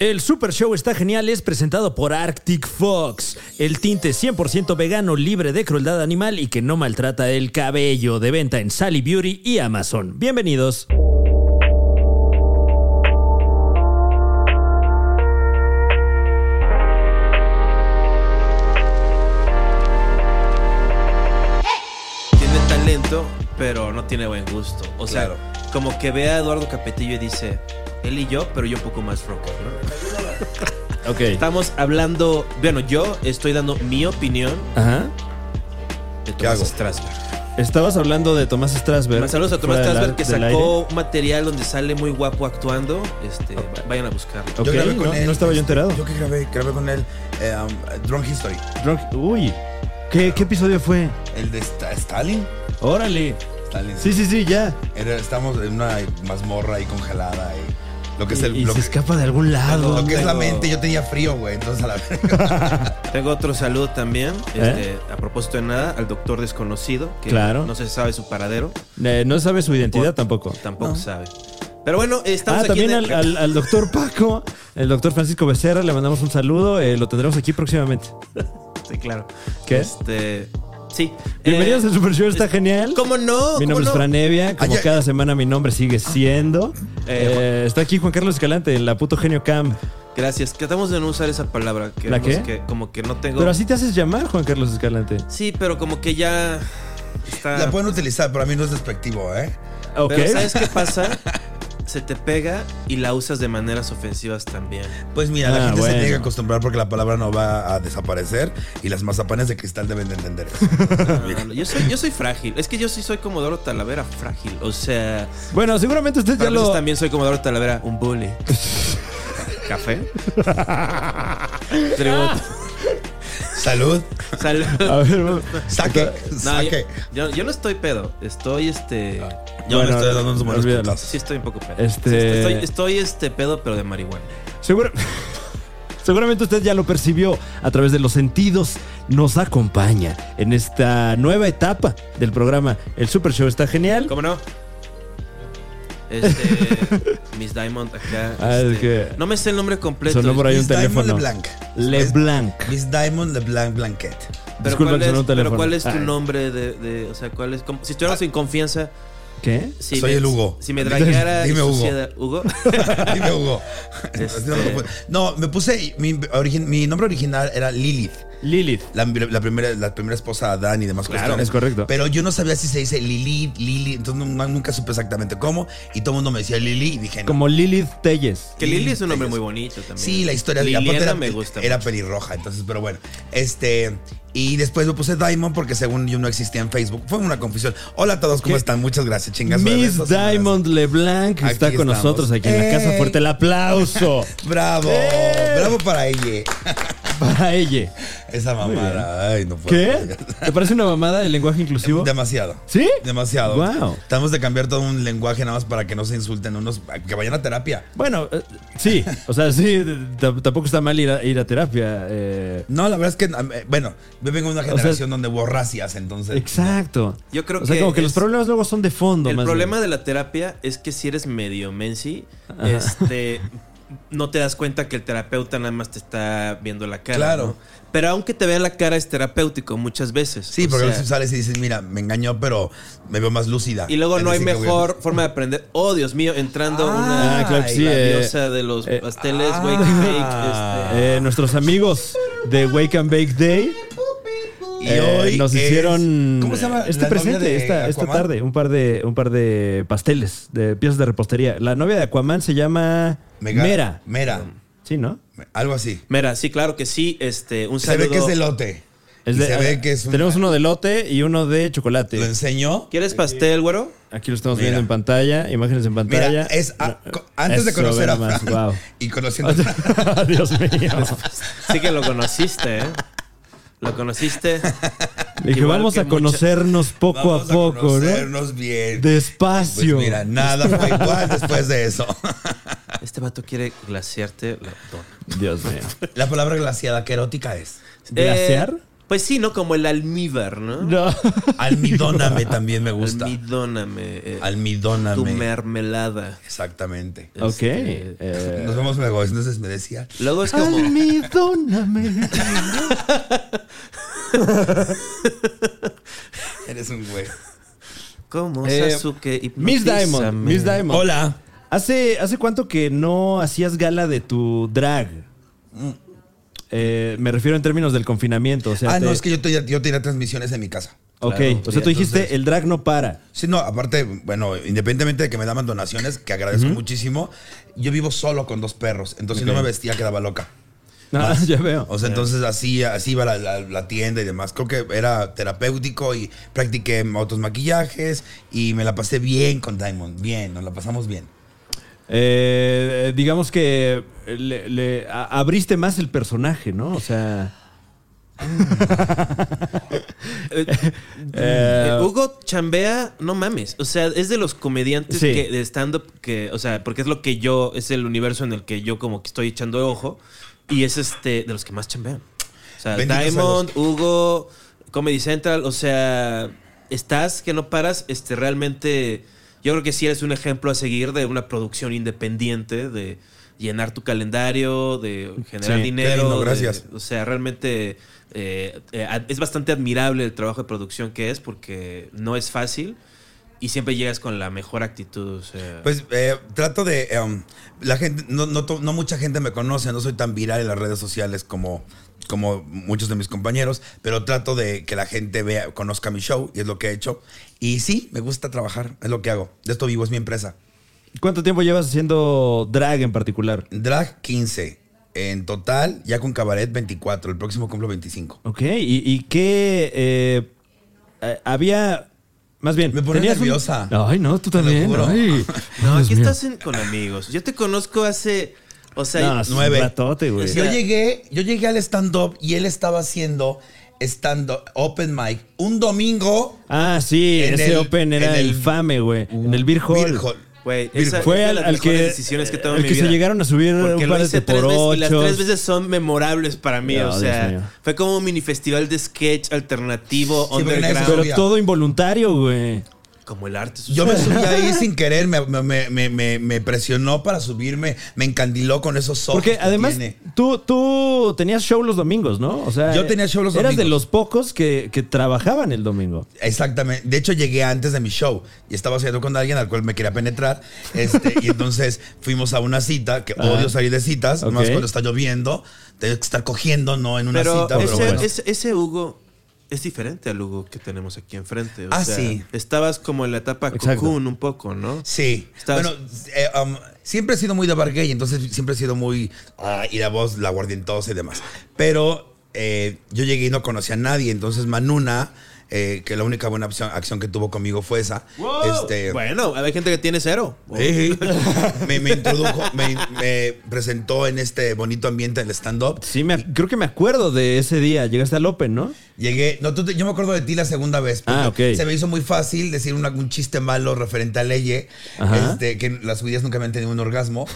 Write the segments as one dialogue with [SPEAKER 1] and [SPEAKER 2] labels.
[SPEAKER 1] El Super Show está genial es presentado por Arctic Fox, el tinte 100% vegano libre de crueldad animal y que no maltrata el cabello, de venta en Sally Beauty y Amazon. Bienvenidos.
[SPEAKER 2] Tiene talento, pero no tiene buen gusto. O sea, como que ve a Eduardo Capetillo y dice, él y yo, pero yo un poco más rocker, ¿no?
[SPEAKER 1] Ok.
[SPEAKER 2] Estamos hablando, bueno, yo estoy dando mi opinión
[SPEAKER 1] Ajá.
[SPEAKER 2] de Tomás
[SPEAKER 3] hago?
[SPEAKER 2] Strasberg.
[SPEAKER 4] Estabas hablando de Tomás Strasberg.
[SPEAKER 2] Más saludos a Tomás
[SPEAKER 4] Fuera del
[SPEAKER 2] Strasberg
[SPEAKER 4] ar-
[SPEAKER 2] que
[SPEAKER 4] del
[SPEAKER 2] sacó un material donde sale muy guapo actuando. Este, vayan a buscarlo.
[SPEAKER 4] aire. Ok, no, no estaba yo enterado.
[SPEAKER 3] este, Yo que grabé, grabé con él eh, um, Drunk History.
[SPEAKER 4] Drunk- Uy, ¿qué, qué episodio fue?
[SPEAKER 3] El de Sta- Stalin.
[SPEAKER 4] Órale.
[SPEAKER 3] Stalin.
[SPEAKER 4] Sí, sí, sí, ya.
[SPEAKER 3] Era- estamos en una mazmorra ahí congelada. Y lo que es el
[SPEAKER 4] Y, y
[SPEAKER 3] lo
[SPEAKER 4] se
[SPEAKER 3] que-
[SPEAKER 4] escapa de algún lado.
[SPEAKER 3] lo que es la
[SPEAKER 2] Tengo-
[SPEAKER 3] mente, yo tenía frío, güey. Entonces a la verga.
[SPEAKER 2] Tengo otro saludo también,
[SPEAKER 4] ¿Eh?
[SPEAKER 2] este, a propósito de nada, al doctor desconocido, que
[SPEAKER 4] Claro.
[SPEAKER 2] no se sabe su paradero,
[SPEAKER 4] Eh, no sabe su identidad
[SPEAKER 2] Por-
[SPEAKER 4] tampoco.
[SPEAKER 2] tampoco sabe. Pero bueno, estamos
[SPEAKER 4] Ah,
[SPEAKER 2] aquí
[SPEAKER 4] también
[SPEAKER 2] en
[SPEAKER 4] al,
[SPEAKER 2] el-
[SPEAKER 4] al- al doctor Paco, el doctor Francisco Becerra, le mandamos un saludo. eh, lo tendremos aquí próximamente.
[SPEAKER 2] Sí, claro.
[SPEAKER 4] ¿Qué?
[SPEAKER 2] Este, sí.
[SPEAKER 4] Bienvenidos
[SPEAKER 2] Eh,
[SPEAKER 4] al Super Show, está genial.
[SPEAKER 2] ¿Cómo no?
[SPEAKER 4] Mi nombre
[SPEAKER 2] ¿Cómo no? Ah,
[SPEAKER 4] es Franevia, como
[SPEAKER 3] Ay, ay.
[SPEAKER 4] cada semana mi nombre sigue siendo.
[SPEAKER 2] Eh,
[SPEAKER 4] Eh, está aquí Juan Carlos Escalante, la puto genio Cam.
[SPEAKER 2] Gracias. Tratamos de no usar esa palabra. Que
[SPEAKER 4] ¿La qué?
[SPEAKER 2] Que, como que no tengo.
[SPEAKER 4] Pero así te haces llamar, Juan Carlos Escalante.
[SPEAKER 2] Sí, pero como que ya
[SPEAKER 4] Ah.
[SPEAKER 2] está.
[SPEAKER 3] La pueden utilizar, pero a mí no es despectivo, ¿eh?
[SPEAKER 4] Ok.
[SPEAKER 2] Pero ¿sabes qué pasa? Se te pega y la usas de maneras ofensivas también.
[SPEAKER 3] Pues mira, la
[SPEAKER 4] Ah,
[SPEAKER 3] gente se
[SPEAKER 4] bueno.
[SPEAKER 3] tiene que acostumbrar porque la palabra no va a desaparecer y las mazapanes de cristal deben de entender eso.
[SPEAKER 2] No, no, yo, soy, yo soy frágil. Es que yo sí soy Comodoro Talavera frágil. O sea,
[SPEAKER 4] Bueno, seguramente usted
[SPEAKER 2] pero
[SPEAKER 4] ya
[SPEAKER 2] a veces
[SPEAKER 4] lo.
[SPEAKER 2] también soy Comodoro Talavera un bully. ¿Café? Tributo.
[SPEAKER 3] Salud,
[SPEAKER 2] Salud.
[SPEAKER 4] A ver,
[SPEAKER 3] saque,
[SPEAKER 2] No, yo,
[SPEAKER 3] saque.
[SPEAKER 2] yo- yo no estoy pedo. Estoy este.
[SPEAKER 3] Yo
[SPEAKER 4] Bueno,
[SPEAKER 3] me estoy dando unos buenos
[SPEAKER 4] olvídalo.
[SPEAKER 3] putazos.
[SPEAKER 2] Sí, estoy un poco pedo.
[SPEAKER 4] Este-
[SPEAKER 2] Sí, estoy, estoy, este pedo, pero de marihuana.
[SPEAKER 4] segura- Seguramente usted ya lo percibió a través de los sentidos. Nos acompaña en esta nueva etapa del programa. El Super Show está genial.
[SPEAKER 2] ¿Cómo no? Este. Miss Diamond acá.
[SPEAKER 4] Ah, es
[SPEAKER 2] este,
[SPEAKER 4] que-
[SPEAKER 2] No me sé el nombre completo.
[SPEAKER 4] Sonó por ahí. hay
[SPEAKER 3] Miss
[SPEAKER 4] un
[SPEAKER 3] Diamond
[SPEAKER 4] teléfono.
[SPEAKER 3] LeBlanc.
[SPEAKER 4] LeBlanc.
[SPEAKER 3] Miss Diamond LeBlanc Blanquet.
[SPEAKER 2] Pero,
[SPEAKER 4] Disculpa
[SPEAKER 2] ¿cuál
[SPEAKER 4] que sonó
[SPEAKER 2] es,
[SPEAKER 4] un
[SPEAKER 2] pero
[SPEAKER 4] teléfono. Ah,
[SPEAKER 2] ¿cuál es tu
[SPEAKER 4] Ay.
[SPEAKER 2] nombre de, de- O sea, ¿cuál es? Como- si estuviéramos en confianza.
[SPEAKER 4] ¿Qué?
[SPEAKER 2] Si
[SPEAKER 3] Ah. Soy
[SPEAKER 2] me-
[SPEAKER 3] el Hugo.
[SPEAKER 2] Si me dragueara.
[SPEAKER 3] Dime
[SPEAKER 2] y
[SPEAKER 3] Hugo.
[SPEAKER 2] suciedad- Hugo.
[SPEAKER 3] Dime, Hugo.
[SPEAKER 2] Este-
[SPEAKER 3] No, me puse. Mi, origi- mi nombre original era Lilith.
[SPEAKER 4] Lilith.
[SPEAKER 3] La, la primera, la primera esposa de Adán y demás
[SPEAKER 4] Claro,
[SPEAKER 3] cuestiones.
[SPEAKER 4] es correcto.
[SPEAKER 3] Pero yo no sabía si se dice Lilith, Lili. Entonces no- nunca supe exactamente cómo. Y todo el mundo me decía Lili. Y dije, no.
[SPEAKER 4] Como Lilith Telles.
[SPEAKER 2] que Lily es un nombre muy bonito también.
[SPEAKER 3] Sí, la historia de
[SPEAKER 2] Liliana
[SPEAKER 3] aparte era,
[SPEAKER 2] me gusta.
[SPEAKER 3] era pelirroja, entonces, pero bueno. Este, y después me puse Diamond porque según yo no existía en Facebook. Fue una confusión. Hola a todos, ¿cómo
[SPEAKER 4] ¿Qué?
[SPEAKER 3] están? Muchas gracias, chingas.
[SPEAKER 4] Miss
[SPEAKER 3] besos,
[SPEAKER 4] Diamond LeBlanc
[SPEAKER 3] Aquí
[SPEAKER 4] está con
[SPEAKER 3] estamos.
[SPEAKER 4] nosotros aquí en la
[SPEAKER 3] ¡Ey!
[SPEAKER 4] casa fuerte. El aplauso
[SPEAKER 3] abrazos. Bravo,
[SPEAKER 4] ¡Eh!
[SPEAKER 3] bravo para ella.
[SPEAKER 4] para ella.
[SPEAKER 3] Esa mamada. Ay, no puedo.
[SPEAKER 4] ¿Qué? ¿Te parece una mamada el lenguaje inclusivo?
[SPEAKER 3] Demasiado.
[SPEAKER 4] ¿Sí?
[SPEAKER 3] Demasiado.
[SPEAKER 4] Wow.
[SPEAKER 3] Estamos de cambiar todo un lenguaje nada más para que no se insulten unos. Que vayan a terapia.
[SPEAKER 4] Bueno, eh, sí, o sea, sí, t- tampoco está mal ir a, ir a terapia. eh.
[SPEAKER 3] No, la verdad es que, eh, bueno, yo vengo de una
[SPEAKER 4] sea,
[SPEAKER 3] generación donde hubo racias, entonces.
[SPEAKER 4] Exacto.
[SPEAKER 2] Yo creo
[SPEAKER 4] o sea,
[SPEAKER 2] que
[SPEAKER 4] como que
[SPEAKER 2] es-
[SPEAKER 4] los problemas luego son de fondo.
[SPEAKER 2] El
[SPEAKER 4] más
[SPEAKER 2] problema
[SPEAKER 4] bien.
[SPEAKER 2] de la terapia es que si eres medio mensi, este, no te das cuenta que el terapeuta nada más te está viendo la cara.
[SPEAKER 3] Claro.
[SPEAKER 2] ¿no? Pero aunque te vea la cara es terapéutico muchas veces.
[SPEAKER 3] Sí,
[SPEAKER 2] O
[SPEAKER 3] porque
[SPEAKER 2] sea,
[SPEAKER 3] luego sales y dices, mira, me engañó, pero me veo más lúcida.
[SPEAKER 2] Y luego
[SPEAKER 3] Es
[SPEAKER 2] no hay
[SPEAKER 3] decir, que voy a-
[SPEAKER 2] mejor forma de aprender. Oh, Dios mío, entrando una
[SPEAKER 4] Ah, claro que sí,
[SPEAKER 2] la
[SPEAKER 4] eh,
[SPEAKER 2] diosa de los
[SPEAKER 4] eh,
[SPEAKER 2] pasteles,
[SPEAKER 3] ah.
[SPEAKER 2] wake and bake, este.
[SPEAKER 4] Eh, nuestros amigos de Wake and Bake Day
[SPEAKER 3] Y
[SPEAKER 4] eh,
[SPEAKER 3] hoy
[SPEAKER 4] nos
[SPEAKER 3] es-
[SPEAKER 4] hicieron este
[SPEAKER 3] la novia
[SPEAKER 4] presente
[SPEAKER 3] de
[SPEAKER 4] esta, esta
[SPEAKER 3] Aquaman?
[SPEAKER 4] tarde, un par de un par de pasteles de piezas de repostería. La novia de Aquaman se llama
[SPEAKER 3] Mega-
[SPEAKER 4] Mera.
[SPEAKER 3] Mera.
[SPEAKER 4] Sí, ¿no?
[SPEAKER 3] Algo así.
[SPEAKER 2] este. Mira, sí, claro que sí. Este, un
[SPEAKER 3] Se
[SPEAKER 2] saludo.
[SPEAKER 3] ve que es elote.
[SPEAKER 4] Es
[SPEAKER 3] Y
[SPEAKER 4] de- eh,
[SPEAKER 3] se ve que es un-
[SPEAKER 4] Tenemos uno de lote y uno de chocolate.
[SPEAKER 3] Lo enseñó.
[SPEAKER 2] ¿Quieres pastel, güero?
[SPEAKER 4] Aquí lo estamos
[SPEAKER 3] Mira.
[SPEAKER 4] viendo en pantalla, imágenes en pantalla.
[SPEAKER 3] Mira, es a- co- antes de
[SPEAKER 4] Eso,
[SPEAKER 3] conocer a
[SPEAKER 4] ve nomás,
[SPEAKER 3] Fran
[SPEAKER 4] guau. Ah,
[SPEAKER 3] y conociendo a Fran.
[SPEAKER 4] Dios mío.
[SPEAKER 2] Sí que lo conociste, ¿eh? Lo conociste.
[SPEAKER 4] Le dije,
[SPEAKER 2] Igual
[SPEAKER 4] vamos
[SPEAKER 2] que
[SPEAKER 4] a conocernos poco
[SPEAKER 3] Vamos
[SPEAKER 4] a poco, ¿no?
[SPEAKER 3] conocernos bien. Pues
[SPEAKER 4] Despacio.
[SPEAKER 3] mira, nada fue igual después de eso.
[SPEAKER 2] Este vato quiere glaciarte la dona.
[SPEAKER 4] Dios mío.
[SPEAKER 3] Eh, La palabra glaciada, qué erótica es.
[SPEAKER 4] ¿Glaciar?
[SPEAKER 2] Eh, Pues Pues sí, ¿no? Como el almíbar, ¿no?
[SPEAKER 4] No.
[SPEAKER 3] Almidóname también me gusta.
[SPEAKER 2] Almidóname. eh,
[SPEAKER 3] Almidóname.
[SPEAKER 2] Tu mermelada.
[SPEAKER 3] Exactamente.
[SPEAKER 4] Ok.
[SPEAKER 2] Este,
[SPEAKER 4] eh,
[SPEAKER 3] Nos vemos luego. Entonces me decía.
[SPEAKER 2] Luego es como.
[SPEAKER 4] almidóname.
[SPEAKER 3] Eres un güey.
[SPEAKER 2] ¿Cómo
[SPEAKER 4] Eh,
[SPEAKER 2] Sasuke
[SPEAKER 4] Miss Diamond.
[SPEAKER 2] hipnotízame?
[SPEAKER 4] Miss Diamond.
[SPEAKER 3] Hola.
[SPEAKER 4] ¿Hace, ¿Hace cuánto que no hacías gala de tu drag? Eh, me refiero en términos del confinamiento. O sea,
[SPEAKER 3] Ah,
[SPEAKER 4] te-
[SPEAKER 3] no, es que yo, tenía- yo tenía transmisiones en mi casa.
[SPEAKER 4] Ok,
[SPEAKER 2] Claro,
[SPEAKER 4] o sea,
[SPEAKER 2] sí,
[SPEAKER 4] tú dijiste,
[SPEAKER 2] entonces-
[SPEAKER 4] el drag no para.
[SPEAKER 3] Sí, no, aparte, bueno, independientemente de que me daban donaciones, que agradezco muchísimo, yo vivo solo con dos perros, entonces si no
[SPEAKER 4] Ok.
[SPEAKER 3] me vestía, quedaba loca.
[SPEAKER 4] Ah, ya veo.
[SPEAKER 3] O sea, entonces así, así iba la, la- la tienda y demás. Creo que era terapéutico y practiqué otros maquillajes y me la pasé bien con Diamond. Bien, nos la pasamos bien.
[SPEAKER 4] Eh, digamos que le, le- a- abriste más el personaje, ¿no? O sea,
[SPEAKER 2] Eh, eh, Hugo chambea, no mames. O sea, es de los comediantes
[SPEAKER 4] Sí.
[SPEAKER 2] que- de stand-up que, o sea, porque es lo que yo, es el universo en el que yo como que estoy echando ojo. Y es este, de los que más chambean. O sea,
[SPEAKER 3] Bendito sea
[SPEAKER 2] Diamond, Hugo, Comedy Central, o sea, estás que no paras, este, realmente, yo creo que sí eres un ejemplo a seguir de una producción independiente, de llenar tu calendario, de generar
[SPEAKER 4] Sí, qué
[SPEAKER 2] dinero.
[SPEAKER 3] lindo,
[SPEAKER 2] de-
[SPEAKER 3] gracias.
[SPEAKER 2] o sea, realmente eh, eh, ad- es bastante admirable el trabajo de producción que es porque no es fácil y siempre llegas con la mejor actitud. o sea.
[SPEAKER 3] Pues eh, trato de. em, la gente, no, no, to- no mucha gente me conoce, no soy tan viral en las redes sociales como, como muchos de mis compañeros, pero trato de que la gente vea, conozca mi show y es lo que he hecho. Y sí, me gusta trabajar, es lo que hago. De esto vivo, es mi empresa.
[SPEAKER 4] ¿cuánto tiempo llevas haciendo drag en particular?
[SPEAKER 3] Drag 15. En total, ya con cabaret 24. El próximo cumplo 25.
[SPEAKER 4] Ok, ¿y, y qué eh, eh, había... Más bien,
[SPEAKER 3] Me pone
[SPEAKER 4] tenías un-
[SPEAKER 3] nerviosa.
[SPEAKER 4] Ay, no, tú
[SPEAKER 3] Te lo
[SPEAKER 4] también.
[SPEAKER 3] juro.
[SPEAKER 4] ay.
[SPEAKER 2] no,
[SPEAKER 4] Dios
[SPEAKER 2] aquí
[SPEAKER 4] mío.
[SPEAKER 2] estás en- con amigos. Yo te conozco hace, o sea,
[SPEAKER 4] No, es un
[SPEAKER 3] nueve.
[SPEAKER 4] ratote, güey.
[SPEAKER 2] O sea,
[SPEAKER 3] Pues Yo llegué, yo llegué al stand-up y él estaba haciendo stand-up, open mic, un domingo.
[SPEAKER 4] Ah, sí,
[SPEAKER 3] En
[SPEAKER 4] ese
[SPEAKER 3] el-
[SPEAKER 4] Open era
[SPEAKER 3] en el-
[SPEAKER 4] infame, güey. en el Beer Hall.
[SPEAKER 3] Beer Hall.
[SPEAKER 2] güey,
[SPEAKER 4] Beer
[SPEAKER 2] esa
[SPEAKER 4] Hall. Fue
[SPEAKER 2] es de
[SPEAKER 4] al,
[SPEAKER 2] las
[SPEAKER 4] al que,
[SPEAKER 2] mejores decisiones que tomo en
[SPEAKER 4] el
[SPEAKER 2] mi
[SPEAKER 4] que se
[SPEAKER 2] vida.
[SPEAKER 4] llegaron a subir
[SPEAKER 2] Porque
[SPEAKER 4] un
[SPEAKER 2] lo
[SPEAKER 4] par de
[SPEAKER 2] hice
[SPEAKER 4] por
[SPEAKER 2] tres veces y las tres
[SPEAKER 4] ocho.
[SPEAKER 2] veces son memorables para mí.
[SPEAKER 4] No,
[SPEAKER 2] o
[SPEAKER 4] Dios mío.
[SPEAKER 2] sea, fue como un mini festival de sketch alternativo,
[SPEAKER 3] porque nadie se
[SPEAKER 2] underground,
[SPEAKER 4] Pero
[SPEAKER 3] Obvio.
[SPEAKER 4] todo involuntario, güey.
[SPEAKER 2] como el arte.
[SPEAKER 3] Yo me subí ahí sin querer, me, me- me- me- me presionó para subirme, me encandiló con esos ojos.
[SPEAKER 4] Porque
[SPEAKER 3] que
[SPEAKER 4] además
[SPEAKER 3] tiene.
[SPEAKER 4] tú, tú tenías show los domingos, ¿no? O sea,
[SPEAKER 3] Yo tenía show los
[SPEAKER 4] eras de
[SPEAKER 3] domingos.
[SPEAKER 4] los pocos que, que trabajaban el domingo.
[SPEAKER 3] Exactamente. De hecho, llegué antes de mi show y estaba saliendo con alguien al cual me quería penetrar. Este, y entonces fuimos a una cita, que
[SPEAKER 4] Ah.
[SPEAKER 3] odio salir de citas,
[SPEAKER 4] Ok.
[SPEAKER 3] más cuando está lloviendo. Tengo que estar cogiendo, no en una
[SPEAKER 2] pero
[SPEAKER 3] cita.
[SPEAKER 2] ese,
[SPEAKER 3] Pero bueno.
[SPEAKER 2] ese, ese Hugo es diferente al Hugo que tenemos aquí enfrente. O
[SPEAKER 3] Ah,
[SPEAKER 2] sea,
[SPEAKER 3] sí.
[SPEAKER 2] Estabas como en la etapa
[SPEAKER 4] Exacto.
[SPEAKER 2] cocoon un poco, ¿no?
[SPEAKER 3] Sí.
[SPEAKER 2] Estás-
[SPEAKER 3] Bueno, eh, um, siempre he sido muy de bar gay, entonces siempre he sido muy. ah, y la voz, la guardientosa y demás. Pero eh, yo llegué y no conocía a nadie, entonces Manuna. eh, que la única buena opción- acción que tuvo conmigo fue esa. Este,
[SPEAKER 2] Bueno, hay gente que tiene cero.
[SPEAKER 3] Sí, sí. me, me introdujo, me, me presentó en este bonito ambiente del stand-up.
[SPEAKER 4] Sí, me, ac- creo que me acuerdo de ese día. Llegaste al Open, ¿no?
[SPEAKER 3] Llegué, no, tú te- yo me acuerdo de ti la segunda vez. porque
[SPEAKER 4] Ah, ok.
[SPEAKER 3] Se me hizo muy fácil decir una- un chiste malo referente a Leye,
[SPEAKER 4] Ajá.
[SPEAKER 3] este, que las judías nunca me han tenido un orgasmo,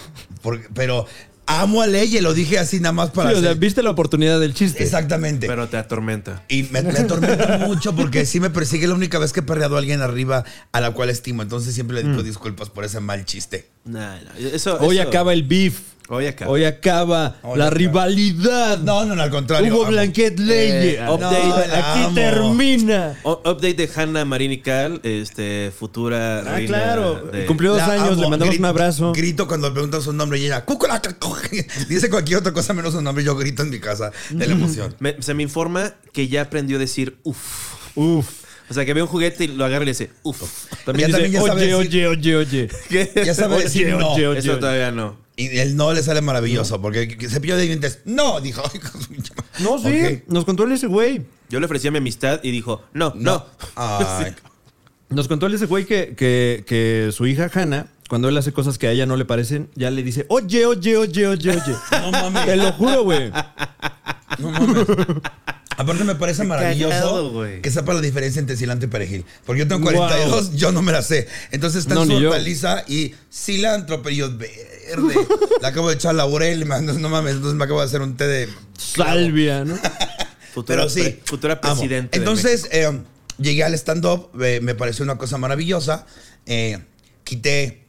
[SPEAKER 3] porque- pero amo a Leye, lo dije así nada más para...
[SPEAKER 4] Sí, o sea,
[SPEAKER 3] hacer-
[SPEAKER 4] viste la oportunidad del chiste.
[SPEAKER 3] exactamente.
[SPEAKER 2] Pero te atormenta.
[SPEAKER 3] Y me, me atormenta mucho porque sí me persigue la única vez que he perreado a alguien arriba a la cual estimo. Entonces siempre le
[SPEAKER 4] Mm.
[SPEAKER 3] pido disculpas por ese mal chiste.
[SPEAKER 2] No, no, eso,
[SPEAKER 4] Hoy
[SPEAKER 2] eso-
[SPEAKER 4] acaba el beef.
[SPEAKER 2] Hoy acaba.
[SPEAKER 4] Hoy acaba
[SPEAKER 3] Hoy
[SPEAKER 4] la
[SPEAKER 3] acaba.
[SPEAKER 4] rivalidad.
[SPEAKER 3] No, no, no, al contrario.
[SPEAKER 4] Hugo
[SPEAKER 3] amo.
[SPEAKER 4] Blanquet Leye.
[SPEAKER 2] Eh,
[SPEAKER 4] Update.
[SPEAKER 3] no, la
[SPEAKER 4] Aquí
[SPEAKER 3] amo.
[SPEAKER 4] termina. Ah,
[SPEAKER 2] O- update de Hannah Marinical, este, futura
[SPEAKER 4] Ah,
[SPEAKER 2] reina
[SPEAKER 4] claro.
[SPEAKER 2] de-
[SPEAKER 4] Cumplió dos
[SPEAKER 3] La
[SPEAKER 4] años.
[SPEAKER 3] amo.
[SPEAKER 4] Le mandamos
[SPEAKER 3] Gri-
[SPEAKER 4] un abrazo.
[SPEAKER 3] Grito cuando le preguntan su nombre y ella, "Cuculaca", dice cualquier otra cosa menos su nombre. Yo grito en mi casa de
[SPEAKER 4] Mm.
[SPEAKER 3] la emoción.
[SPEAKER 2] Me- se me informa que ya aprendió a decir uff.
[SPEAKER 4] Uf.
[SPEAKER 2] O sea, que ve un juguete y lo agarra y le dice uff.
[SPEAKER 4] También
[SPEAKER 3] Ya
[SPEAKER 4] dice,
[SPEAKER 3] también ya sabe
[SPEAKER 4] oye,
[SPEAKER 3] decir-
[SPEAKER 4] oye, oye, oye.
[SPEAKER 3] Ya sabe
[SPEAKER 4] Oye,
[SPEAKER 3] decir no.
[SPEAKER 4] oye, oye,
[SPEAKER 2] Eso
[SPEAKER 4] oye.
[SPEAKER 2] todavía no.
[SPEAKER 3] Y el no le sale maravilloso porque cepillo de dientes, no, dijo.
[SPEAKER 4] No, sí.
[SPEAKER 3] Ok.
[SPEAKER 4] Nos contó el ese güey.
[SPEAKER 2] Yo le ofrecía mi amistad y dijo, no, no.
[SPEAKER 3] Ay.
[SPEAKER 4] Nos contó el ese güey que, que- que su hija Hannah, cuando él hace cosas que a ella no le parecen, ya le dice, oye, oye, oye, oye, oye.
[SPEAKER 3] No mames.
[SPEAKER 4] Te lo juro, güey.
[SPEAKER 3] No mames. Aparte me parece
[SPEAKER 2] Cagado,
[SPEAKER 3] maravilloso
[SPEAKER 2] güey.
[SPEAKER 3] que sepa la diferencia entre cilantro y perejil. Porque yo tengo
[SPEAKER 4] Wow.
[SPEAKER 3] 42, yo no me la sé. Entonces está
[SPEAKER 4] No,
[SPEAKER 3] en su
[SPEAKER 4] ni yo.
[SPEAKER 3] hortaliza y cilantro, pero yo verde. Le acabo de echar laurel, man, no mames. Entonces me acabo de hacer un té de...
[SPEAKER 4] Salvia, ¿no?
[SPEAKER 2] Futura
[SPEAKER 3] Pero sí.
[SPEAKER 2] pre- futura
[SPEAKER 3] amo.
[SPEAKER 2] presidente de
[SPEAKER 3] Entonces, eh, llegué al stand-up, eh, me pareció una cosa maravillosa. eh, quité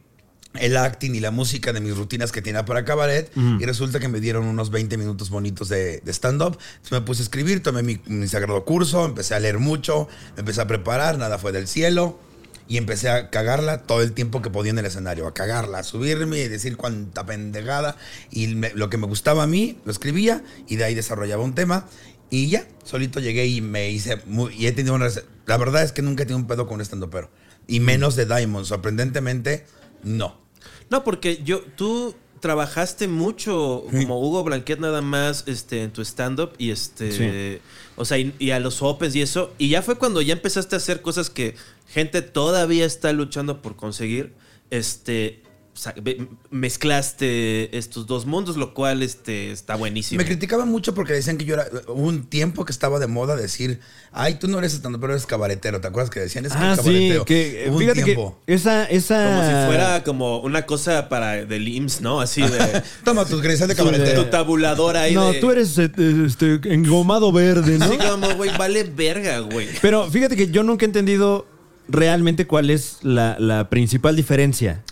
[SPEAKER 3] el acting y la música de mis rutinas que tenía para cabaret y resulta que me dieron unos 20 minutos bonitos de, de stand-up. Entonces me puse a escribir, tomé mi, mi sagrado curso, empecé a leer mucho, me empecé a preparar, nada fue del cielo. Y empecé a cagarla todo el tiempo que podía en el escenario, a cagarla, a subirme y decir cuánta pendejada. Y me- lo que me gustaba a mí, lo escribía y de ahí desarrollaba un tema. Y ya, solito llegué y me hice... muy- y he tenido una... rece- La verdad es que nunca he tenido un pedo con un estando pero.
[SPEAKER 4] Mm.
[SPEAKER 3] Y menos de Diamond, sorprendentemente, no.
[SPEAKER 2] No, porque yo, tú trabajaste mucho como Hugo Blanquet nada más este, en tu stand-up y este. O sea, y, y a los opens y eso. Y ya fue cuando ya empezaste a hacer cosas que gente todavía está luchando por conseguir. Este. sa- ve- Mezclaste estos dos mundos, lo cual este, está buenísimo.
[SPEAKER 3] Me criticaban mucho porque decían que yo era. Hubo un tiempo que estaba de moda decir, ay, tú no eres estando, pero eres cabaretero. ¿Te acuerdas que decían? Es que
[SPEAKER 4] Ah,
[SPEAKER 3] el
[SPEAKER 4] sí,
[SPEAKER 3] cabareteo.
[SPEAKER 4] que eh,
[SPEAKER 3] Hubo un
[SPEAKER 4] fíjate que
[SPEAKER 3] tiempo.
[SPEAKER 4] esa, esa...
[SPEAKER 2] Como si fuera como una cosa para del IMSS, ¿no? Así de.
[SPEAKER 3] Toma tus credenciales de cabaretero.
[SPEAKER 2] tu tabuladora ahí
[SPEAKER 4] No,
[SPEAKER 2] de-
[SPEAKER 4] tú eres eh, este, engomado verde, ¿no?
[SPEAKER 2] Así como, güey, vale verga, güey.
[SPEAKER 4] Pero fíjate que yo nunca he entendido realmente cuál es la, la principal diferencia.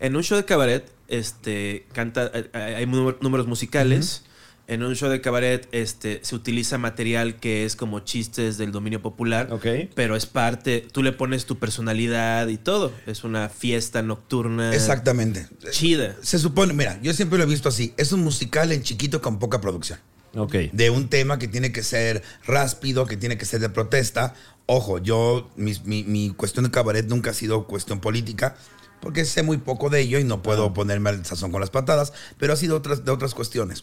[SPEAKER 2] En un show de cabaret, este, canta, hay- hay númer- números musicales. En un show de cabaret, este, se utiliza material que es como chistes del dominio popular.
[SPEAKER 4] Ok.
[SPEAKER 2] Pero es parte, tú le pones tu personalidad y todo. Es una fiesta nocturna.
[SPEAKER 3] Exactamente.
[SPEAKER 2] Chida.
[SPEAKER 3] Se supone, mira, yo siempre lo he visto así. Es un musical en chiquito con poca producción.
[SPEAKER 4] Ok.
[SPEAKER 3] de un tema que tiene que ser rápido, que tiene que ser de protesta. Ojo, yo, mi, mi- mi cuestión de cabaret nunca ha sido cuestión política, porque sé muy poco de ello y no
[SPEAKER 2] Ah.
[SPEAKER 3] puedo ponerme al sazón con las patadas, pero ha sido otras, de otras cuestiones.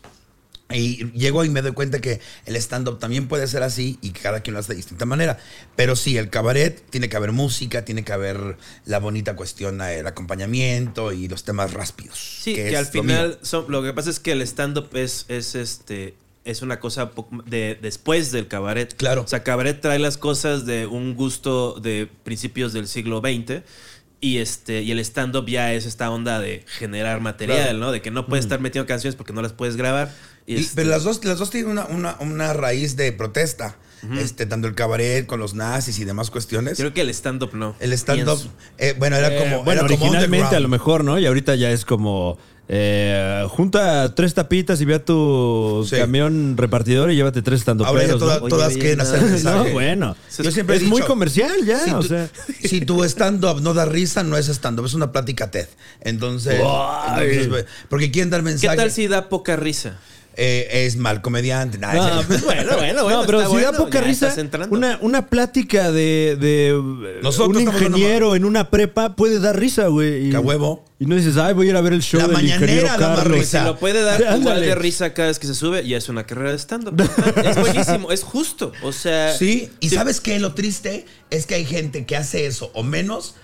[SPEAKER 3] Y llego y me doy cuenta que el stand-up también puede ser así y cada quien lo hace de distinta manera. Pero sí, el cabaret tiene que haber música, tiene que haber la bonita cuestión, el acompañamiento y los temas rápidos.
[SPEAKER 2] Sí, que,
[SPEAKER 3] es
[SPEAKER 2] al
[SPEAKER 3] lo mío.
[SPEAKER 2] final son- lo que pasa es que el stand-up es, es este. Es una cosa po- de después del cabaret.
[SPEAKER 3] Claro.
[SPEAKER 2] O sea, cabaret trae las cosas de un gusto de principios del siglo XX. Y este. Y el stand-up ya es esta onda de generar material,
[SPEAKER 3] Claro. Mm.
[SPEAKER 2] ¿no? De que no puedes estar metiendo canciones porque no las puedes grabar. Y,
[SPEAKER 3] Y-
[SPEAKER 2] este,
[SPEAKER 3] pero las dos, las dos tienen una, una, una raíz de protesta. este, tanto el cabaret con los nazis y demás cuestiones.
[SPEAKER 2] creo que el stand-up no.
[SPEAKER 3] el stand-up, eh, bueno, era
[SPEAKER 4] Eh,
[SPEAKER 3] como.
[SPEAKER 4] bueno,
[SPEAKER 3] era como
[SPEAKER 4] originalmente a lo
[SPEAKER 3] underground.
[SPEAKER 4] mejor, ¿no? Y ahorita ya es como... eh, junta tres tapitas y ve a tu
[SPEAKER 3] Sí.
[SPEAKER 4] camión repartidor y llévate tres estando
[SPEAKER 3] Ahora ya toda-
[SPEAKER 2] Oye,
[SPEAKER 3] todas
[SPEAKER 2] oye,
[SPEAKER 3] quieren
[SPEAKER 2] no.
[SPEAKER 3] hacer
[SPEAKER 2] No,
[SPEAKER 3] mensaje.
[SPEAKER 4] bueno.
[SPEAKER 3] Yo siempre he
[SPEAKER 4] es muy
[SPEAKER 3] dicho,
[SPEAKER 4] comercial ya,
[SPEAKER 3] Si
[SPEAKER 4] o
[SPEAKER 3] tu,
[SPEAKER 4] sea.
[SPEAKER 3] si tu stand-up no da risa, no es stand-up, es una plática TED. Entonces,
[SPEAKER 4] Ay.
[SPEAKER 3] entonces, pues, porque quieren dar
[SPEAKER 2] ¿Qué
[SPEAKER 3] mensaje.
[SPEAKER 2] tal si da poca risa?
[SPEAKER 3] Eh, es mal comediante. Nah,
[SPEAKER 4] Ah,
[SPEAKER 3] ya.
[SPEAKER 4] pues bueno, bueno,
[SPEAKER 2] bueno,
[SPEAKER 4] No, pero
[SPEAKER 2] está
[SPEAKER 4] si da
[SPEAKER 2] bueno,
[SPEAKER 4] poca
[SPEAKER 2] ya
[SPEAKER 4] risa,
[SPEAKER 2] estás entrando.
[SPEAKER 4] una, una plática de, de, eh,
[SPEAKER 3] Nosotros
[SPEAKER 4] un
[SPEAKER 3] estamos hablando
[SPEAKER 4] ingeniero en una prepa puede dar risa, güey. y-
[SPEAKER 3] Que a huevo.
[SPEAKER 4] Y no dices, ay, voy a ir a ver el show
[SPEAKER 3] La
[SPEAKER 4] del
[SPEAKER 3] mañanera
[SPEAKER 4] ingeniero
[SPEAKER 3] da más
[SPEAKER 4] Carlos.
[SPEAKER 3] risa.
[SPEAKER 2] Se lo puede dar igual
[SPEAKER 4] Ándale.
[SPEAKER 2] de risa cada vez que se sube y es una carrera de stand-up. es buenísimo, es justo. O sea.
[SPEAKER 3] Sí, y
[SPEAKER 2] sí.
[SPEAKER 3] sabes qué, lo triste es que hay gente que hace eso o menos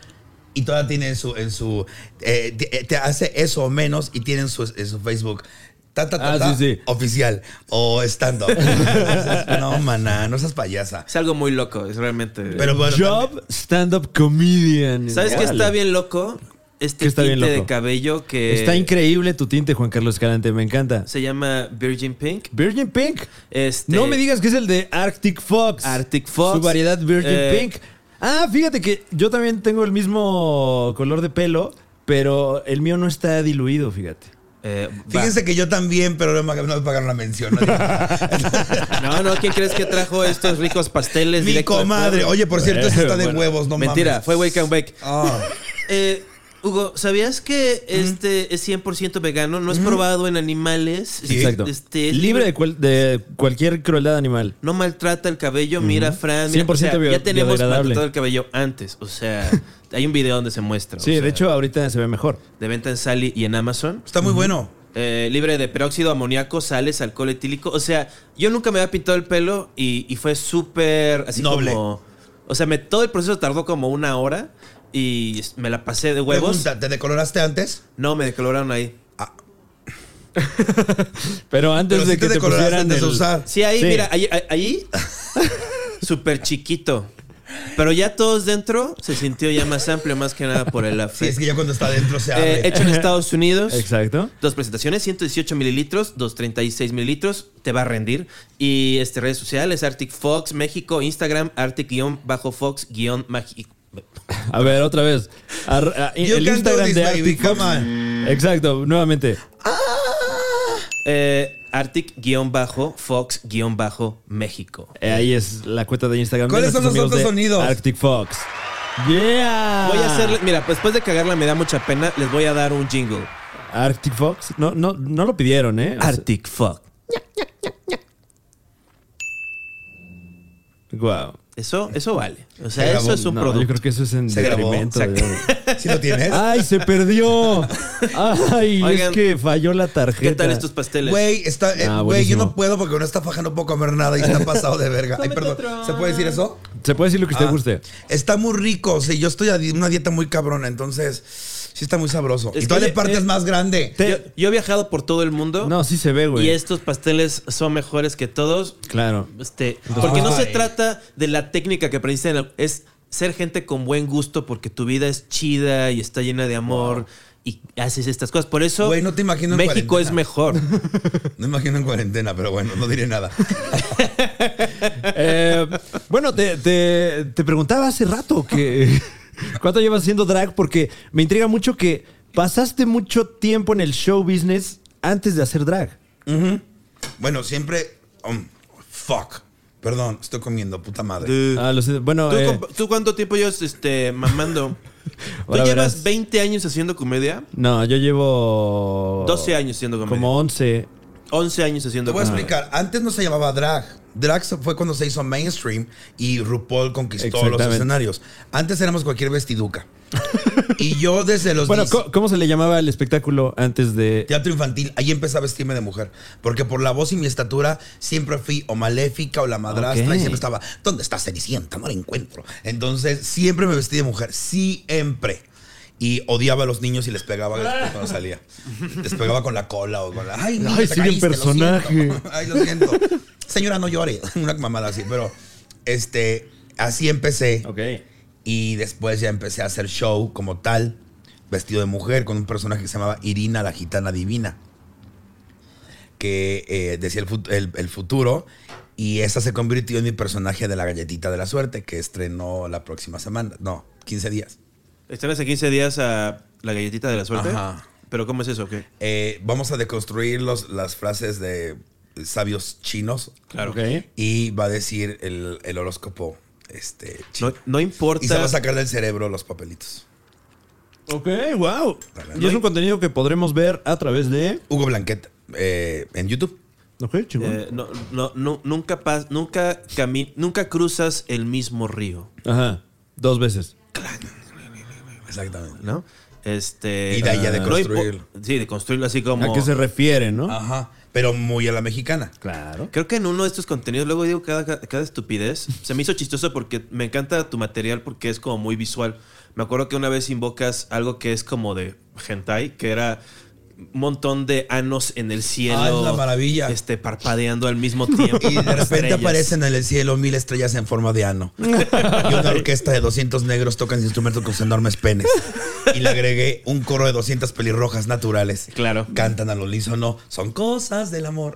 [SPEAKER 3] y todavía tiene en su, en su eh, te, te hace eso o menos y tiene en su, en su Facebook. Ta, ta, ta,
[SPEAKER 4] Ah,
[SPEAKER 3] ta,
[SPEAKER 4] sí, sí.
[SPEAKER 3] Oficial o stand up. no, maná, no seas payasa.
[SPEAKER 2] Es algo muy loco, es realmente.
[SPEAKER 3] Pero bueno,
[SPEAKER 4] Job stand-up comedian.
[SPEAKER 2] ¿Sabes qué
[SPEAKER 4] Órale.
[SPEAKER 2] está bien loco? Este
[SPEAKER 4] ¿Qué está bien
[SPEAKER 2] tinte de
[SPEAKER 4] loco?
[SPEAKER 2] cabello que
[SPEAKER 4] Está increíble tu tinte, Juan Carlos Escalante, me encanta.
[SPEAKER 2] se llama Virgin Pink.
[SPEAKER 4] Virgin Pink.
[SPEAKER 2] Este,
[SPEAKER 4] No me digas que es el de Arctic Fox.
[SPEAKER 2] Arctic Fox.
[SPEAKER 4] Su variedad Virgin
[SPEAKER 2] Eh,
[SPEAKER 4] Pink. Ah, fíjate que yo también tengo el mismo color de pelo, pero el mío no está diluido, fíjate.
[SPEAKER 2] eh, va.
[SPEAKER 3] fíjense que yo también, pero no me, no me pagaron la mención. ¿no?
[SPEAKER 2] No, no, ¿quién crees que trajo estos ricos pasteles?
[SPEAKER 3] Mi
[SPEAKER 2] directo del
[SPEAKER 3] comadre.
[SPEAKER 2] pueblo?
[SPEAKER 3] Oye, por cierto, esta está de
[SPEAKER 4] Bueno,
[SPEAKER 3] huevos, no
[SPEAKER 2] Mentira,
[SPEAKER 3] mames.
[SPEAKER 2] fue Wake and Bake.
[SPEAKER 3] Ah.
[SPEAKER 2] Eh, Hugo, ¿sabías que este es 100% vegano? No es probado en animales.
[SPEAKER 4] Exacto.
[SPEAKER 2] Este, es
[SPEAKER 4] Libre de, cual- de cualquier crueldad animal.
[SPEAKER 2] No maltrata el cabello, mira, Fran. mira,
[SPEAKER 4] 100% bio-
[SPEAKER 2] ya tenemos
[SPEAKER 4] biodegradable.
[SPEAKER 2] maltratado el cabello antes. O sea, hay un video donde se muestra. o
[SPEAKER 4] Sí,
[SPEAKER 2] sea,
[SPEAKER 4] de hecho ahorita se ve mejor.
[SPEAKER 2] De venta en Sally y en Amazon.
[SPEAKER 3] Está muy bueno.
[SPEAKER 2] Eh, libre de peróxido, amoníaco, sales, alcohol etílico. O sea, yo nunca me había pintado el pelo y, y fue súper así
[SPEAKER 3] Noble.
[SPEAKER 2] como. O sea, me, todo el proceso tardó como una hora y me la pasé de huevos.
[SPEAKER 3] Pregunta, ¿te decoloraste antes?
[SPEAKER 2] No, me decoloraron ahí.
[SPEAKER 4] Pero antes
[SPEAKER 3] Pero
[SPEAKER 4] de
[SPEAKER 3] sí
[SPEAKER 4] que
[SPEAKER 3] te
[SPEAKER 4] te,
[SPEAKER 3] decoloraste
[SPEAKER 4] pusieran
[SPEAKER 3] antes de
[SPEAKER 4] el-
[SPEAKER 3] usar.
[SPEAKER 2] Sí, ahí,
[SPEAKER 4] Sí.
[SPEAKER 2] mira, ahí. ahí- ahí, súper chiquito. Pero ya todos dentro se sintió ya más amplio, más que nada por el
[SPEAKER 3] Sí,
[SPEAKER 2] AFE.
[SPEAKER 3] es que ya cuando está adentro se abre.
[SPEAKER 2] Eh, hecho en Estados Unidos.
[SPEAKER 4] Exacto.
[SPEAKER 2] Dos presentaciones, 118 mililitros, 236 mililitros, te va a rendir. Y este, redes sociales, Arctic Fox México, Instagram, Arctic-Fox-Magic.
[SPEAKER 4] A ver, otra vez. Ar- a-
[SPEAKER 3] You
[SPEAKER 4] el
[SPEAKER 3] can do
[SPEAKER 4] Instagram
[SPEAKER 3] this,
[SPEAKER 4] de
[SPEAKER 3] baby,
[SPEAKER 4] Arctic Fox.
[SPEAKER 3] come on.
[SPEAKER 4] Exacto, nuevamente.
[SPEAKER 2] Eh, Arctic-Fox-México.
[SPEAKER 4] Eh, Ahí es la cuenta de Instagram. de
[SPEAKER 3] ¿Cuáles son
[SPEAKER 4] nuestros
[SPEAKER 3] los
[SPEAKER 4] amigos
[SPEAKER 3] otros
[SPEAKER 4] de
[SPEAKER 3] sonidos?
[SPEAKER 4] Arctic Fox. Yeah.
[SPEAKER 2] Voy a hacerle, mira, pues, después de cagarla me da mucha pena, les voy a dar un jingle.
[SPEAKER 4] Arctic Fox. No, no, no lo pidieron, ¿eh? O sea,
[SPEAKER 2] Arctic Fox.
[SPEAKER 4] Wow.
[SPEAKER 2] Eso, eso vale. O sea,
[SPEAKER 3] Se
[SPEAKER 2] eso
[SPEAKER 3] grabó.
[SPEAKER 2] es un
[SPEAKER 4] No, yo
[SPEAKER 2] producto.
[SPEAKER 4] creo que eso es en
[SPEAKER 3] Se grabó.
[SPEAKER 4] detrimento. Ah,
[SPEAKER 2] Exacto.
[SPEAKER 4] de-
[SPEAKER 3] ¿Sí lo tienes?
[SPEAKER 4] ¡Ay, se perdió! ¡Ay,
[SPEAKER 2] Oigan,
[SPEAKER 4] es que falló la tarjeta!
[SPEAKER 2] ¿Qué tal estos pasteles?
[SPEAKER 3] Güey, está, eh,
[SPEAKER 4] Ah,
[SPEAKER 3] güey, yo
[SPEAKER 4] buenísimo.
[SPEAKER 3] no puedo porque con esta faja no puedo comer nada y está pasado de verga. Ay,
[SPEAKER 2] Cómete
[SPEAKER 3] perdón.
[SPEAKER 2] otro.
[SPEAKER 3] ¿Se puede decir eso?
[SPEAKER 4] Se puede decir lo que usted
[SPEAKER 3] Ah.
[SPEAKER 4] guste.
[SPEAKER 3] Está muy rico. O sea, yo estoy a di- una dieta muy cabrona, entonces sí está muy sabroso.
[SPEAKER 2] Es
[SPEAKER 3] y
[SPEAKER 2] que
[SPEAKER 3] todavía
[SPEAKER 2] le-
[SPEAKER 3] parte es
[SPEAKER 2] eh,
[SPEAKER 3] más grande.
[SPEAKER 2] Yo, yo he viajado por todo el mundo.
[SPEAKER 4] No, sí se ve, güey.
[SPEAKER 2] Y estos pasteles son mejores que todos.
[SPEAKER 4] Claro.
[SPEAKER 2] Este, porque no se
[SPEAKER 3] Ay.
[SPEAKER 2] trata de la técnica que aprendiste, en el- es ser gente con buen gusto porque tu vida es chida y está llena de amor y haces estas cosas. Por eso
[SPEAKER 3] Güey, no te imagino en
[SPEAKER 2] México es
[SPEAKER 3] cuarentena.
[SPEAKER 2] mejor.
[SPEAKER 3] No imagino en cuarentena, pero bueno, no diré nada.
[SPEAKER 4] Eh, bueno, te, te- te preguntaba hace rato que cuánto llevas haciendo drag porque me intriga mucho que pasaste mucho tiempo en el show business antes de hacer drag.
[SPEAKER 3] Bueno, siempre. um, fuck. Perdón, estoy comiendo, puta madre.
[SPEAKER 4] Ah, lo siento. Bueno,
[SPEAKER 2] ¿Tú,
[SPEAKER 4] eh,
[SPEAKER 2] compa- tú cuánto tiempo llevas este, mamando? ¿Tú
[SPEAKER 4] Ahora
[SPEAKER 2] llevas
[SPEAKER 4] verás.
[SPEAKER 2] 20 años haciendo comedia?
[SPEAKER 4] no, yo llevo
[SPEAKER 2] 12 años haciendo comedia.
[SPEAKER 4] como 11.
[SPEAKER 2] 11 años haciendo
[SPEAKER 3] Oh. Te voy a
[SPEAKER 2] comedia.
[SPEAKER 3] explicar. Antes no se llamaba drag. Drag se- fue cuando se hizo mainstream y RuPaul conquistó los
[SPEAKER 4] Exactamente.
[SPEAKER 3] escenarios. Antes éramos cualquier vestiduca. y yo desde los
[SPEAKER 4] Bueno,
[SPEAKER 3] 10
[SPEAKER 4] ¿cómo, cómo se le llamaba el espectáculo antes de
[SPEAKER 3] teatro infantil, ahí empecé a vestirme de mujer. Porque por la voz y mi estatura siempre fui o maléfica o la madrastra
[SPEAKER 4] Ok.
[SPEAKER 3] y siempre estaba, ¿dónde está Cenicienta? No la encuentro. Entonces siempre me vestí de mujer, siempre. Y odiaba a los niños y les pegaba después cuando salía. Les pegaba con la cola o con la. Ay, niño,
[SPEAKER 4] Ay,
[SPEAKER 3] te
[SPEAKER 4] sigue en
[SPEAKER 3] caíste, lo
[SPEAKER 4] personaje.
[SPEAKER 3] siento". Ay, lo siento. Señora, no llore. Una mamada así, pero este, así empecé.
[SPEAKER 4] Ok.
[SPEAKER 3] Y después ya empecé a hacer show como tal, vestido de mujer, con un personaje que se llamaba Irina la Gitana Divina, que eh, decía el, fut- el- el futuro. Y esa se convirtió en mi personaje de la galletita de la suerte, que estrenó la próxima semana. No, 15 días.
[SPEAKER 2] Están hace 15 días a la galletita de la suerte.
[SPEAKER 3] Ajá.
[SPEAKER 2] ¿Pero cómo es eso? ¿Qué?
[SPEAKER 3] Eh, vamos a deconstruir los- las frases de sabios chinos
[SPEAKER 2] Claro.
[SPEAKER 4] Ok.
[SPEAKER 3] y va a decir el, el horóscopo este, chino.
[SPEAKER 2] No, no importa.
[SPEAKER 3] y se va a sacar del cerebro los papelitos.
[SPEAKER 4] Ok, wow.
[SPEAKER 3] Para
[SPEAKER 4] Y es
[SPEAKER 3] nada.
[SPEAKER 4] un contenido que podremos ver a través de.
[SPEAKER 3] Hugo Blanquet eh, en YouTube.
[SPEAKER 4] Ok, chingón.
[SPEAKER 2] Eh, no, no, no- nunca, pas- nunca, cami- nunca cruzas el mismo río,
[SPEAKER 4] Ajá. Dos veces.
[SPEAKER 3] Exactamente.
[SPEAKER 2] ¿no? Este,
[SPEAKER 3] Y de ahí ya de
[SPEAKER 2] no impo-
[SPEAKER 3] construirlo.
[SPEAKER 2] sí, de construirlo así como... Ah,
[SPEAKER 4] ¿A qué se refiere, no?
[SPEAKER 3] Ajá. Pero muy a la mexicana.
[SPEAKER 4] Claro.
[SPEAKER 2] Creo que en uno de estos contenidos, luego digo cada, cada- cada estupidez, se me hizo chistoso porque me encanta tu material porque es como muy visual. Me acuerdo que una vez invocas algo que es como de hentai, que era un montón de anos en el cielo.
[SPEAKER 3] Ah, es una maravilla.
[SPEAKER 2] Este, parpadeando al mismo tiempo.
[SPEAKER 3] Y de repente
[SPEAKER 2] Estrellas.
[SPEAKER 3] aparecen en el cielo mil estrellas en forma de ano. Y una orquesta de 200 negros tocan instrumentos con sus enormes penes. Y le agregué un coro de 200 pelirrojas naturales.
[SPEAKER 2] Claro.
[SPEAKER 3] Cantan al unísono. Son cosas del amor.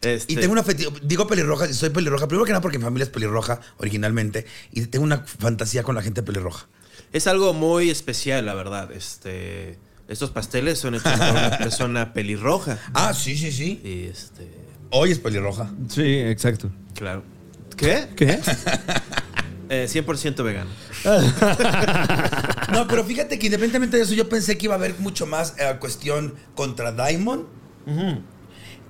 [SPEAKER 2] Este,
[SPEAKER 3] Y tengo una feti- digo pelirrojas y soy pelirroja. Primero que nada porque mi familia es pelirroja originalmente y tengo una fantasía con la gente pelirroja.
[SPEAKER 2] Es algo muy especial, la verdad. Este, estos pasteles son hechos por una persona pelirroja.
[SPEAKER 3] Ah, sí, sí, sí.
[SPEAKER 2] Y este,
[SPEAKER 3] Hoy es pelirroja.
[SPEAKER 4] Sí, exacto.
[SPEAKER 2] claro. ¿Qué?
[SPEAKER 4] ¿Qué?
[SPEAKER 2] Eh, 100% vegano.
[SPEAKER 3] No, pero fíjate que independientemente de eso, yo pensé que iba a haber mucho más eh, cuestión contra Diamond.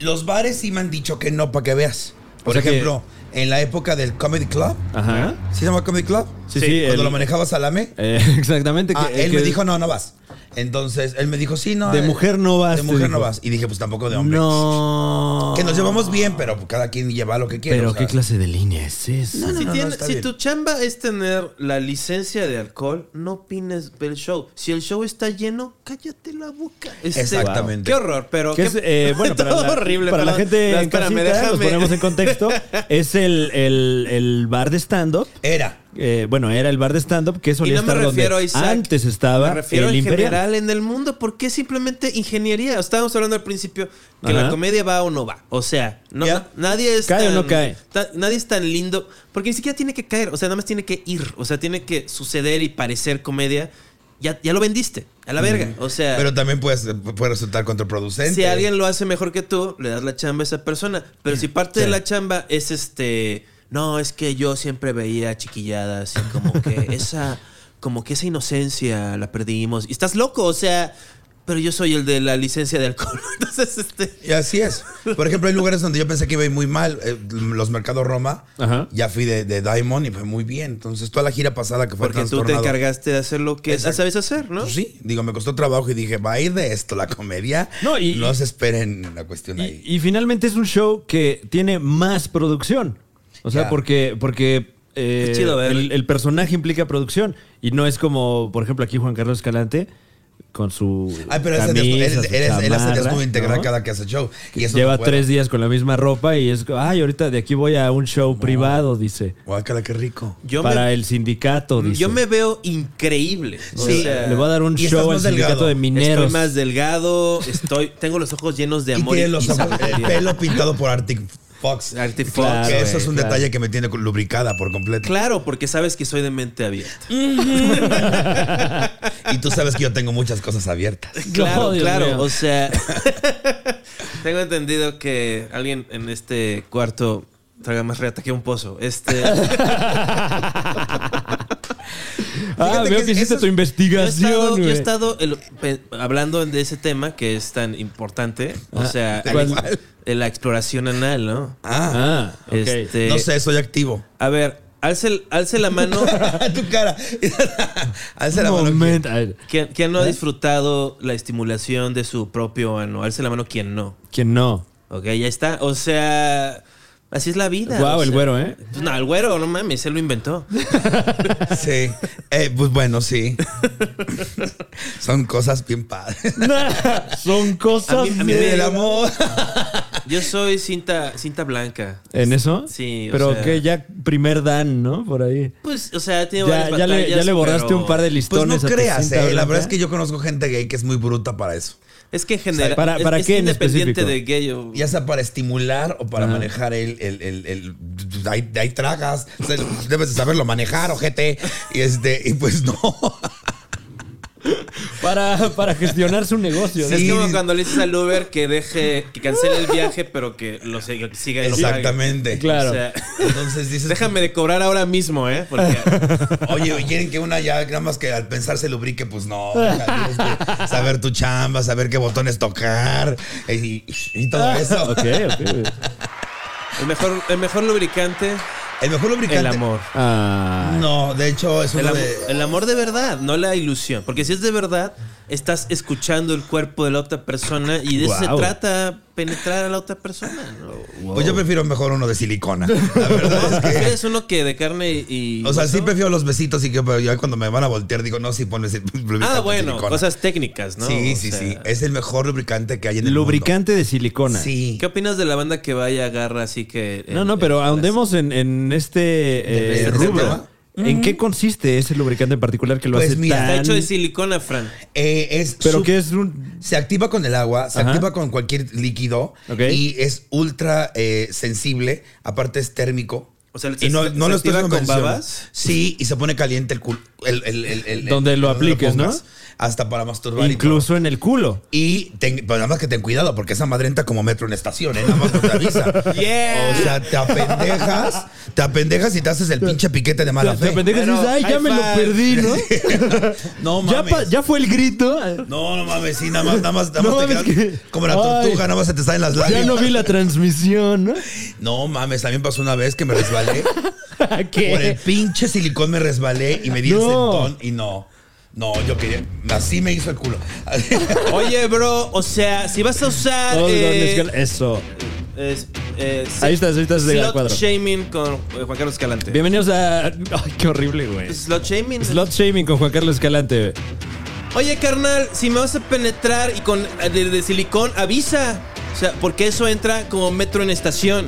[SPEAKER 3] Los bares sí me han dicho que no, para que veas. Por
[SPEAKER 4] sea que-
[SPEAKER 3] ejemplo, en la época del Comedy Club,
[SPEAKER 4] Ajá.
[SPEAKER 3] ¿sí se llama Comedy Club?
[SPEAKER 4] Sí, sí.
[SPEAKER 3] Cuando
[SPEAKER 4] el-
[SPEAKER 3] lo manejaba Salame,
[SPEAKER 4] eh, exactamente.
[SPEAKER 3] ah,
[SPEAKER 4] que-
[SPEAKER 3] él
[SPEAKER 4] que-
[SPEAKER 3] me dijo, no, no vas. Entonces, él me dijo, sí, no.
[SPEAKER 4] De
[SPEAKER 3] eh,
[SPEAKER 4] mujer no vas, te
[SPEAKER 3] De mujer no
[SPEAKER 4] dijo.
[SPEAKER 3] vas. Y dije, pues tampoco de hombre.
[SPEAKER 4] No.
[SPEAKER 3] Que nos llevamos bien, pero pues, cada quien lleva lo que quiere.
[SPEAKER 4] Pero
[SPEAKER 3] o sea.
[SPEAKER 4] qué clase de línea es esa.
[SPEAKER 3] No, no,
[SPEAKER 2] si
[SPEAKER 3] no, no,
[SPEAKER 2] tienes-
[SPEAKER 3] está
[SPEAKER 2] si
[SPEAKER 3] bien.
[SPEAKER 2] tu chamba es tener la licencia de alcohol, no opines del show. Si el show está lleno, cállate la boca. Este,
[SPEAKER 3] Exactamente.
[SPEAKER 2] Qué horror, pero.
[SPEAKER 4] Que
[SPEAKER 2] qué-
[SPEAKER 4] es, eh, bueno, para
[SPEAKER 2] todo
[SPEAKER 4] la,
[SPEAKER 2] horrible.
[SPEAKER 4] para la
[SPEAKER 2] perdón.
[SPEAKER 4] gente
[SPEAKER 2] No,
[SPEAKER 4] en
[SPEAKER 2] espérame,
[SPEAKER 4] casita, los
[SPEAKER 2] déjame.
[SPEAKER 4] ponemos en contexto. Es el, el- el bar de stand-up.
[SPEAKER 3] Era.
[SPEAKER 4] Eh, bueno, era el bar de stand-up que
[SPEAKER 2] Y
[SPEAKER 4] solía
[SPEAKER 2] no me
[SPEAKER 4] estar donde
[SPEAKER 2] refiero a Isaac.
[SPEAKER 4] antes estaba
[SPEAKER 2] Me refiero
[SPEAKER 4] el
[SPEAKER 2] en
[SPEAKER 4] Imperial.
[SPEAKER 2] general en el mundo. ¿Por qué simplemente ingeniería? Estábamos hablando al principio que
[SPEAKER 4] Ajá.
[SPEAKER 2] la comedia va o no va. O sea, no,
[SPEAKER 3] Ya.
[SPEAKER 2] nadie es
[SPEAKER 4] ¿Cae o
[SPEAKER 2] tan,
[SPEAKER 4] no cae?
[SPEAKER 2] ta- nadie es tan lindo. Porque ni siquiera tiene que caer. O sea, nada más tiene que ir. O sea, tiene que suceder y parecer comedia. Ya, ya lo vendiste. A la verga. O
[SPEAKER 4] Eh.
[SPEAKER 2] sea.
[SPEAKER 3] Pero también puede, ser- puede resultar contraproducente.
[SPEAKER 2] Si alguien lo hace mejor que tú, le das la chamba a esa persona. Pero si parte de la chamba es este. No, es que yo siempre veía chiquilladas y como que esa. Como que esa inocencia la perdimos. Y estás loco, o sea. Pero yo soy el de la licencia de alcohol. Entonces, este.
[SPEAKER 3] Y así es. Por ejemplo, hay lugares donde yo pensé que iba a ir muy mal. eh, los mercados Roma.
[SPEAKER 4] Ajá.
[SPEAKER 3] Ya fui de, de Diamond y fue muy bien. Entonces, toda la gira pasada que fue
[SPEAKER 2] Porque tú te
[SPEAKER 3] trastornado.
[SPEAKER 2] encargaste de hacer lo que
[SPEAKER 3] Exacto.
[SPEAKER 2] sabes hacer, ¿no?
[SPEAKER 3] Pues sí, digo, me costó trabajo y dije, va a ir de esto la comedia.
[SPEAKER 4] No, y-
[SPEAKER 3] no se esperen una cuestión ahí.
[SPEAKER 4] Y, y finalmente es un show que tiene más producción. O sea,
[SPEAKER 3] Ya.
[SPEAKER 4] porque, porque eh,
[SPEAKER 2] Qué chido ver.
[SPEAKER 4] el, el personaje implica producción. Y no es como, por ejemplo, aquí Juan Carlos Escalante con su.
[SPEAKER 3] Ay, pero ese
[SPEAKER 4] camisa,
[SPEAKER 3] desnudo- él,
[SPEAKER 4] su
[SPEAKER 3] él es- él hace
[SPEAKER 4] chamarra,
[SPEAKER 3] desnudo integral
[SPEAKER 4] ¿no?
[SPEAKER 3] cada que hace show. Y eso
[SPEAKER 4] Lleva
[SPEAKER 3] no puedo.
[SPEAKER 4] tres días con la misma ropa y es. Ay, ahorita de aquí voy a un show privado, dice.
[SPEAKER 3] Guácala, qué rico.
[SPEAKER 2] Yo,
[SPEAKER 4] para
[SPEAKER 2] me, Mm,
[SPEAKER 4] el sindicato, dice.
[SPEAKER 2] yo me veo increíble. o
[SPEAKER 3] Sí.
[SPEAKER 2] sea,
[SPEAKER 4] Le voy a dar un
[SPEAKER 3] Y estás
[SPEAKER 4] show al
[SPEAKER 3] más
[SPEAKER 4] sindicato
[SPEAKER 3] delgado.
[SPEAKER 4] de mineros.
[SPEAKER 2] Estoy más delgado, estoy, tengo los ojos llenos de
[SPEAKER 3] Y
[SPEAKER 2] amor.
[SPEAKER 3] tiene los
[SPEAKER 2] y-
[SPEAKER 3] ojos- el pelo pintado por Arctic Fox.
[SPEAKER 2] Arctic Fox,
[SPEAKER 3] Que
[SPEAKER 4] Claro,
[SPEAKER 3] eso es
[SPEAKER 4] güey,
[SPEAKER 3] un
[SPEAKER 4] claro.
[SPEAKER 3] detalle que me tiene lubricada por completo.
[SPEAKER 2] Claro, porque sabes que soy de mente abierta.
[SPEAKER 3] Y tú sabes que yo tengo muchas cosas abiertas.
[SPEAKER 2] Claro,
[SPEAKER 4] Dios
[SPEAKER 2] claro.
[SPEAKER 4] mío.
[SPEAKER 2] O sea, tengo entendido que alguien en este cuarto traga más reata que un pozo. Este.
[SPEAKER 4] Ah,
[SPEAKER 3] Fíjate
[SPEAKER 4] veo
[SPEAKER 3] que
[SPEAKER 4] que hiciste
[SPEAKER 3] eso-
[SPEAKER 4] tu
[SPEAKER 2] Yo he
[SPEAKER 4] investigación.
[SPEAKER 2] estado, yo he
[SPEAKER 4] güey.
[SPEAKER 2] estado, el- pe- hablando de ese tema que es tan importante. O sea,
[SPEAKER 3] ¿cuál?
[SPEAKER 2] al- de la exploración anal, ¿no?
[SPEAKER 3] Ah,
[SPEAKER 4] Ah, ok.
[SPEAKER 2] Este,
[SPEAKER 3] no sé, soy activo.
[SPEAKER 2] A ver, alce, alce la mano.
[SPEAKER 3] tu cara. Alza la mano.
[SPEAKER 4] Momento. Ay,
[SPEAKER 2] ¿Quién, quién no ha disfrutado la estimulación de su propio ano? Alce la mano quien no.
[SPEAKER 4] ¿Quién no?
[SPEAKER 2] Ok, ya está. O sea, así es la vida.
[SPEAKER 4] Guau,
[SPEAKER 2] o sea.
[SPEAKER 4] el güero, ¿eh?
[SPEAKER 2] Pues no, el güero, no mames, él lo inventó.
[SPEAKER 3] Sí. Eh, pues bueno, sí. Son cosas bien padres.
[SPEAKER 4] Son cosas.
[SPEAKER 2] A mí- a mí
[SPEAKER 3] El
[SPEAKER 2] me-
[SPEAKER 3] amor. Pues
[SPEAKER 2] Yo soy cinta, cinta blanca.
[SPEAKER 4] ¿En eso?
[SPEAKER 2] Sí, o
[SPEAKER 4] Pero
[SPEAKER 2] sea-
[SPEAKER 4] que ya primer dan, ¿no? Por ahí.
[SPEAKER 2] Pues, o sea, tiene
[SPEAKER 4] Ya,
[SPEAKER 2] varias
[SPEAKER 4] ya le, ya
[SPEAKER 2] batallas,
[SPEAKER 4] le borraste
[SPEAKER 2] pero-
[SPEAKER 4] un par de
[SPEAKER 3] Pues no
[SPEAKER 4] listones. a tu
[SPEAKER 3] creas,
[SPEAKER 4] cinta
[SPEAKER 3] eh, la
[SPEAKER 4] blanca.
[SPEAKER 3] verdad es que yo conozco gente gay que es muy bruta para eso.
[SPEAKER 2] Es que en general.
[SPEAKER 4] ¿Para- para
[SPEAKER 2] es,
[SPEAKER 4] qué
[SPEAKER 2] es
[SPEAKER 4] en
[SPEAKER 2] independiente
[SPEAKER 4] específico?
[SPEAKER 2] de gay o.
[SPEAKER 3] Ya sea para estimular o para
[SPEAKER 4] Ajá.
[SPEAKER 3] manejar el. el, el, el- ahí, ahí tragas. O sea, debes de saberlo manejar, ojete. Y, este, y pues no.
[SPEAKER 4] Para, para gestionar su negocio. ¿no?
[SPEAKER 2] Es
[SPEAKER 3] Sí.
[SPEAKER 2] como cuando le dices al Uber que deje, que cancele el viaje, pero que lo siga. que siga y lo pague.
[SPEAKER 3] Exactamente.
[SPEAKER 4] Claro.
[SPEAKER 2] O sea,
[SPEAKER 3] Entonces dices.
[SPEAKER 2] déjame de cobrar ahora mismo, ¿eh? Porque
[SPEAKER 3] Oye, quieren que una ya, nada más que al pensar se lubrique, pues no. o sea, tienes que saber tu chamba, saber qué botones tocar eh, y, y todo eso.
[SPEAKER 4] Ok, ok.
[SPEAKER 2] el mejor, el mejor lubricante,
[SPEAKER 3] El mejor lubricante.
[SPEAKER 2] el amor.
[SPEAKER 4] Ah,
[SPEAKER 3] No, de hecho, es
[SPEAKER 2] El,
[SPEAKER 3] uno
[SPEAKER 2] amo-
[SPEAKER 3] de.
[SPEAKER 2] el amor de verdad, no la ilusión. Porque si es de verdad, estás escuchando el cuerpo de la otra persona y de eso se
[SPEAKER 4] Guau.
[SPEAKER 2] trata penetrar a la otra persona. ¿no?
[SPEAKER 3] Pues yo prefiero mejor uno de silicona. La verdad es que.
[SPEAKER 2] Es uno que de carne y. Ah,
[SPEAKER 3] O sea, sí
[SPEAKER 2] hueso?
[SPEAKER 3] prefiero los besitos y que pero yo cuando me van a voltear digo, no, sí, ponme sil- lubricante
[SPEAKER 2] Ah, bueno,
[SPEAKER 3] silicona.
[SPEAKER 2] cosas técnicas, ¿no?
[SPEAKER 3] sí,
[SPEAKER 2] O
[SPEAKER 3] sí,
[SPEAKER 2] sea,
[SPEAKER 3] sí. Es el mejor lubricante que hay en el
[SPEAKER 4] lubricante de silicona.
[SPEAKER 3] mundo. Sí.
[SPEAKER 2] ¿Qué opinas de la banda que vaya a agarrar así que. eh,
[SPEAKER 4] No, no, pero ahondemos en, en este eh,
[SPEAKER 3] ¿Este
[SPEAKER 4] rubro.
[SPEAKER 3] tema?
[SPEAKER 4] ¿En qué consiste ese lubricante en particular que lo
[SPEAKER 3] Pues
[SPEAKER 4] hace
[SPEAKER 3] mira,
[SPEAKER 4] tan...
[SPEAKER 2] Está hecho de silicona, Fran.
[SPEAKER 3] Eh, es
[SPEAKER 4] Pero
[SPEAKER 3] sup-
[SPEAKER 4] que es un...
[SPEAKER 3] Se activa con el agua, se
[SPEAKER 4] Ajá.
[SPEAKER 3] activa con cualquier líquido
[SPEAKER 4] Ok.
[SPEAKER 3] y es ultra eh, sensible, aparte es térmico.
[SPEAKER 2] O sea,
[SPEAKER 3] y no,
[SPEAKER 2] se-
[SPEAKER 3] no
[SPEAKER 2] se
[SPEAKER 3] lo estoy
[SPEAKER 2] activa con
[SPEAKER 3] convenciendo.
[SPEAKER 2] babas.
[SPEAKER 3] Sí, y se pone caliente el culo. El, el- el- el-
[SPEAKER 4] Donde lo apliques, ¿no?
[SPEAKER 3] pongas, Hasta para masturbar. y
[SPEAKER 4] Incluso en el culo.
[SPEAKER 3] Y ten- pero nada más que ten cuidado, porque esa madre entra como metro en estación, ¿eh? nada más no te avisa.
[SPEAKER 2] Yeah.
[SPEAKER 3] O sea, te apendejas, te apendejas y te haces el pinche piquete de mala
[SPEAKER 4] Te- te
[SPEAKER 3] fe.
[SPEAKER 4] pendejas y
[SPEAKER 2] Bueno,
[SPEAKER 4] dices, ay, ya
[SPEAKER 2] high
[SPEAKER 4] me lo
[SPEAKER 2] five.
[SPEAKER 4] perdí, ¿no?
[SPEAKER 3] No
[SPEAKER 4] ya,
[SPEAKER 3] mames.
[SPEAKER 4] pa- ya fue el grito.
[SPEAKER 3] No, no mames, sí, nada más, nada más, nada
[SPEAKER 4] No
[SPEAKER 3] más te
[SPEAKER 4] mames
[SPEAKER 3] quedas
[SPEAKER 4] que-
[SPEAKER 3] como la
[SPEAKER 4] Ay.
[SPEAKER 3] tortuga, nada más se te salen las
[SPEAKER 4] Ya
[SPEAKER 3] lágrimas.
[SPEAKER 4] no vi la transmisión, ¿no?
[SPEAKER 3] No mames, también pasó una vez que me resbalé. Por el pinche silicón me resbalé y me di
[SPEAKER 4] No.
[SPEAKER 3] el sentón y no. No, yo quería. Así me hizo el culo.
[SPEAKER 2] Oye, bro, o sea, si vas a
[SPEAKER 3] Ah,
[SPEAKER 2] usar.
[SPEAKER 4] Oh,
[SPEAKER 2] eh,
[SPEAKER 4] ¿dónde es que- Eso.
[SPEAKER 2] es- eh,
[SPEAKER 4] Ahí estás, ahí estás de
[SPEAKER 2] slot
[SPEAKER 4] cuadro.
[SPEAKER 2] shaming con eh, Juan Carlos Escalante.
[SPEAKER 4] Bienvenidos a. Ay, qué horrible, güey.
[SPEAKER 2] Slot shaming.
[SPEAKER 4] Slot shaming con Juan Carlos Escalante.
[SPEAKER 2] Oye, carnal, si me vas a penetrar y con eh, de, de silicón, avisa. O sea, porque eso entra como metro en estación.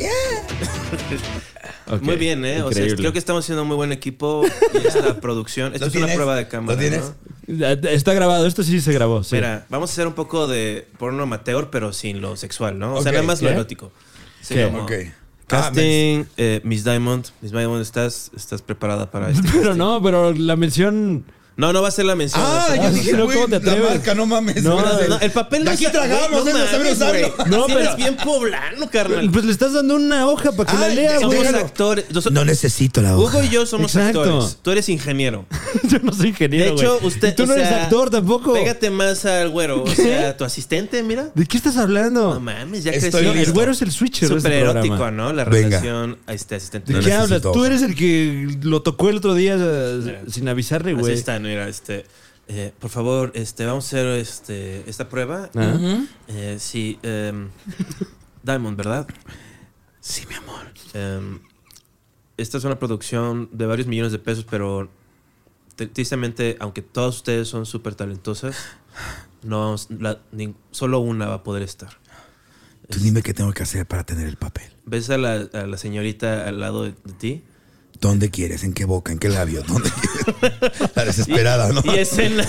[SPEAKER 4] Ok,
[SPEAKER 2] Muy bien, ¿eh? O sea,
[SPEAKER 4] increíble.
[SPEAKER 2] creo que estamos siendo un muy buen equipo y esta producción. Esto
[SPEAKER 3] ¿Lo
[SPEAKER 2] es una
[SPEAKER 3] tienes?
[SPEAKER 2] prueba de cámara.
[SPEAKER 3] ¿Lo tienes?
[SPEAKER 2] ¿no?
[SPEAKER 4] Ah, Está grabado, esto sí se grabó. sí.
[SPEAKER 2] Mira, vamos a hacer un poco de porno amateur, pero sin lo sexual, ¿no? O sea,
[SPEAKER 3] Ok.
[SPEAKER 2] nada más lo
[SPEAKER 4] ¿Qué?
[SPEAKER 2] erótico. Sí,
[SPEAKER 4] ¿Qué?
[SPEAKER 2] como
[SPEAKER 3] ok. Ah,
[SPEAKER 2] Casting, eh, Miss Diamond. Miss Diamond, ¿estás, estás preparada para esto?
[SPEAKER 4] Pero no, pero la mención.
[SPEAKER 2] No, no va a ser la mención. va a
[SPEAKER 3] Ah,
[SPEAKER 2] ser-
[SPEAKER 3] ah,
[SPEAKER 4] Ah,
[SPEAKER 3] yo dije,
[SPEAKER 4] no,
[SPEAKER 3] güey,
[SPEAKER 4] ¿cómo te
[SPEAKER 3] la
[SPEAKER 4] atreves?
[SPEAKER 3] marca, no mames.
[SPEAKER 4] No,
[SPEAKER 3] güey.
[SPEAKER 2] No, el papel
[SPEAKER 3] De
[SPEAKER 2] no
[SPEAKER 3] aquí
[SPEAKER 2] está-
[SPEAKER 3] tragamos,
[SPEAKER 2] güey,
[SPEAKER 3] eh, no saben
[SPEAKER 2] mames,
[SPEAKER 3] usarlo.
[SPEAKER 2] güey.
[SPEAKER 4] No,
[SPEAKER 2] Sí,
[SPEAKER 4] pero-
[SPEAKER 2] eres bien poblano, carnal.
[SPEAKER 4] Pues le estás dando una hoja para que
[SPEAKER 2] Ah,
[SPEAKER 4] la
[SPEAKER 3] Ay,
[SPEAKER 4] lea,
[SPEAKER 3] déjame-
[SPEAKER 4] güey.
[SPEAKER 2] Somos
[SPEAKER 3] bueno.
[SPEAKER 2] actores. Nos-
[SPEAKER 3] No necesito la hoja.
[SPEAKER 2] Hugo y yo somos
[SPEAKER 4] Exacto.
[SPEAKER 2] actores. Tú eres ingeniero.
[SPEAKER 4] Yo no soy ingeniero.
[SPEAKER 2] De hecho,
[SPEAKER 4] güey.
[SPEAKER 2] usted.
[SPEAKER 4] Y Tú
[SPEAKER 2] o
[SPEAKER 4] no eres
[SPEAKER 2] sea,
[SPEAKER 4] actor tampoco.
[SPEAKER 2] Pégate más al güero. O
[SPEAKER 4] ¿Qué?
[SPEAKER 2] sea, tu asistente, mira.
[SPEAKER 4] ¿De qué estás hablando?
[SPEAKER 2] No mames, ya
[SPEAKER 3] Estoy
[SPEAKER 2] creció.
[SPEAKER 4] No, el
[SPEAKER 3] listo.
[SPEAKER 4] güero es el switcher. de este
[SPEAKER 2] Súper erótico,
[SPEAKER 4] programa.
[SPEAKER 2] ¿no? La
[SPEAKER 3] Venga.
[SPEAKER 2] relación a este asistente.
[SPEAKER 4] ¿De
[SPEAKER 3] No
[SPEAKER 4] qué
[SPEAKER 3] necesito
[SPEAKER 4] hablas? Tú
[SPEAKER 3] hoja.
[SPEAKER 4] eres el que lo tocó el otro día eh, sin avisarle,
[SPEAKER 2] Así
[SPEAKER 4] güey.
[SPEAKER 2] está, mira, este. eh, por favor, este, vamos a hacer este, esta prueba.
[SPEAKER 4] Ah.
[SPEAKER 2] Eh, sí, em, Diamond, ¿verdad? Sí, mi amor. esta es una producción de varios millones de pesos, pero tr- tristemente, aunque todas ustedes son súper talentosas, no, vamos- la- nin- solo una va a poder estar.
[SPEAKER 3] Tú dime qué tengo que hacer para tener el papel.
[SPEAKER 2] ¿Ves a la, a la señorita al lado de, de ti?
[SPEAKER 3] ¿Dónde quieres? ¿En qué boca? ¿En qué labio? ¿Dónde quieres? La desesperada, ¿no?
[SPEAKER 2] Y escena.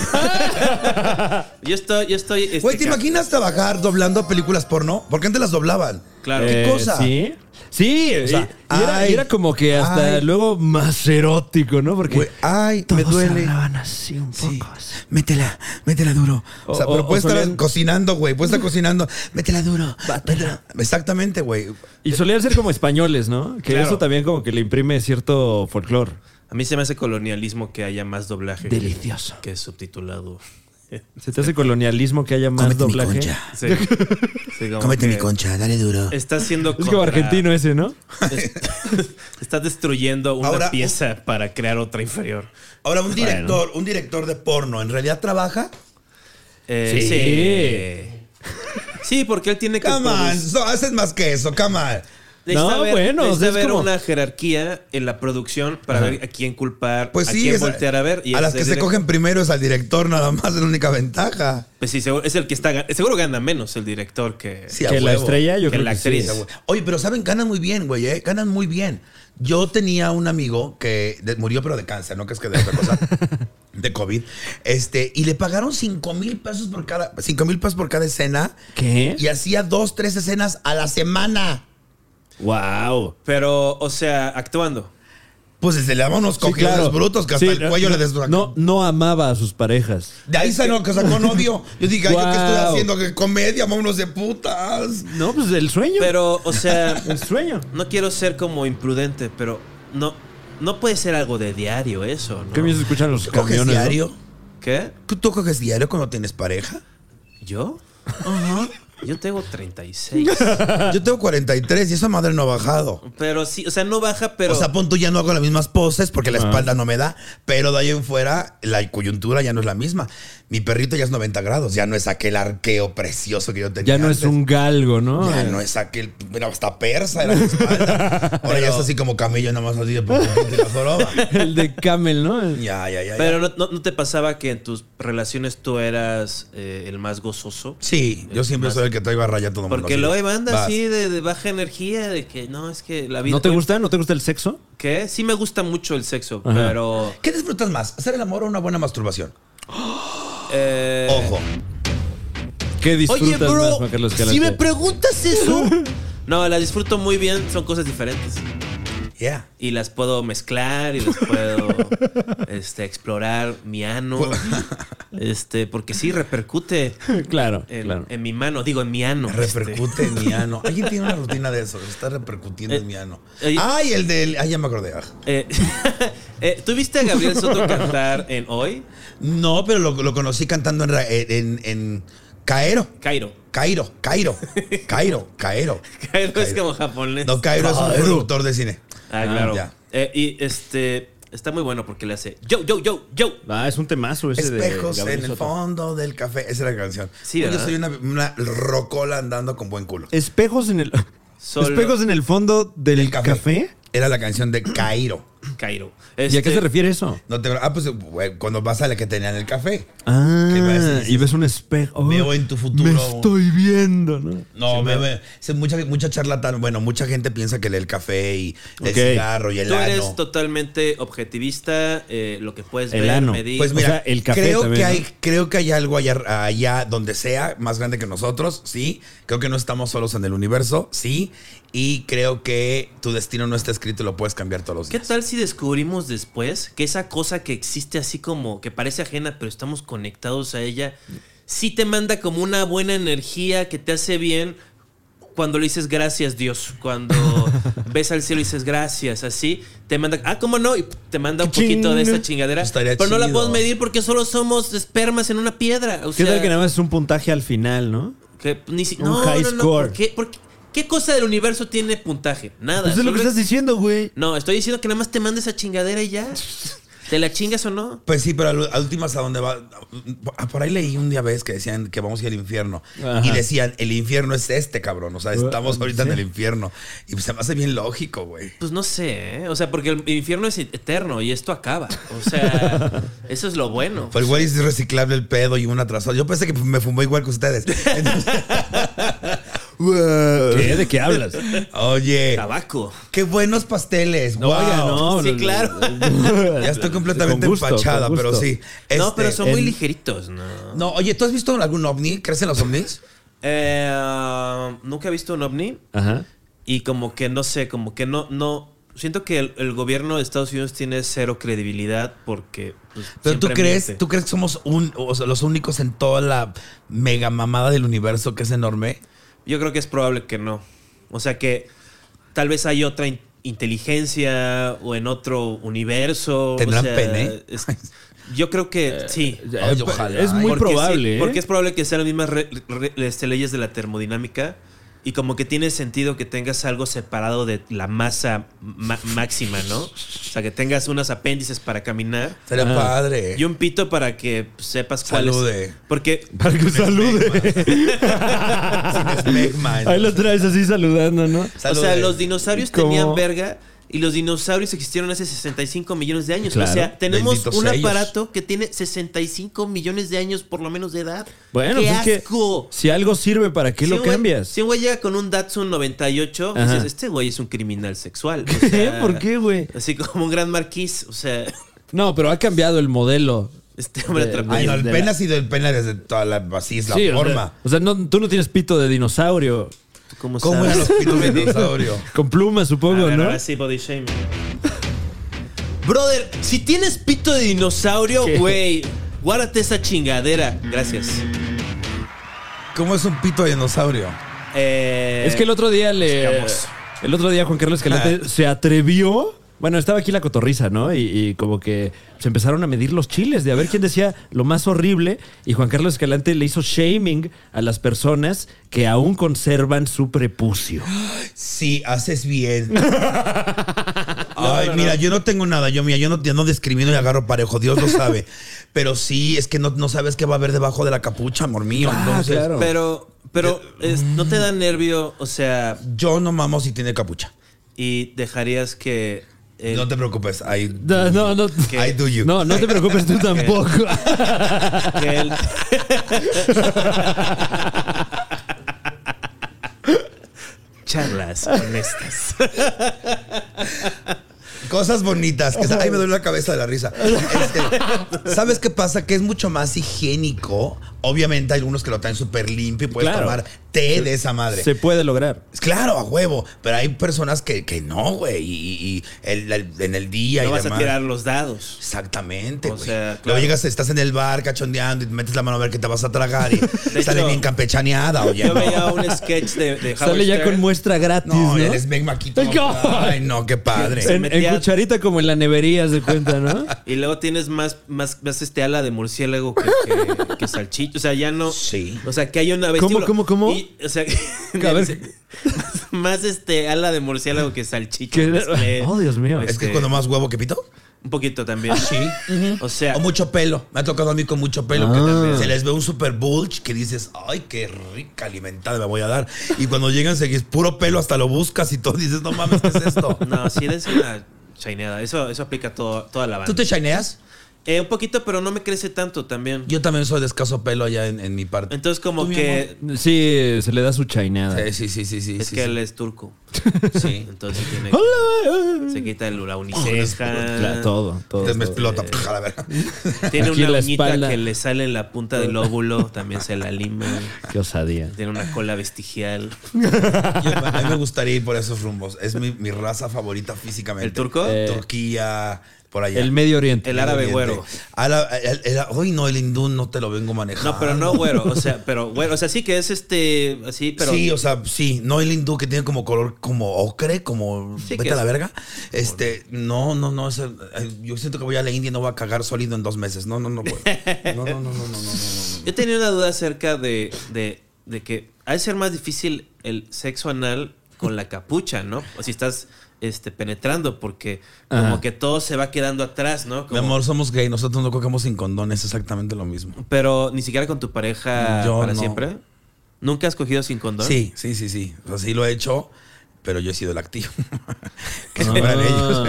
[SPEAKER 2] yo estoy, yo estoy. este,
[SPEAKER 3] Güey, ¿te imaginas trabajar doblando películas porno? Porque antes las doblaban.
[SPEAKER 2] Claro.
[SPEAKER 3] ¿Qué
[SPEAKER 4] Eh,
[SPEAKER 3] cosa?
[SPEAKER 4] Sí. Sí, y-
[SPEAKER 3] sea,
[SPEAKER 4] y, era,
[SPEAKER 3] ay,
[SPEAKER 4] y era como que hasta
[SPEAKER 3] ay.
[SPEAKER 4] luego más erótico, ¿no? Porque
[SPEAKER 3] Güey, ay, me
[SPEAKER 4] todos
[SPEAKER 3] duele.
[SPEAKER 4] hablaban así un
[SPEAKER 3] Sí.
[SPEAKER 4] poco. así.
[SPEAKER 3] Métela, métela duro. O sea,
[SPEAKER 4] O- o-
[SPEAKER 3] pero puede
[SPEAKER 4] o
[SPEAKER 3] estar
[SPEAKER 4] solían-
[SPEAKER 3] cocinando, güey. Puede estar cocinando. Métela duro. métela. Exactamente, güey.
[SPEAKER 4] Y solían ser como españoles, ¿no? Que
[SPEAKER 2] Claro.
[SPEAKER 4] eso también como que le imprime cierto folclore.
[SPEAKER 2] A mí se me hace colonialismo que haya más doblaje que-
[SPEAKER 4] Delicioso.
[SPEAKER 2] que subtitulado.
[SPEAKER 4] ¿Se te hace colonialismo que haya más
[SPEAKER 3] Cómete mi
[SPEAKER 4] doblaje?
[SPEAKER 3] concha.
[SPEAKER 2] Sí. Sí, como
[SPEAKER 3] Cómete
[SPEAKER 2] que
[SPEAKER 3] mi concha, dale duro.
[SPEAKER 2] Está siendo
[SPEAKER 4] Es como argentino ese, ¿no?
[SPEAKER 2] Estás destruyendo una
[SPEAKER 3] Ahora-
[SPEAKER 2] pieza para crear otra inferior.
[SPEAKER 3] Ahora, un director, un director de porno, ¿en realidad trabaja?
[SPEAKER 2] Eh, sí. Sí, porque él tiene que.
[SPEAKER 3] Come on,
[SPEAKER 2] produ-
[SPEAKER 3] no haces más que eso, come on.
[SPEAKER 2] Necesita
[SPEAKER 4] No,
[SPEAKER 2] haber-
[SPEAKER 4] bueno, o
[SPEAKER 2] necesita
[SPEAKER 4] sea, es
[SPEAKER 2] haber
[SPEAKER 4] como-
[SPEAKER 2] una jerarquía en la producción para ver a quién culpar,
[SPEAKER 3] Pues
[SPEAKER 2] a
[SPEAKER 3] sí,
[SPEAKER 2] quién
[SPEAKER 3] es
[SPEAKER 2] voltear a ver. y
[SPEAKER 3] a
[SPEAKER 2] es
[SPEAKER 3] las que
[SPEAKER 2] de
[SPEAKER 3] se
[SPEAKER 2] directo.
[SPEAKER 3] cogen primero es al director, nada más, es la única ventaja.
[SPEAKER 2] Pues sí, seguro, es el que está. gan- Seguro gana menos el director que.
[SPEAKER 3] Sí, a
[SPEAKER 4] que la
[SPEAKER 3] huevo.
[SPEAKER 4] estrella, yo
[SPEAKER 2] Que
[SPEAKER 4] creo
[SPEAKER 2] la
[SPEAKER 4] que sí.
[SPEAKER 2] actriz.
[SPEAKER 3] Sí, güey. Oye, pero saben, ganan muy bien, güey, ¿eh? Ganan muy bien. Yo tenía un amigo que de- murió, pero de cáncer, no que es que de otra cosa. De COVID. Este, y le pagaron 5 mil pesos por cada. 5 mil pesos por cada escena.
[SPEAKER 4] ¿Qué?
[SPEAKER 3] Y hacía dos, tres escenas a la semana.
[SPEAKER 4] Wow.
[SPEAKER 2] Pero, o sea, actuando.
[SPEAKER 3] Pues se le daban unos cogidos brutos que hasta el cuello
[SPEAKER 4] no,
[SPEAKER 3] le des.
[SPEAKER 4] No, no amaba a sus parejas.
[SPEAKER 3] De ahí salió que sacó un odio. Yo dije, ay, ¿yo qué estoy
[SPEAKER 4] Guau.
[SPEAKER 3] haciendo? ¿Qué comedia? Vámonos de putas.
[SPEAKER 4] No, pues el sueño.
[SPEAKER 2] Pero, o sea.
[SPEAKER 4] el sueño.
[SPEAKER 2] No quiero ser como imprudente, pero no, no puede ser algo de diario eso, ¿no?
[SPEAKER 4] ¿Qué bien se escuchan los
[SPEAKER 3] ¿Coges
[SPEAKER 4] camiones? no?
[SPEAKER 3] diario?
[SPEAKER 2] ¿Qué?
[SPEAKER 3] ¿Tú- ¿Tú coges diario cuando tienes pareja?
[SPEAKER 2] ¿Yo? Yo tengo 36.
[SPEAKER 3] Yo tengo 43 y esa madre no ha bajado.
[SPEAKER 2] Pero sí, o sea, no baja, pero...
[SPEAKER 3] o sea, pon tú ya no hago las mismas poses porque la espalda no me da, pero de ahí en fuera la coyuntura ya no es la misma. Mi perrito ya es 90 grados, ya no es aquel arqueo precioso que yo tenía.
[SPEAKER 4] Ya no es
[SPEAKER 3] antes.
[SPEAKER 4] un galgo, ¿no?
[SPEAKER 3] Ya no es aquel. Mira, hasta persa era mi espalda. Ahora ya es así como camello, nada más así de pum, pum, pum, y la joroba.
[SPEAKER 4] El de Camel, ¿no?
[SPEAKER 3] Ya, ya, ya.
[SPEAKER 2] pero
[SPEAKER 3] ya.
[SPEAKER 2] no, no- no te pasaba que en tus relaciones tú eras eh, el más gozoso?
[SPEAKER 3] Sí, yo siempre soy el que traigo a raya a todo mundo.
[SPEAKER 2] Porque
[SPEAKER 3] así de,
[SPEAKER 2] luego hay banda
[SPEAKER 3] vas.
[SPEAKER 2] así de, de baja energía, de que no, es que la vida...
[SPEAKER 4] ¿No te gusta? ¿No te gusta el sexo?
[SPEAKER 2] ¿Qué? Sí me gusta mucho el sexo,
[SPEAKER 4] Ajá.
[SPEAKER 2] pero...
[SPEAKER 3] ¿Qué disfrutas más? ¿Hacer el amor o una buena masturbación?
[SPEAKER 2] eh,
[SPEAKER 3] Ojo.
[SPEAKER 4] ¿Qué
[SPEAKER 2] Oye,
[SPEAKER 4] disfrutas más,
[SPEAKER 2] bro,
[SPEAKER 4] Juan Carlos
[SPEAKER 2] si me
[SPEAKER 4] Escalante?
[SPEAKER 2] preguntas eso... No, la disfruto muy bien, son cosas diferentes.
[SPEAKER 3] Yeah.
[SPEAKER 2] y las puedo mezclar y las puedo este, explorar mi ano.
[SPEAKER 3] Pues.
[SPEAKER 2] Este, porque sí repercute
[SPEAKER 4] Claro,
[SPEAKER 2] en,
[SPEAKER 4] claro.
[SPEAKER 2] en mi mano, digo en mi ano. este.
[SPEAKER 3] Repercute en mi ano. Alguien tiene una rutina de eso. Está repercutiendo en mi ano.
[SPEAKER 2] eh,
[SPEAKER 3] Ay, el del. Ay, ya me acordé. Ah.
[SPEAKER 2] Este, eh, eh, ¿Tú viste a Gabriel Soto cantar en hoy?
[SPEAKER 3] No, pero lo, lo conocí cantando en, ra- eh, en, en- en Cairo.
[SPEAKER 2] Cairo.
[SPEAKER 3] Cairo, Cairo, Cairo, Cairo.
[SPEAKER 2] Cairo es
[SPEAKER 3] Cairo.
[SPEAKER 2] como japonés.
[SPEAKER 3] No, Cairo es un productor de cine.
[SPEAKER 2] Ah, claro.
[SPEAKER 3] ya.
[SPEAKER 2] Eh, y este. Está muy bueno porque le hace yo, yo, yo, yo.
[SPEAKER 4] Ah, es un temazo ese de
[SPEAKER 3] Espejos
[SPEAKER 4] Gabriel
[SPEAKER 3] en el
[SPEAKER 4] Soto.
[SPEAKER 3] fondo del café. Esa es la canción.
[SPEAKER 2] Sí,
[SPEAKER 3] Yo
[SPEAKER 2] ¿verdad?
[SPEAKER 3] soy una, una rocola andando con buen culo.
[SPEAKER 4] Espejos en el
[SPEAKER 2] Solo-
[SPEAKER 4] Espejos en el fondo del
[SPEAKER 3] El
[SPEAKER 4] café.
[SPEAKER 3] café. Era la canción de Cairo.
[SPEAKER 2] Cairo.
[SPEAKER 4] ¿Y a qué
[SPEAKER 2] Este,
[SPEAKER 4] se refiere eso?
[SPEAKER 3] No te, ah, pues güey, cuando vas a la que tenían el café. Que va a
[SPEAKER 4] Ah,
[SPEAKER 3] decir-
[SPEAKER 4] y ves un espejo. Oh,
[SPEAKER 3] Veo en tu futuro.
[SPEAKER 4] Me estoy viendo, ¿no?
[SPEAKER 3] No, me, me- se- mucha, mucha charlatán. Bueno, mucha gente piensa que el café y el
[SPEAKER 4] Ok.
[SPEAKER 3] cigarro y el
[SPEAKER 2] Tú eres
[SPEAKER 3] ano.
[SPEAKER 2] totalmente objetivista, eh, lo que puedes
[SPEAKER 4] El
[SPEAKER 2] ver,
[SPEAKER 4] ano.
[SPEAKER 2] medir.
[SPEAKER 3] Pues
[SPEAKER 4] O
[SPEAKER 3] mira,
[SPEAKER 4] sea, el café
[SPEAKER 3] creo,
[SPEAKER 4] también,
[SPEAKER 3] que
[SPEAKER 4] ¿no?
[SPEAKER 3] hay, creo que hay algo allá, allá donde sea, más grande que nosotros, sí. Creo que no estamos solos en el universo, sí. Y creo que tu destino no está escrito y lo puedes cambiar todos los
[SPEAKER 2] ¿Qué
[SPEAKER 3] días.
[SPEAKER 2] tal si descubrimos después que esa cosa que existe así como que parece ajena, pero estamos conectados a ella, sí te manda como una buena energía que te hace bien cuando le dices gracias, Dios? Cuando ves al cielo y dices gracias, así te manda, ah, ¿cómo no? Y te manda un
[SPEAKER 4] Ching.
[SPEAKER 2] poquito de esa chingadera.
[SPEAKER 3] Estaría
[SPEAKER 2] pero no la
[SPEAKER 3] chido.
[SPEAKER 2] podemos medir porque solo somos espermas en una piedra. O
[SPEAKER 4] ¿Qué
[SPEAKER 2] sea,
[SPEAKER 4] tal que nada más es un puntaje al final, no?
[SPEAKER 2] que ni si-
[SPEAKER 4] Un
[SPEAKER 2] no,
[SPEAKER 4] high
[SPEAKER 2] no, no,
[SPEAKER 4] score.
[SPEAKER 2] ¿por qué? ¿Por qué? ¿Qué cosa del universo tiene puntaje? Nada.
[SPEAKER 4] Eso Pues es lo que
[SPEAKER 2] solo-
[SPEAKER 4] estás diciendo, güey.
[SPEAKER 2] no, estoy diciendo que nada más te manda esa chingadera y ya. ¿Te la chingas o no?
[SPEAKER 3] Pues sí, pero a, a últimas a dónde va. Ah, Por ahí leí un día vez que decían que vamos a ir al infierno.
[SPEAKER 4] Ajá.
[SPEAKER 3] Y decían, el infierno es este, cabrón. O sea, estamos
[SPEAKER 4] Ah,
[SPEAKER 3] ahorita
[SPEAKER 4] sí.
[SPEAKER 3] en el infierno. Y pues se me hace bien lógico, güey.
[SPEAKER 2] Pues no sé, ¿eh? o sea, porque el infierno es eterno y esto acaba. O sea, eso es lo bueno.
[SPEAKER 3] Pero igual es reciclable el pedo y una tras otra. Yo pensé que me fumé igual que ustedes. Entonces-
[SPEAKER 4] ¿Qué? ¿De qué hablas?
[SPEAKER 3] Oye,
[SPEAKER 2] Tabaco.
[SPEAKER 3] qué buenos pasteles.
[SPEAKER 4] No,
[SPEAKER 3] Wow.
[SPEAKER 4] oiga, no.
[SPEAKER 2] Sí,
[SPEAKER 4] no, no.
[SPEAKER 2] claro.
[SPEAKER 3] Ya estoy completamente
[SPEAKER 4] Con gusto,
[SPEAKER 3] empachada,
[SPEAKER 4] con
[SPEAKER 3] pero
[SPEAKER 4] gusto.
[SPEAKER 3] sí.
[SPEAKER 2] no, pero
[SPEAKER 3] Este, eh,
[SPEAKER 2] son muy
[SPEAKER 4] el-
[SPEAKER 2] ligeritos, ¿no?
[SPEAKER 3] No, oye, ¿tú has visto algún ovni? ¿Crees en los ovnis?
[SPEAKER 2] Eh, Nunca he visto un ovni
[SPEAKER 4] Ajá.
[SPEAKER 2] y como que no sé, como que no, no. Siento que el, el gobierno de Estados Unidos tiene cero credibilidad porque. pues,
[SPEAKER 3] Pero tú
[SPEAKER 2] siempre
[SPEAKER 3] crees,
[SPEAKER 2] miente.
[SPEAKER 3] tú crees que somos un- o sea, los únicos en toda la mega mamada del universo que es enorme.
[SPEAKER 2] Yo creo que es probable que no. O sea que tal vez hay otra in- inteligencia o en otro universo. o
[SPEAKER 3] ¿Tendrán
[SPEAKER 2] sea,
[SPEAKER 3] pene?
[SPEAKER 2] es- yo creo que sí.
[SPEAKER 3] Ay, ojalá.
[SPEAKER 4] Es muy
[SPEAKER 2] Porque sí,
[SPEAKER 4] Eh, probable, ¿eh?
[SPEAKER 2] Porque es probable que sean las mismas re- re- este, leyes de la termodinámica. Y como que tiene sentido que tengas algo separado de la masa ma- máxima, ¿no? O sea, que tengas unos apéndices para caminar
[SPEAKER 3] Sería
[SPEAKER 4] Ah.
[SPEAKER 3] padre.
[SPEAKER 2] y un pito para que sepas cuál es.
[SPEAKER 3] Eh. Salude.
[SPEAKER 2] Porque
[SPEAKER 4] Para que salude.
[SPEAKER 3] Sin esmegma.
[SPEAKER 4] Ahí lo traes así saludando, ¿no?
[SPEAKER 2] O
[SPEAKER 3] Salude.
[SPEAKER 2] sea, los dinosaurios
[SPEAKER 4] ¿Cómo?
[SPEAKER 2] tenían verga y los dinosaurios existieron hace 65 millones de años.
[SPEAKER 4] Claro.
[SPEAKER 2] O sea, tenemos
[SPEAKER 3] Benditos
[SPEAKER 2] un
[SPEAKER 3] ellos.
[SPEAKER 2] aparato que tiene 65 millones de años por lo menos de edad.
[SPEAKER 4] Bueno,
[SPEAKER 2] ¡Qué
[SPEAKER 4] pues es que
[SPEAKER 2] asco!
[SPEAKER 4] si algo sirve, ¿para qué
[SPEAKER 2] Si
[SPEAKER 4] lo
[SPEAKER 2] un güey-
[SPEAKER 4] cambias?
[SPEAKER 2] Si un güey llega con un Datsun 98,
[SPEAKER 4] Ajá.
[SPEAKER 2] dices, este güey es un criminal sexual. O
[SPEAKER 4] ¿Qué?
[SPEAKER 2] sea,
[SPEAKER 4] ¿Por qué, güey?
[SPEAKER 2] Así como un gran marquís. O sea,
[SPEAKER 4] No, pero ha cambiado el modelo.
[SPEAKER 2] este hombre
[SPEAKER 4] De-
[SPEAKER 2] atrapado.
[SPEAKER 3] Ay, no, el
[SPEAKER 4] de
[SPEAKER 3] pene
[SPEAKER 4] la-
[SPEAKER 3] ha sido el pene desde toda la, así es la
[SPEAKER 4] Sí, o
[SPEAKER 3] forma.
[SPEAKER 4] sea- O sea, no- tú no tienes pito de dinosaurio.
[SPEAKER 2] ¿Cómo,
[SPEAKER 3] ¿Cómo eran los pitos de dinosaurio?
[SPEAKER 4] Con plumas,
[SPEAKER 2] A
[SPEAKER 4] supongo,
[SPEAKER 2] ver,
[SPEAKER 4] ¿no?
[SPEAKER 2] ahora sí, body shaming. Brother, si tienes pito de dinosaurio,
[SPEAKER 4] ¿Qué?
[SPEAKER 2] güey, guárdate esa chingadera. Gracias.
[SPEAKER 3] ¿Cómo es un pito de dinosaurio?
[SPEAKER 2] Eh,
[SPEAKER 4] Es que el otro día le.
[SPEAKER 2] Digamos.
[SPEAKER 4] El otro día Juan Carlos
[SPEAKER 3] Ah.
[SPEAKER 4] Escalante se atrevió. Bueno, estaba aquí la cotorriza, ¿no? Y, y como que se empezaron a medir los chiles de a ver quién decía lo más horrible. Y Juan Carlos Escalante le hizo shaming a las personas que aún conservan su prepucio.
[SPEAKER 3] Ah, Sí, haces bien. Ay, mira, yo no tengo nada. Yo, mira, yo no, yo no discrimino y agarro parejo, Dios lo sabe. Pero sí, es que no, no sabes qué va a haber debajo de la capucha, amor mío. Entonces,
[SPEAKER 4] Ah, claro.
[SPEAKER 2] Pero, pero es- no te da nervio, o sea,
[SPEAKER 3] yo no mamo si tiene capucha.
[SPEAKER 2] y dejarías que. el-
[SPEAKER 3] No te preocupes. Ahí,
[SPEAKER 4] Eh. No, no, no.
[SPEAKER 3] I do you.
[SPEAKER 4] No, no te preocupes tú tampoco.
[SPEAKER 2] que el- Charlas honestas.
[SPEAKER 3] Cosas bonitas. Que, sa- ay, me duele la cabeza de la risa. Este, ¿Sabes qué pasa? Que es mucho más higiénico. Obviamente hay algunos que lo traen súper limpio y puedes
[SPEAKER 4] Claro.
[SPEAKER 3] tomar té de esa madre.
[SPEAKER 4] Se puede lograr.
[SPEAKER 3] Claro, a huevo. Pero hay personas que, que no, güey. Y, y- y el- el- en el día
[SPEAKER 2] No
[SPEAKER 3] y
[SPEAKER 2] vas a
[SPEAKER 3] demás.
[SPEAKER 2] tirar los dados.
[SPEAKER 3] Exactamente,
[SPEAKER 2] O
[SPEAKER 3] güey.
[SPEAKER 2] sea, claro.
[SPEAKER 3] Luego llegas, estás en el bar cachondeando y metes la mano a ver qué te vas a tragar y sale
[SPEAKER 2] hecho,
[SPEAKER 3] bien campechaneada, oye.
[SPEAKER 2] Yo
[SPEAKER 3] no.
[SPEAKER 2] veía un sketch de, de Howard
[SPEAKER 4] Sale ya
[SPEAKER 2] Stern.
[SPEAKER 4] con muestra gratis,
[SPEAKER 3] No,
[SPEAKER 4] ¿no?
[SPEAKER 3] y el smegma aquí todo-
[SPEAKER 4] Ay,
[SPEAKER 3] Ay, no, qué padre.
[SPEAKER 2] Se
[SPEAKER 4] En, en
[SPEAKER 2] metía-
[SPEAKER 4] cucharita como en la nevería, haz de cuenta, ¿no?
[SPEAKER 2] Y luego tienes más, más, más este ala de murciélago que, que, que salchicha. O sea, ya no.
[SPEAKER 3] Sí.
[SPEAKER 2] O sea, que hay una vestíbulo.
[SPEAKER 4] cómo, cómo?
[SPEAKER 2] Y, o sea,
[SPEAKER 4] A ver.
[SPEAKER 2] más, más, este ala de murciélago que salchicha.
[SPEAKER 4] Que-
[SPEAKER 2] Mezclé,
[SPEAKER 4] Oh, Dios Ah, mío.
[SPEAKER 3] Es
[SPEAKER 2] este,
[SPEAKER 3] que cuando más huevo que pito.
[SPEAKER 2] Un poquito también.
[SPEAKER 3] Sí.
[SPEAKER 2] O sea,
[SPEAKER 3] O mucho pelo. Me ha tocado a mí con mucho pelo.
[SPEAKER 2] Ah.
[SPEAKER 3] que también se les ve un super bulge que dices, ay, qué rica alimentada me voy a dar. Y cuando llegan, seguís puro pelo, hasta lo buscas y todo. Dices, no mames, ¿qué es esto?
[SPEAKER 2] no, sí, dense una shineada. Eso, eso aplica a todo, toda la banda.
[SPEAKER 3] ¿Tú te shineas?
[SPEAKER 2] Eh, un poquito, pero no me crece tanto también.
[SPEAKER 3] Yo también soy de escaso pelo allá en, en mi parte.
[SPEAKER 2] Entonces, como que.
[SPEAKER 4] Sí, se le da su chaineada.
[SPEAKER 3] Sí, sí, sí, sí. sí,
[SPEAKER 2] Ah. Es
[SPEAKER 3] sí,
[SPEAKER 2] que
[SPEAKER 3] sí.
[SPEAKER 2] él es turco.
[SPEAKER 3] Sí.
[SPEAKER 2] Entonces tiene.
[SPEAKER 4] Ah. Hola.
[SPEAKER 2] Se quita el-
[SPEAKER 4] Oh,
[SPEAKER 2] la
[SPEAKER 4] Claro,
[SPEAKER 2] uniceja.
[SPEAKER 4] todo, todo.
[SPEAKER 3] Entonces me
[SPEAKER 4] todo.
[SPEAKER 3] explota. a la verga.
[SPEAKER 2] Tiene
[SPEAKER 4] Aquí
[SPEAKER 2] una
[SPEAKER 4] la
[SPEAKER 2] uñita
[SPEAKER 4] espalda.
[SPEAKER 2] que le sale en la punta del óvulo. También se la lima.
[SPEAKER 4] Qué osadía.
[SPEAKER 2] Tiene una cola vestigial.
[SPEAKER 3] Yo- a mí me gustaría ir por esos rumbos. Es mi, mi raza favorita físicamente.
[SPEAKER 2] ¿El turco?
[SPEAKER 4] Eh,
[SPEAKER 3] Turquía, por allá.
[SPEAKER 4] El Medio Oriente.
[SPEAKER 2] El árabe
[SPEAKER 3] Oriente.
[SPEAKER 2] güero.
[SPEAKER 3] Ala- el- el- Uy, no, el hindú no te lo vengo manejando.
[SPEAKER 2] No, pero no güero. O sea, pero güero. O sea, sí que es este. Así, pero.
[SPEAKER 3] sí, o sea, sí, no el hindú que tiene como color como ocre, como
[SPEAKER 2] Sí,
[SPEAKER 3] vete
[SPEAKER 2] que
[SPEAKER 3] a la
[SPEAKER 2] es-
[SPEAKER 3] verga. Este, no, no, no, ese- ay, yo siento que voy a la India y no voy a cagar sólido en dos meses. No, no, no, güey. no, no, no, no, no, no, no, no.
[SPEAKER 2] Yo tenía una duda acerca de, de, de que ha de ser más difícil el sexo anal con la capucha, ¿no? O si estás este, penetrando, porque como
[SPEAKER 4] Ajá.
[SPEAKER 2] que todo se va quedando atrás, ¿no?
[SPEAKER 3] Mi
[SPEAKER 2] Como-
[SPEAKER 3] amor, somos gay, nosotros no cogemos sin condón, es exactamente lo mismo.
[SPEAKER 2] Pero ni siquiera con tu pareja
[SPEAKER 3] Yo
[SPEAKER 2] para
[SPEAKER 3] no.
[SPEAKER 2] siempre. ¿Nunca has cogido sin condón?
[SPEAKER 3] Sí, sí, sí, sí. O sea, sí lo he hecho, pero yo he sido el activo. que no
[SPEAKER 4] Ah.
[SPEAKER 3] eran ellos.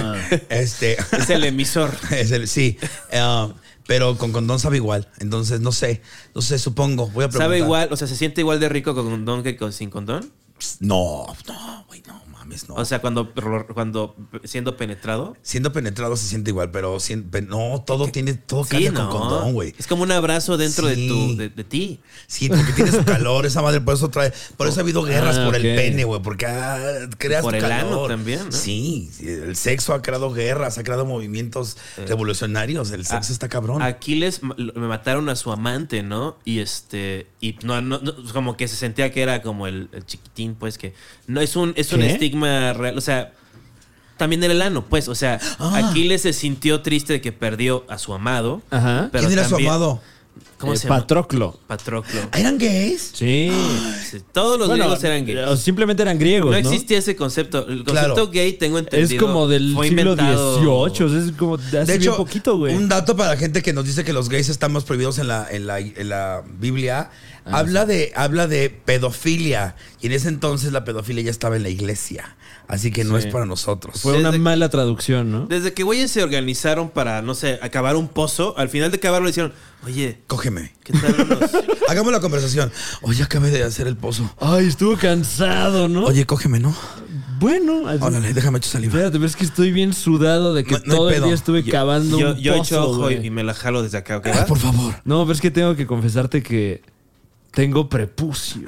[SPEAKER 3] Este.
[SPEAKER 2] Es el emisor.
[SPEAKER 3] es el- sí. Eh, pero con condón sabe igual. Entonces, no sé. No sé, supongo. Voy a preguntar.
[SPEAKER 2] ¿Sabe igual? O sea, ¿se siente igual de rico con condón que con, sin condón?
[SPEAKER 3] Psst, No, no, güey, no mames, no.
[SPEAKER 2] O sea, cuando, cuando siendo penetrado.
[SPEAKER 3] siendo penetrado se siente igual, pero sin- pe- no, todo tiene, todo cambia
[SPEAKER 2] ¿no?
[SPEAKER 3] con condón, güey.
[SPEAKER 2] Es como un abrazo dentro
[SPEAKER 3] Sí.
[SPEAKER 2] de, tu, de, de ti.
[SPEAKER 3] Sí, porque tiene su calor, esa madre, por eso trae, por eso ha habido guerras
[SPEAKER 4] Ah,
[SPEAKER 3] por
[SPEAKER 4] ok.
[SPEAKER 3] el pene, güey, porque ah, crea
[SPEAKER 2] Por
[SPEAKER 3] su
[SPEAKER 2] el
[SPEAKER 3] calor.
[SPEAKER 2] ano también, ¿no?
[SPEAKER 3] Sí, sí, el sexo ha creado guerras, ha creado movimientos
[SPEAKER 4] Eh.
[SPEAKER 3] revolucionarios, el sexo
[SPEAKER 4] Ah,
[SPEAKER 2] A-
[SPEAKER 3] está cabrón.
[SPEAKER 2] Ah, Aquiles ma- lo- me mataron a su amante, ¿no? Y este. Y no, no- no, como que se sentía que era como el, el chiquitín, pues que. No, es un, es un
[SPEAKER 4] ¿Qué?
[SPEAKER 2] estigma real. O sea. También era el ano, pues. O sea,
[SPEAKER 3] Ah.
[SPEAKER 2] Aquiles se sintió triste de que perdió a su amado.
[SPEAKER 4] Ajá.
[SPEAKER 2] pero
[SPEAKER 3] ¿Quién era su
[SPEAKER 2] también-
[SPEAKER 3] amado?
[SPEAKER 2] ¿Cómo
[SPEAKER 4] Eh,
[SPEAKER 2] se llama?
[SPEAKER 4] Patroclo.
[SPEAKER 2] Patroclo.
[SPEAKER 3] ¿Ah, ¿Eran gays?
[SPEAKER 4] Sí.
[SPEAKER 2] Sí, Todos los griegos eran gays.
[SPEAKER 4] o Simplemente eran griegos.
[SPEAKER 2] No,
[SPEAKER 4] No,
[SPEAKER 2] existía ese concepto. El
[SPEAKER 3] Claro.
[SPEAKER 2] concepto gay, tengo entendido.
[SPEAKER 4] Es como del
[SPEAKER 2] fue
[SPEAKER 4] siglo
[SPEAKER 2] inventado-
[SPEAKER 4] XVIII. o sea, Es como de hace
[SPEAKER 3] De hecho,
[SPEAKER 4] bien poquito, güey.
[SPEAKER 3] un dato para la gente que nos dice que los gays están más prohibidos en la, en la, en la Biblia.
[SPEAKER 4] Ah,
[SPEAKER 3] habla, de, habla de pedofilia. Y en ese entonces la pedofilia ya estaba en la iglesia. Así que no es para nosotros.
[SPEAKER 4] Fue una
[SPEAKER 2] desde-
[SPEAKER 4] mala traducción, ¿no?
[SPEAKER 2] Desde que güeyes se organizaron para, no sé, acabar un pozo, al final de acabarlo le hicieron, oye,
[SPEAKER 3] Cógeme.
[SPEAKER 2] ¿qué tal unos-
[SPEAKER 3] Hagamos la conversación. Oye, acabé de hacer el pozo.
[SPEAKER 4] Ay, estuvo cansado, ¿no?
[SPEAKER 3] Oye, cógeme, ¿no?
[SPEAKER 4] bueno. así-
[SPEAKER 3] Órale, déjame echar saliva.
[SPEAKER 4] Espérate, pero es que estoy bien sudado de que
[SPEAKER 3] No- no hay
[SPEAKER 4] todo el
[SPEAKER 3] pedo.
[SPEAKER 4] día estuve cavando
[SPEAKER 2] Yo,
[SPEAKER 4] un
[SPEAKER 2] yo
[SPEAKER 4] pozo,
[SPEAKER 2] echo ojo y,
[SPEAKER 4] güey. Ah,
[SPEAKER 2] y me la jalo desde acá, ¿ok?
[SPEAKER 3] Ay,
[SPEAKER 2] va?
[SPEAKER 3] por favor.
[SPEAKER 4] No, pero es que tengo que confesarte que tengo prepucio.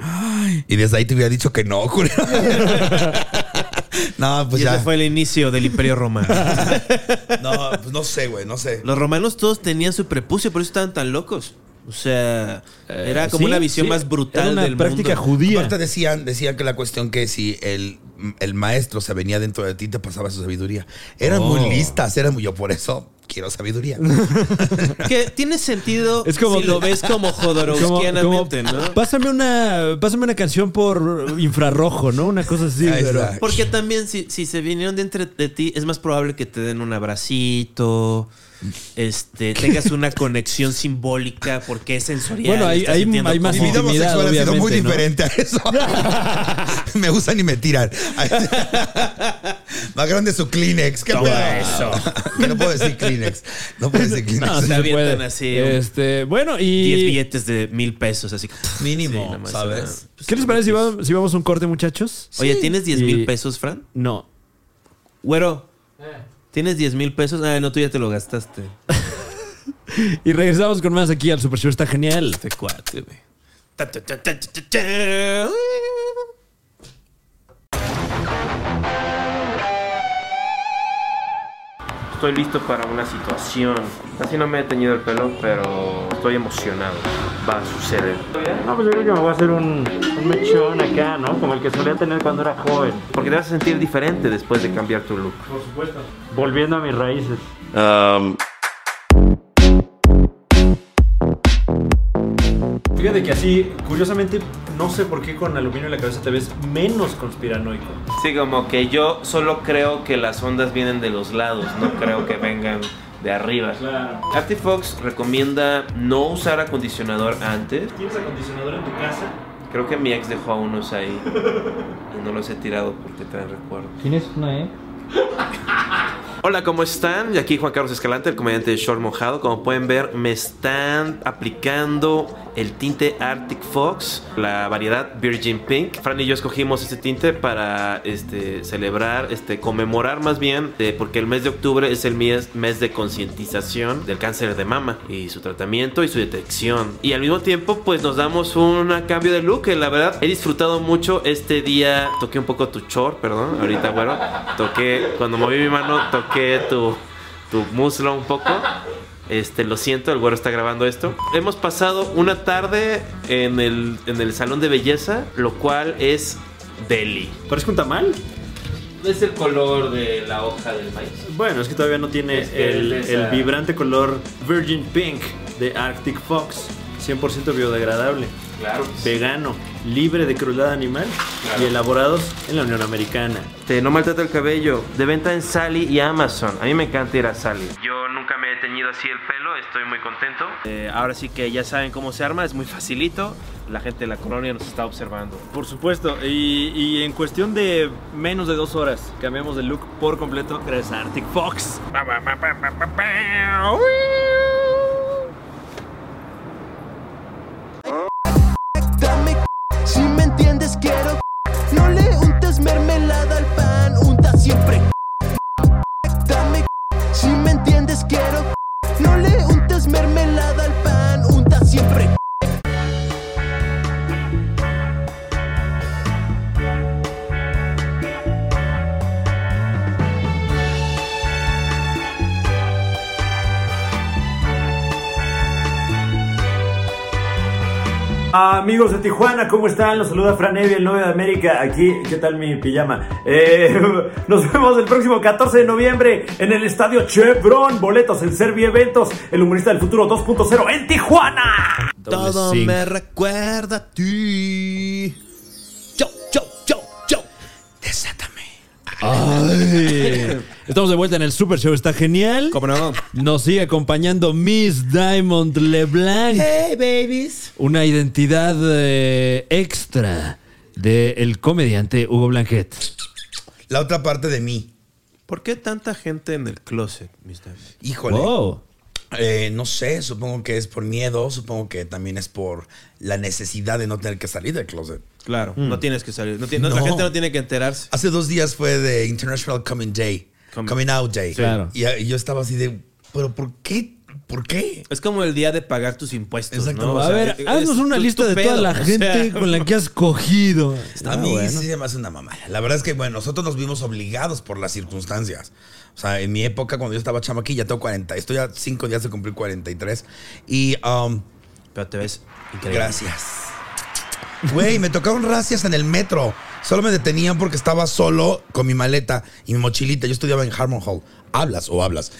[SPEAKER 3] Y desde ahí te hubiera dicho que no, culero. no, pues
[SPEAKER 2] y
[SPEAKER 3] ya.
[SPEAKER 2] ese fue el inicio del Imperio Romano.
[SPEAKER 3] No, pues no sé, güey, no sé.
[SPEAKER 2] Los romanos todos tenían su prepucio, por eso estaban tan locos. O sea, era como
[SPEAKER 4] Eh, Sí,
[SPEAKER 2] una visión
[SPEAKER 4] sí,
[SPEAKER 2] más brutal
[SPEAKER 4] era una
[SPEAKER 2] del
[SPEAKER 4] práctica
[SPEAKER 2] mundo.
[SPEAKER 4] judía.
[SPEAKER 3] Aparte decían, decían que la cuestión que si el, el maestro se venía dentro de ti, te pasaba su sabiduría. Eran
[SPEAKER 4] Oh.
[SPEAKER 3] muy listas, eran muy yo por eso quiero sabiduría.
[SPEAKER 2] Que tiene sentido
[SPEAKER 4] Es como-
[SPEAKER 2] si lo ves como jodorowskianamente,
[SPEAKER 4] como,
[SPEAKER 2] ¿no?
[SPEAKER 4] Pásame una, pásame una canción por infrarrojo, ¿no? Una cosa así,
[SPEAKER 3] Ahí
[SPEAKER 4] pero.
[SPEAKER 3] está.
[SPEAKER 2] Porque también si, si se vinieron de entre de ti, es más probable que te den un abracito, este, tengas una conexión simbólica porque es sensorial.
[SPEAKER 4] Bueno, ahí-
[SPEAKER 2] estás
[SPEAKER 4] ahí-
[SPEAKER 2] sintiendo
[SPEAKER 4] hay más
[SPEAKER 3] Mi
[SPEAKER 2] como-
[SPEAKER 3] vida
[SPEAKER 4] Intimidad,
[SPEAKER 3] homosexual ha sido muy
[SPEAKER 4] obviamente, ¿no?
[SPEAKER 3] diferente a eso. me usan y me tiran. Más grande su Kleenex. ¿Qué
[SPEAKER 2] Toma
[SPEAKER 3] pedo? Que no puedo decir Kleenex. No puedo decir Kleenex.
[SPEAKER 4] No,
[SPEAKER 2] se
[SPEAKER 4] sí se
[SPEAKER 2] avientan
[SPEAKER 4] puede.
[SPEAKER 2] así un-
[SPEAKER 4] Este, bueno,
[SPEAKER 2] 10
[SPEAKER 4] y.
[SPEAKER 2] billetes de mil pesos, así que
[SPEAKER 3] Mínimo,
[SPEAKER 2] nada más,
[SPEAKER 3] ¿sabes?
[SPEAKER 2] ah, pues,
[SPEAKER 4] ¿Qué les parece si vamos, si vamos a un corte, muchachos?
[SPEAKER 2] Oye, ¿tienes 10 mil
[SPEAKER 4] Y-
[SPEAKER 2] pesos, Fran?
[SPEAKER 4] No.
[SPEAKER 2] Güero, ¿tienes 10 mil pesos? Ah, no, tú ya te lo gastaste.
[SPEAKER 4] Y regresamos con más aquí al Super Show. Está genial.
[SPEAKER 2] Este cuate, güey. Ta, ta, ta, ta, ta, ta, ta.
[SPEAKER 5] Estoy listo para una situación. Así no me he teñido el pelo, pero estoy emocionado. Va a suceder.
[SPEAKER 6] No, pues yo creo que me voy a hacer un, un mechón acá, ¿no? Como el que solía tener cuando era joven.
[SPEAKER 5] Porque te vas a sentir diferente después de cambiar tu look.
[SPEAKER 6] Volviendo a mis raíces.
[SPEAKER 4] Fíjate que así, curiosamente, no sé por qué con aluminio en la cabeza te ves menos conspiranoico.
[SPEAKER 5] Sí, como que yo solo creo que las ondas vienen de los lados, no creo que vengan de arriba.
[SPEAKER 4] Claro.
[SPEAKER 5] Artifox recomienda no usar acondicionador antes.
[SPEAKER 4] ¿Tienes acondicionador en tu casa?
[SPEAKER 5] Creo que mi ex dejó a unos ahí y no los he tirado porque traen recuerdos.
[SPEAKER 7] ¿Tienes una E?
[SPEAKER 5] Hola, ¿cómo están? Y aquí Juan Carlos Escalante, el comediante de Short Mojado. Como pueden ver, me están aplicando el tinte Arctic Fox, la variedad Virgin Pink. Fran y yo escogimos este tinte para este, celebrar, este, conmemorar más bien, eh, porque el mes de octubre es el mes, mes de concientización del cáncer de mama y su tratamiento y su detección. Y al mismo tiempo, pues nos damos un cambio de look. que La verdad, he disfrutado mucho este día. Toqué un poco tu short, perdón, ahorita, bueno. Toqué, cuando moví mi mano, toqué tu, tu muslo un poco. Este, lo siento, el güero está grabando esto. Hemos pasado una tarde en el, en el salón de belleza, lo cual es deli.
[SPEAKER 4] ¿Parece un tamal?
[SPEAKER 5] Es el color de la hoja del maíz.
[SPEAKER 4] Bueno, es que todavía no tiene
[SPEAKER 5] Es que
[SPEAKER 4] el,
[SPEAKER 5] es
[SPEAKER 4] el
[SPEAKER 5] esa-
[SPEAKER 4] vibrante color Virgin Pink de Arctic Fox. 100% biodegradable,
[SPEAKER 5] Claro.
[SPEAKER 4] vegano, libre de crueldad animal
[SPEAKER 5] Claro.
[SPEAKER 4] y elaborados en la Unión Americana.
[SPEAKER 5] Te Este, no maltrata el cabello. De venta en Sally y Amazon. A mí me encanta ir a Sally. Yo nunca me he teñido así el pelo. Estoy muy contento. Eh, ahora sí que ya saben cómo se arma. Es muy facilito. La gente de la colonia nos está observando.
[SPEAKER 4] Por supuesto, y, y en cuestión de menos de dos horas cambiamos de look por completo gracias a Arctic Fox.
[SPEAKER 8] Dame si me entiendes quiero No le untes mermelada al pan, unta siempre Dame si me entiendes quiero No le untes mermelada al pan, unta siempre
[SPEAKER 4] Amigos de Tijuana, ¿cómo están? Los saluda Fran Evia, el novio de América. Aquí, ¿qué tal mi pijama? Eh, nos vemos el próximo 14 de noviembre en el Estadio Chevron. Boletos en Serbia Eventos, el humorista del futuro 2.0 en Tijuana.
[SPEAKER 3] Todo me recuerda a ti. Yo, yo, yo, yo. Desátame.
[SPEAKER 1] Ay. Estamos de vuelta en el Super Show, está genial.
[SPEAKER 2] ¿Cómo no?
[SPEAKER 1] Nos sigue acompañando Miss Diamond LeBlanc.
[SPEAKER 3] Hey, babies.
[SPEAKER 1] Una identidad eh, extra del comediante Hugo Blanquet.
[SPEAKER 3] La otra parte de mí.
[SPEAKER 2] ¿Por qué tanta gente en el closet, mis Davis?
[SPEAKER 3] Híjole.
[SPEAKER 4] Oh.
[SPEAKER 1] Wow.
[SPEAKER 3] Eh, no sé, supongo que es por miedo, supongo que también es por la necesidad de no tener que salir del closet.
[SPEAKER 2] Claro, no tienes que salir. No ti- no, La
[SPEAKER 3] No.
[SPEAKER 2] gente no tiene que enterarse.
[SPEAKER 3] Hace dos días fue de International Coming Day,
[SPEAKER 2] Coming.
[SPEAKER 3] Coming, Out Day.
[SPEAKER 1] Claro.
[SPEAKER 3] Y, y yo estaba así de, ¿pero por qué? ¿Por qué?
[SPEAKER 2] Es como el día de pagar tus impuestos.
[SPEAKER 3] Exacto.
[SPEAKER 2] ¿no? O
[SPEAKER 1] a
[SPEAKER 2] sea,
[SPEAKER 1] ver,
[SPEAKER 2] es-
[SPEAKER 1] haznos
[SPEAKER 2] es
[SPEAKER 1] una
[SPEAKER 2] tu-
[SPEAKER 1] lista
[SPEAKER 2] tu
[SPEAKER 1] de toda
[SPEAKER 2] pedo,
[SPEAKER 1] la
[SPEAKER 2] o sea.
[SPEAKER 1] gente con la que has cogido.
[SPEAKER 4] Ah,
[SPEAKER 1] Ah,
[SPEAKER 3] A mí sí se me hace una mamá. La verdad es que, bueno, nosotros nos vimos obligados por las circunstancias. O sea, en mi época, cuando yo estaba chamaquilla, tengo 40, estoy a 5 días de cumplir 43. Y, um,
[SPEAKER 2] Pero te ves increíble.
[SPEAKER 3] gracias. Güey, me tocaron racias en el metro. Solo me detenían porque estaba solo con mi maleta y mi mochilita. Yo estudiaba en Harmon Hall. Hablas o hablas.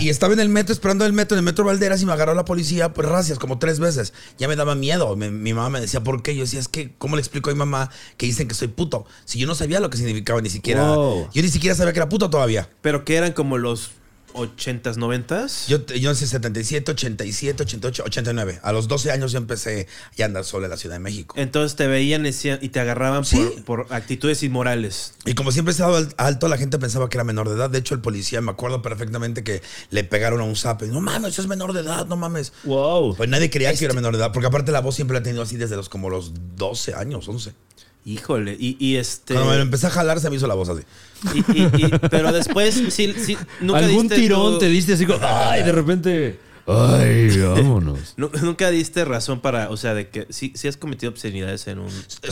[SPEAKER 3] Y, y estaba en el metro, esperando el metro, en el metro Valderas y me agarró la policía por racias como tres veces. Ya me daba miedo. Me- mi mamá me decía, ¿por qué? Yo decía, es que, ¿cómo le explico a mi mamá que dicen que soy puto? Si yo no sabía lo que significaba ni siquiera.
[SPEAKER 1] Wow.
[SPEAKER 3] Yo ni siquiera sabía que era puto todavía.
[SPEAKER 2] Pero que eran como los 80s, 90s.
[SPEAKER 3] Yo, yo en 77, 87, 88, 89. A los 12 años yo empecé ya a andar solo en la Ciudad de México.
[SPEAKER 2] Entonces te veían y decían- y te agarraban
[SPEAKER 3] Sí.
[SPEAKER 2] por, por actitudes inmorales.
[SPEAKER 3] Y como siempre he estado al- alto, la gente pensaba que era menor de edad. De hecho, el policía, me acuerdo perfectamente que le pegaron a un sape. No mames, eso es menor de edad, no mames.
[SPEAKER 1] Wow.
[SPEAKER 3] Pues nadie creía que
[SPEAKER 1] Este
[SPEAKER 3] era menor de edad, porque aparte la voz siempre la he tenido así desde los como los 12 años, 11.
[SPEAKER 2] Híjole, y, y este...
[SPEAKER 3] Cuando me lo empecé a jalar, se me hizo la voz así.
[SPEAKER 2] y- y- y- pero después, sí, sí, nunca
[SPEAKER 1] Algún
[SPEAKER 2] diste
[SPEAKER 1] tirón
[SPEAKER 2] tu-
[SPEAKER 1] te diste así como, ay, de repente, ay, vámonos.
[SPEAKER 2] nu- Nunca diste razón para, o sea, de que sí, sí has cometido obscenidades en un...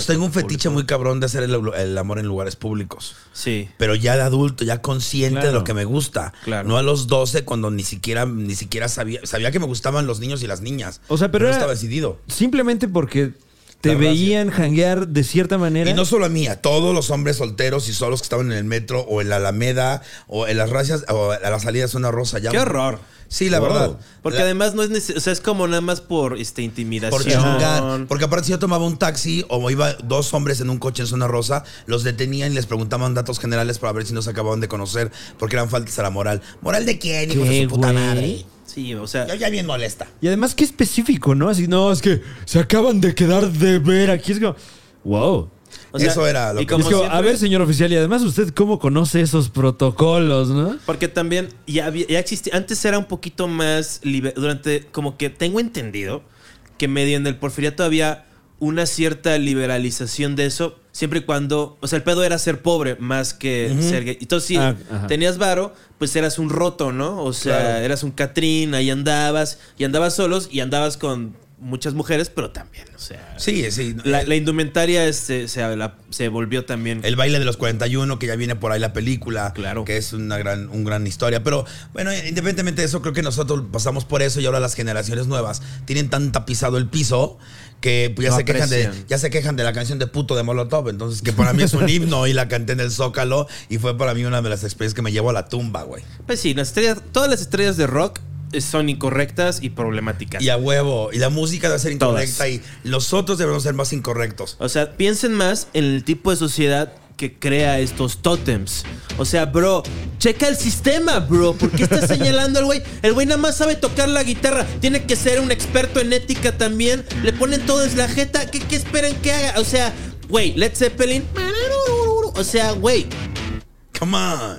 [SPEAKER 3] Tengo un fetiche muy cabrón de hacer el, el amor en lugares públicos.
[SPEAKER 2] Sí.
[SPEAKER 3] Pero ya de adulto, ya consciente de
[SPEAKER 1] Claro.
[SPEAKER 3] lo que me gusta.
[SPEAKER 2] Claro.
[SPEAKER 3] No a los 12 cuando ni siquiera, ni siquiera sabía, sabía que me gustaban los niños y las niñas.
[SPEAKER 1] O sea, pero
[SPEAKER 3] no
[SPEAKER 1] era-
[SPEAKER 3] estaba decidido.
[SPEAKER 1] Simplemente porque
[SPEAKER 4] te
[SPEAKER 3] La racia.
[SPEAKER 4] veían janguear de cierta manera.
[SPEAKER 3] Y no solo a mí, a todos los hombres solteros y solos que estaban en el metro o en la Alameda o en las racias o a la salida de Zona Rosa. Ya
[SPEAKER 2] Qué horror.
[SPEAKER 3] Sí, la verdad.
[SPEAKER 2] Porque
[SPEAKER 3] La-
[SPEAKER 2] además no es neces- o sea, es como nada más por este intimidación.
[SPEAKER 3] por chingar. Porque aparte si yo tomaba un taxi o iba dos hombres en un coche en Zona Rosa, los detenían y les preguntaban datos generales para ver si nos acababan de conocer porque eran faltas a la moral. ¿Moral de quién, hijo de
[SPEAKER 4] ¿Qué,
[SPEAKER 3] su puta
[SPEAKER 4] güey?
[SPEAKER 3] madre?
[SPEAKER 2] Sí, o sea,
[SPEAKER 3] Yo ya bien molesta.
[SPEAKER 4] Y además, qué específico, ¿no? Así, no, es que se acaban de quedar de ver aquí. Es como, wow.
[SPEAKER 2] o sea,
[SPEAKER 3] Eso era lo
[SPEAKER 2] y
[SPEAKER 3] que-
[SPEAKER 2] como
[SPEAKER 4] Es como, a
[SPEAKER 2] siempre-
[SPEAKER 4] ver, señor oficial, y además, ¿usted cómo conoce esos protocolos, no?
[SPEAKER 2] Porque también ya, había- ya existía. Antes era un poquito más liber- durante como que tengo entendido que medio en el porfiriato había una cierta liberalización de eso, siempre y cuando, o sea, el pedo era ser pobre más que ser gay. Entonces, si
[SPEAKER 4] Ah, ajá.
[SPEAKER 2] tenías varo, pues eras un roto, ¿no? O sea,
[SPEAKER 3] Claro.
[SPEAKER 2] eras un Catrín, ahí andabas, y andabas solos, y andabas con muchas mujeres, pero también, o sea...
[SPEAKER 3] Sí, sí.
[SPEAKER 2] La, la indumentaria este, se, la- se volvió también...
[SPEAKER 3] El baile de los 41, que ya viene por ahí la película.
[SPEAKER 2] Claro.
[SPEAKER 3] Que es una gran, un gran historia. Pero bueno, independientemente de eso, creo que nosotros pasamos por eso y ahora las generaciones nuevas tienen tan tapizado el piso que pues, ya,
[SPEAKER 2] No
[SPEAKER 3] se quejan de,
[SPEAKER 2] aprecian.
[SPEAKER 3] ya se quejan de la canción de puto de Molotov. Entonces, que para mí es un himno y la canté en el Zócalo y fue para mí una de las experiencias que me llevó a la tumba, güey.
[SPEAKER 2] Pues sí, las estrellas, todas las estrellas de rock eh, son incorrectas y problemáticas.
[SPEAKER 3] Y a huevo. Y la música debe ser
[SPEAKER 2] Todas.
[SPEAKER 3] incorrecta y nosotros debemos ser más incorrectos.
[SPEAKER 2] O sea, piensen más en el tipo de sociedad que crea estos tótems. O sea, bro, checa el sistema, bro. ¿Por qué estás señalando al güey? El güey nada más sabe tocar la guitarra. Tiene que ser un experto en ética también. Le ponen todo en la jeta. ¿Qué, qué esperan que haga? O sea, güey, Led Zeppelin. O sea, güey.
[SPEAKER 3] Come on.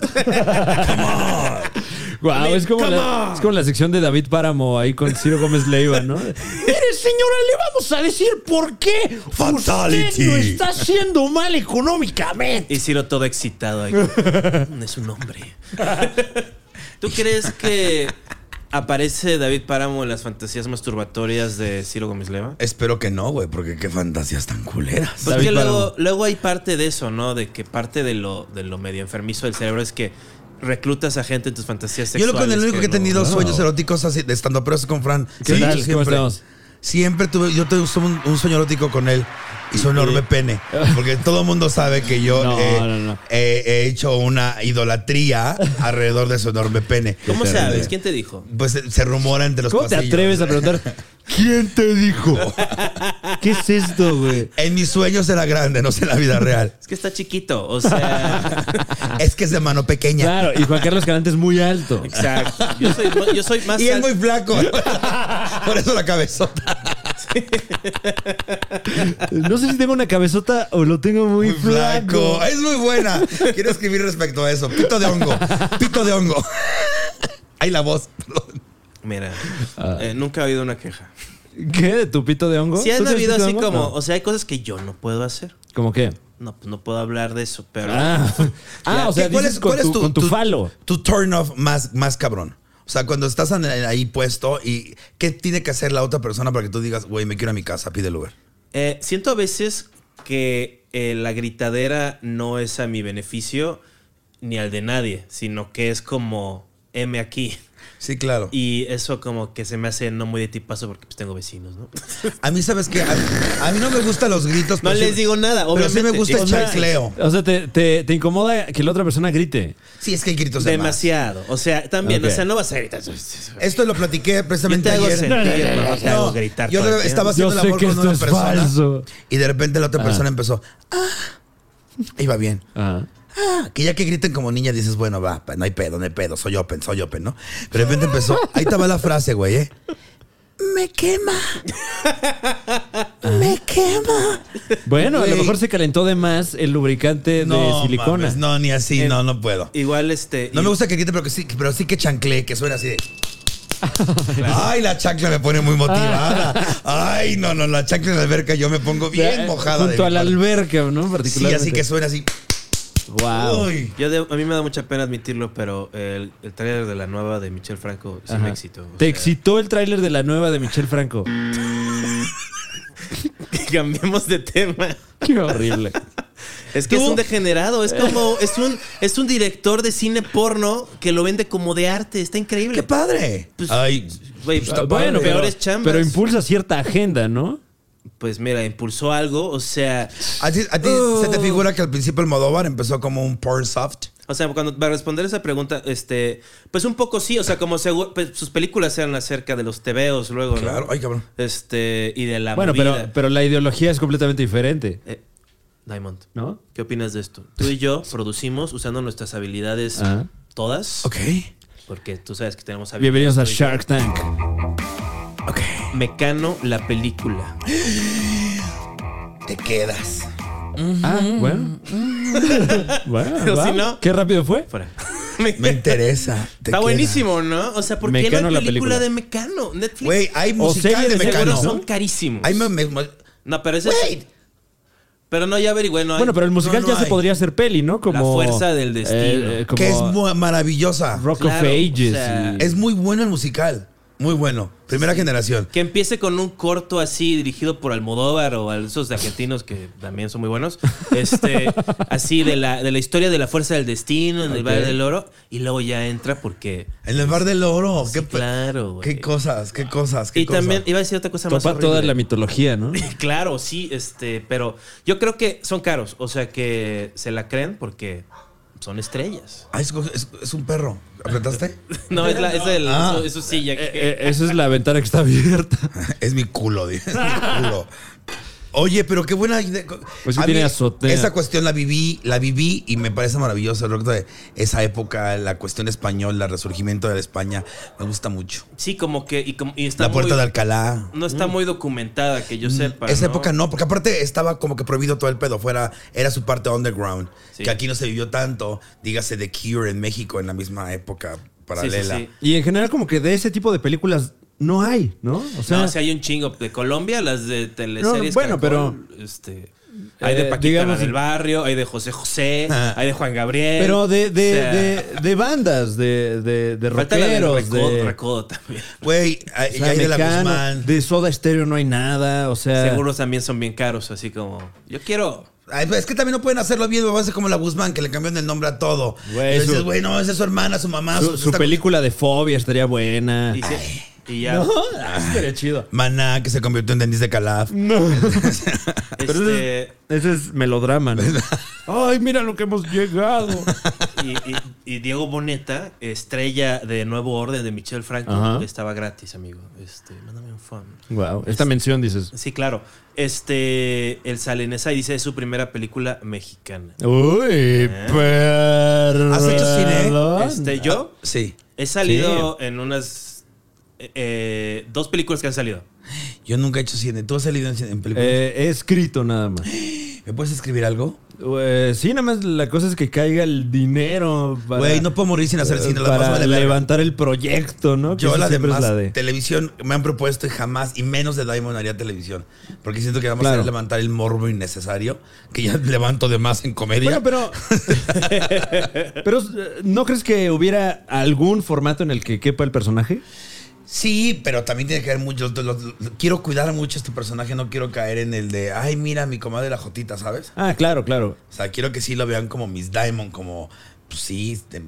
[SPEAKER 4] Wow, es, como la, es como la sección de David Páramo ahí con Ciro Gómez Leiva, ¿no? Mire, señora, le vamos a decir por qué
[SPEAKER 3] Fatality.
[SPEAKER 4] haciendo mal económicamente.
[SPEAKER 2] Y Ciro todo excitado ahí. es un hombre. ¿Tú crees que aparece David Páramo en las fantasías masturbatorias de Ciro Gómez Leva?
[SPEAKER 3] Espero que no, güey, porque qué fantasías tan culeras.
[SPEAKER 2] Pues
[SPEAKER 4] David
[SPEAKER 2] que luego,
[SPEAKER 4] Páramo.
[SPEAKER 2] luego hay parte de eso, ¿no? De que parte de lo, de lo medio enfermizo del cerebro es que reclutas a gente en tus fantasías
[SPEAKER 3] Yo
[SPEAKER 4] Pues,
[SPEAKER 2] sexuales.
[SPEAKER 3] lo con el único que, he
[SPEAKER 2] no-
[SPEAKER 3] tenido sueños eróticos así de estando, pero es con Fran.
[SPEAKER 4] ¿Qué tal? ¿Cómo estamos?
[SPEAKER 3] Siempre tuve, yo tuve un, un sueño erótico con él y su enorme pene. Porque todo el mundo sabe que yo
[SPEAKER 4] No,
[SPEAKER 3] eh,
[SPEAKER 4] no, no.
[SPEAKER 3] eh, he hecho una idolatría alrededor de su enorme pene.
[SPEAKER 2] ¿Cómo
[SPEAKER 3] Terrible.
[SPEAKER 2] sabes? ¿Quién te dijo?
[SPEAKER 3] Pues se, se rumora entre los
[SPEAKER 4] ¿Cómo te
[SPEAKER 3] pasillos.
[SPEAKER 4] atreves a preguntar? ¿Quién te dijo? ¿Qué es esto, güey?
[SPEAKER 3] En mis sueños era grande, no sé en la vida real.
[SPEAKER 2] Es que está chiquito, o sea...
[SPEAKER 3] es que es de mano pequeña.
[SPEAKER 4] Claro, y Juan Carlos Calante es muy alto.
[SPEAKER 2] exacto. Yo soy, yo soy más...
[SPEAKER 3] Y es
[SPEAKER 2] al-
[SPEAKER 3] muy flaco. Por eso la cabezota.
[SPEAKER 4] No sé si tengo una cabezota o lo tengo muy,
[SPEAKER 3] Muy
[SPEAKER 4] flaco.
[SPEAKER 3] flaco. Es muy buena. Quiero escribir respecto a eso. Pito de hongo. Pito de hongo. Ahí la voz. perdón.
[SPEAKER 2] Mira,
[SPEAKER 3] Ah.
[SPEAKER 2] eh, nunca ha habido una queja.
[SPEAKER 4] ¿Qué? ¿De tu pito de
[SPEAKER 3] ¿Oh?
[SPEAKER 4] hongo?
[SPEAKER 2] Sí
[SPEAKER 4] ¿Tú
[SPEAKER 2] han
[SPEAKER 4] tienes
[SPEAKER 2] habido
[SPEAKER 4] pito de
[SPEAKER 2] así
[SPEAKER 4] hongo?
[SPEAKER 2] como...
[SPEAKER 4] No.
[SPEAKER 2] O sea, hay cosas que yo no puedo hacer.
[SPEAKER 4] ¿Cómo qué?
[SPEAKER 2] No, pues no puedo hablar de eso, pero...
[SPEAKER 4] Ah, ah o sea,
[SPEAKER 3] ¿Qué- ¿Cuál
[SPEAKER 4] dices
[SPEAKER 3] es,
[SPEAKER 4] con,
[SPEAKER 3] cuál es
[SPEAKER 4] tu, con tu falo.
[SPEAKER 3] Tu turn off más, más cabrón. O sea, cuando estás en- ahí puesto y ¿qué tiene que hacer la otra persona para que tú digas, güey, me quiero ir a mi casa, pide el Uber?
[SPEAKER 2] Eh, siento a veces que eh, la gritadera no es a mi beneficio ni al de nadie, sino que es como M aquí.
[SPEAKER 3] Sí, claro.
[SPEAKER 2] Y eso como que se me hace no muy de tipazo porque pues tengo vecinos, ¿no?
[SPEAKER 3] a mí, ¿sabes qué? A, a mí no me gustan los gritos.
[SPEAKER 2] No
[SPEAKER 3] pero
[SPEAKER 2] les
[SPEAKER 3] sí-
[SPEAKER 2] digo nada,
[SPEAKER 3] Pero sí me
[SPEAKER 2] obviamente.
[SPEAKER 3] gusta
[SPEAKER 2] O
[SPEAKER 3] el
[SPEAKER 2] sea,
[SPEAKER 3] chacleo.
[SPEAKER 4] O sea, te, te- te incomoda que la otra persona grite.
[SPEAKER 3] Sí, es que hay gritos de más.
[SPEAKER 2] Demasiado. O sea, también,
[SPEAKER 4] Ok.
[SPEAKER 2] o sea, no vas a gritar.
[SPEAKER 3] Esto lo platiqué
[SPEAKER 2] Yo te
[SPEAKER 3] precisamente
[SPEAKER 2] hago
[SPEAKER 3] ayer.
[SPEAKER 2] sentir, no te hago
[SPEAKER 3] No,
[SPEAKER 2] gritar.
[SPEAKER 3] Yo
[SPEAKER 2] todo el
[SPEAKER 3] estaba
[SPEAKER 4] tiempo.
[SPEAKER 3] haciendo el
[SPEAKER 4] Yo sé
[SPEAKER 3] amor
[SPEAKER 4] que
[SPEAKER 3] con
[SPEAKER 4] esto
[SPEAKER 3] una
[SPEAKER 4] es
[SPEAKER 3] persona.
[SPEAKER 4] falso.
[SPEAKER 3] Y de repente la otra persona empezó. Ah, iba bien.
[SPEAKER 4] Ajá.
[SPEAKER 3] Ah, que ya que griten como niña dices, bueno, va, pa, no hay pedo, no hay pedo, soy open, soy open, ¿no? Pero de repente empezó. Ahí estaba la frase, güey, ¿eh? Me quema. Me quema.
[SPEAKER 4] Bueno, a lo
[SPEAKER 3] Güey.
[SPEAKER 4] mejor se calentó de más el lubricante de silicona. Eh.
[SPEAKER 3] mames, no, ni así,
[SPEAKER 2] En-
[SPEAKER 3] no, no puedo.
[SPEAKER 2] tiempo. Igual este...
[SPEAKER 3] No
[SPEAKER 2] y-
[SPEAKER 3] me gusta que griten, pero que sí, pero sí que chancle, que suena así de. Ay, la chancla me pone muy motivada. Ay, no, no, la chancla en la alberca yo me pongo
[SPEAKER 4] O sea,
[SPEAKER 3] bien mojada. de
[SPEAKER 4] Junto
[SPEAKER 3] mi
[SPEAKER 4] a la
[SPEAKER 3] parte.
[SPEAKER 4] alberca, ¿no?
[SPEAKER 3] Sí,
[SPEAKER 4] Particularmente. Ah,
[SPEAKER 3] así que suena así.
[SPEAKER 4] Wow.
[SPEAKER 3] Uy.
[SPEAKER 2] Yo de- a mí me da mucha pena admitirlo, pero el, el trailer de la nueva de Michelle Franco es un
[SPEAKER 4] Ajá.
[SPEAKER 2] éxito. o
[SPEAKER 4] Te
[SPEAKER 2] sea,
[SPEAKER 4] excitó el tráiler de la nueva de Michelle Franco.
[SPEAKER 2] Cambiemos de tema.
[SPEAKER 4] Qué horrible.
[SPEAKER 2] Es que
[SPEAKER 4] Tú- Eh.
[SPEAKER 2] es un degenerado, es como, es un, es un director de cine porno que lo vende como de arte, está increíble.
[SPEAKER 3] ¡Qué padre!
[SPEAKER 2] Pues,
[SPEAKER 3] Ay,
[SPEAKER 2] güey,
[SPEAKER 3] está
[SPEAKER 4] Ah,
[SPEAKER 2] bueno,
[SPEAKER 3] padre.
[SPEAKER 2] Pues peores chambas.
[SPEAKER 4] pero impulsa cierta agenda, ¿no?
[SPEAKER 2] pues mira, impulsó algo. O sea,
[SPEAKER 3] ¿A ti, a ti se
[SPEAKER 2] Oh.
[SPEAKER 3] te figura que al principio el Modovar empezó como un porn soft?
[SPEAKER 2] O sea, cuando para responder esa pregunta, este, pues un poco sí, o sea, como seguro, pues, sus películas eran acerca de los tebeos luego, ¿no?
[SPEAKER 3] Claro, ay cabrón.
[SPEAKER 2] Este, y de la
[SPEAKER 4] Bueno, pero,
[SPEAKER 2] movida.
[SPEAKER 4] pero la ideología es completamente diferente,
[SPEAKER 2] Eh, Diamond,
[SPEAKER 4] ¿no?
[SPEAKER 2] ¿qué opinas de esto? Tú y yo producimos usando nuestras habilidades
[SPEAKER 4] Ah.
[SPEAKER 2] todas,
[SPEAKER 3] Ok,
[SPEAKER 2] porque tú sabes que tenemos habilidades.
[SPEAKER 4] Bienvenidos a Shark Tank.
[SPEAKER 3] ok.
[SPEAKER 2] Mecano, la película.
[SPEAKER 3] Te quedas.
[SPEAKER 4] Ah, bueno. bueno
[SPEAKER 2] Pero si
[SPEAKER 4] wow.
[SPEAKER 2] no-
[SPEAKER 4] Qué rápido fue.
[SPEAKER 2] Fuera.
[SPEAKER 3] Me interesa. te
[SPEAKER 2] Está
[SPEAKER 3] quedas.
[SPEAKER 2] buenísimo, ¿no? O sea, ¿por qué no
[SPEAKER 4] Mecano,
[SPEAKER 2] hay
[SPEAKER 4] la película.
[SPEAKER 2] película, de Mecano? Netflix.
[SPEAKER 3] Güey, hay musical
[SPEAKER 4] serie
[SPEAKER 3] de
[SPEAKER 4] de
[SPEAKER 2] Seguro
[SPEAKER 3] Mecano.
[SPEAKER 2] son carísimos.
[SPEAKER 3] Hay me- me-
[SPEAKER 2] No, pero ese es- Pero no, ya averigüé, no hay-
[SPEAKER 4] Bueno, pero el musical
[SPEAKER 3] no, no
[SPEAKER 4] ya se
[SPEAKER 3] hay.
[SPEAKER 4] podría hacer peli, ¿no? Como eh,
[SPEAKER 2] La fuerza del destino.
[SPEAKER 4] como
[SPEAKER 3] que es mu- maravillosa.
[SPEAKER 4] Rock
[SPEAKER 2] Claro,
[SPEAKER 4] of Ages.
[SPEAKER 2] o sea,
[SPEAKER 4] y-
[SPEAKER 3] Es muy bueno el musical. Muy bueno. Primera generación.
[SPEAKER 2] Que empiece con un corto así dirigido por Almodóvar o a esos de argentinos que también son muy buenos. Este, así de la, de la historia de la fuerza del destino en el
[SPEAKER 4] Ok.
[SPEAKER 2] Valle del Oro. Y luego ya entra porque.
[SPEAKER 3] En el bar del oro.
[SPEAKER 2] Sí,
[SPEAKER 3] qué, pe-
[SPEAKER 2] claro, güey.
[SPEAKER 3] qué cosas, qué cosas, qué
[SPEAKER 2] Y
[SPEAKER 3] cosas.
[SPEAKER 2] también iba a decir otra cosa más.
[SPEAKER 4] Topa
[SPEAKER 2] horrible.
[SPEAKER 4] toda la mitología, ¿no? Eh,
[SPEAKER 2] Claro, sí, este, pero yo creo que son caros. O sea que se la creen porque son estrellas.
[SPEAKER 3] Ah, es, es- es un perro. ¿Apretaste?
[SPEAKER 2] No, es, la, es el.
[SPEAKER 3] Ah.
[SPEAKER 2] Eso, eso sí, ya
[SPEAKER 4] Eh,
[SPEAKER 2] que.
[SPEAKER 4] eh, esa es la ventana que está abierta.
[SPEAKER 3] es mi culo, dice. Es mi culo. Oye, pero qué buena idea.
[SPEAKER 4] Pues sí
[SPEAKER 3] A
[SPEAKER 4] tiene azotea.
[SPEAKER 3] Esa cuestión la viví, la viví y me parece maravillosa. Rock de esa época, la cuestión española, el resurgimiento de España, me gusta mucho.
[SPEAKER 2] Sí, como que. Y, como- y está
[SPEAKER 3] La puerta
[SPEAKER 2] muy-
[SPEAKER 3] de Alcalá.
[SPEAKER 2] No está muy documentada,
[SPEAKER 4] Mm,
[SPEAKER 2] que yo sepa.
[SPEAKER 3] Esa
[SPEAKER 2] ¿no?
[SPEAKER 3] época no, porque aparte estaba como que prohibido todo el pedo, fuera, era su parte underground,
[SPEAKER 2] Sí.
[SPEAKER 3] que aquí no se vivió tanto, dígase The Cure en México en la misma época
[SPEAKER 2] Sí, sí,
[SPEAKER 3] paralela.
[SPEAKER 2] sí.
[SPEAKER 4] Y en general, como que de ese tipo de películas no hay, ¿no? O sea,
[SPEAKER 2] No, o sea, hay un chingo de Colombia, las de teleseries.
[SPEAKER 4] bueno,
[SPEAKER 2] Caracol, este, hay de
[SPEAKER 4] Eh,
[SPEAKER 2] Paquita
[SPEAKER 4] digamos-
[SPEAKER 2] la del barrio, hay de José José,
[SPEAKER 3] Ah.
[SPEAKER 2] hay de Juan Gabriel.
[SPEAKER 4] pero de, de,
[SPEAKER 2] o sea,
[SPEAKER 4] de- de bandas, de, de, de
[SPEAKER 2] falta la de
[SPEAKER 4] rockeros,
[SPEAKER 2] Recodo,
[SPEAKER 4] de,
[SPEAKER 2] Recodo también.
[SPEAKER 3] Güey,
[SPEAKER 4] o
[SPEAKER 3] hay
[SPEAKER 4] sea,
[SPEAKER 3] de la
[SPEAKER 4] Mecano,
[SPEAKER 3] Guzmán.
[SPEAKER 4] de Soda Stereo no hay nada, o sea...
[SPEAKER 2] Seguros también son bien caros, así como yo quiero.
[SPEAKER 3] Ay, pero es que también no pueden hacerlo bien, me va a hacer como la Guzmán, que le cambiaron el nombre a todo.
[SPEAKER 4] Güey,
[SPEAKER 3] Y dices,
[SPEAKER 4] su-
[SPEAKER 3] güey, no, esa es su hermana, su mamá.
[SPEAKER 4] Su, su
[SPEAKER 3] esta-
[SPEAKER 4] película de fobia estaría buena.
[SPEAKER 2] Y, se- y ya.
[SPEAKER 4] ¿No? Ah, estaría chido.
[SPEAKER 3] Maná, que se convirtió en Denise de Calaf.
[SPEAKER 2] Este,
[SPEAKER 4] Ese es melodrama, ¿no? Ay, mira lo que hemos llegado.
[SPEAKER 2] y, y- y Diego Boneta, estrella de Nuevo Orden de Michel Franco,
[SPEAKER 4] Ajá.
[SPEAKER 2] estaba gratis, amigo. Este, mándame un fan.
[SPEAKER 4] Wow, esta mención dices.
[SPEAKER 2] Sí, claro. Este, el Salenesa dice es su primera película mexicana.
[SPEAKER 4] Uy,
[SPEAKER 2] Eh.
[SPEAKER 4] perro.
[SPEAKER 3] ¿Has hecho cine?
[SPEAKER 2] Este, yo
[SPEAKER 3] Ah, Sí.
[SPEAKER 2] he salido en unas eh, eh, dos películas que han salido.
[SPEAKER 3] Yo nunca he hecho cine. ¿Tú has salido en, cine- en películas?
[SPEAKER 4] Eh, he escrito nada más.
[SPEAKER 3] ¿Me puedes escribir algo?
[SPEAKER 4] Eh, sí, nada más la cosa es que caiga el dinero. para- eh,
[SPEAKER 3] Güey, no puedo morir sin hacer cine. la
[SPEAKER 4] para
[SPEAKER 3] más vale verga.
[SPEAKER 4] levantar el proyecto, ¿no? Que
[SPEAKER 3] Yo
[SPEAKER 4] eso
[SPEAKER 3] la de,
[SPEAKER 4] siempre es
[SPEAKER 3] más
[SPEAKER 4] la de-
[SPEAKER 3] televisión me han propuesto y jamás, y menos de Diamond haría televisión. Porque siento que vamos
[SPEAKER 4] Claro.
[SPEAKER 3] a levantar el morbo innecesario, que ya levanto de más en comedia.
[SPEAKER 4] Bueno, pero. pero, eh, ¿no crees que hubiera algún formato en el que quepa el personaje?
[SPEAKER 3] sí, pero también tiene que haber mucho. los- los- los- quiero cuidar mucho a este personaje, no quiero caer en el de, ay, mira, mi comadre la Jotita, ¿sabes?
[SPEAKER 4] Ah, claro, claro.
[SPEAKER 3] O sea, quiero que sí lo vean como Miss Diamond, como, pues sí, este,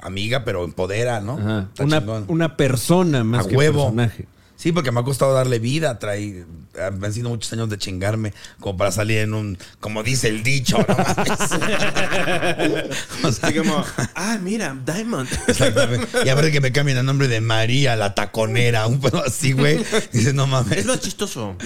[SPEAKER 3] amiga, pero empodera, ¿no?
[SPEAKER 4] Ajá.
[SPEAKER 3] Está
[SPEAKER 4] Una,
[SPEAKER 3] chingón.
[SPEAKER 4] una persona más
[SPEAKER 3] a
[SPEAKER 4] que
[SPEAKER 3] huevo.
[SPEAKER 4] personaje.
[SPEAKER 3] Sí, porque me ha costado darle vida, traí, han sido muchos años de chingarme como para salir en un, como dice el dicho, no mames. O sea,
[SPEAKER 2] Así como, ah, mira, Diamond.
[SPEAKER 3] exactamente. Y a ver que me cambien el nombre de María, la taconera, un pedo así, güey. Dices, no
[SPEAKER 2] es
[SPEAKER 3] mames,
[SPEAKER 2] lo chistoso.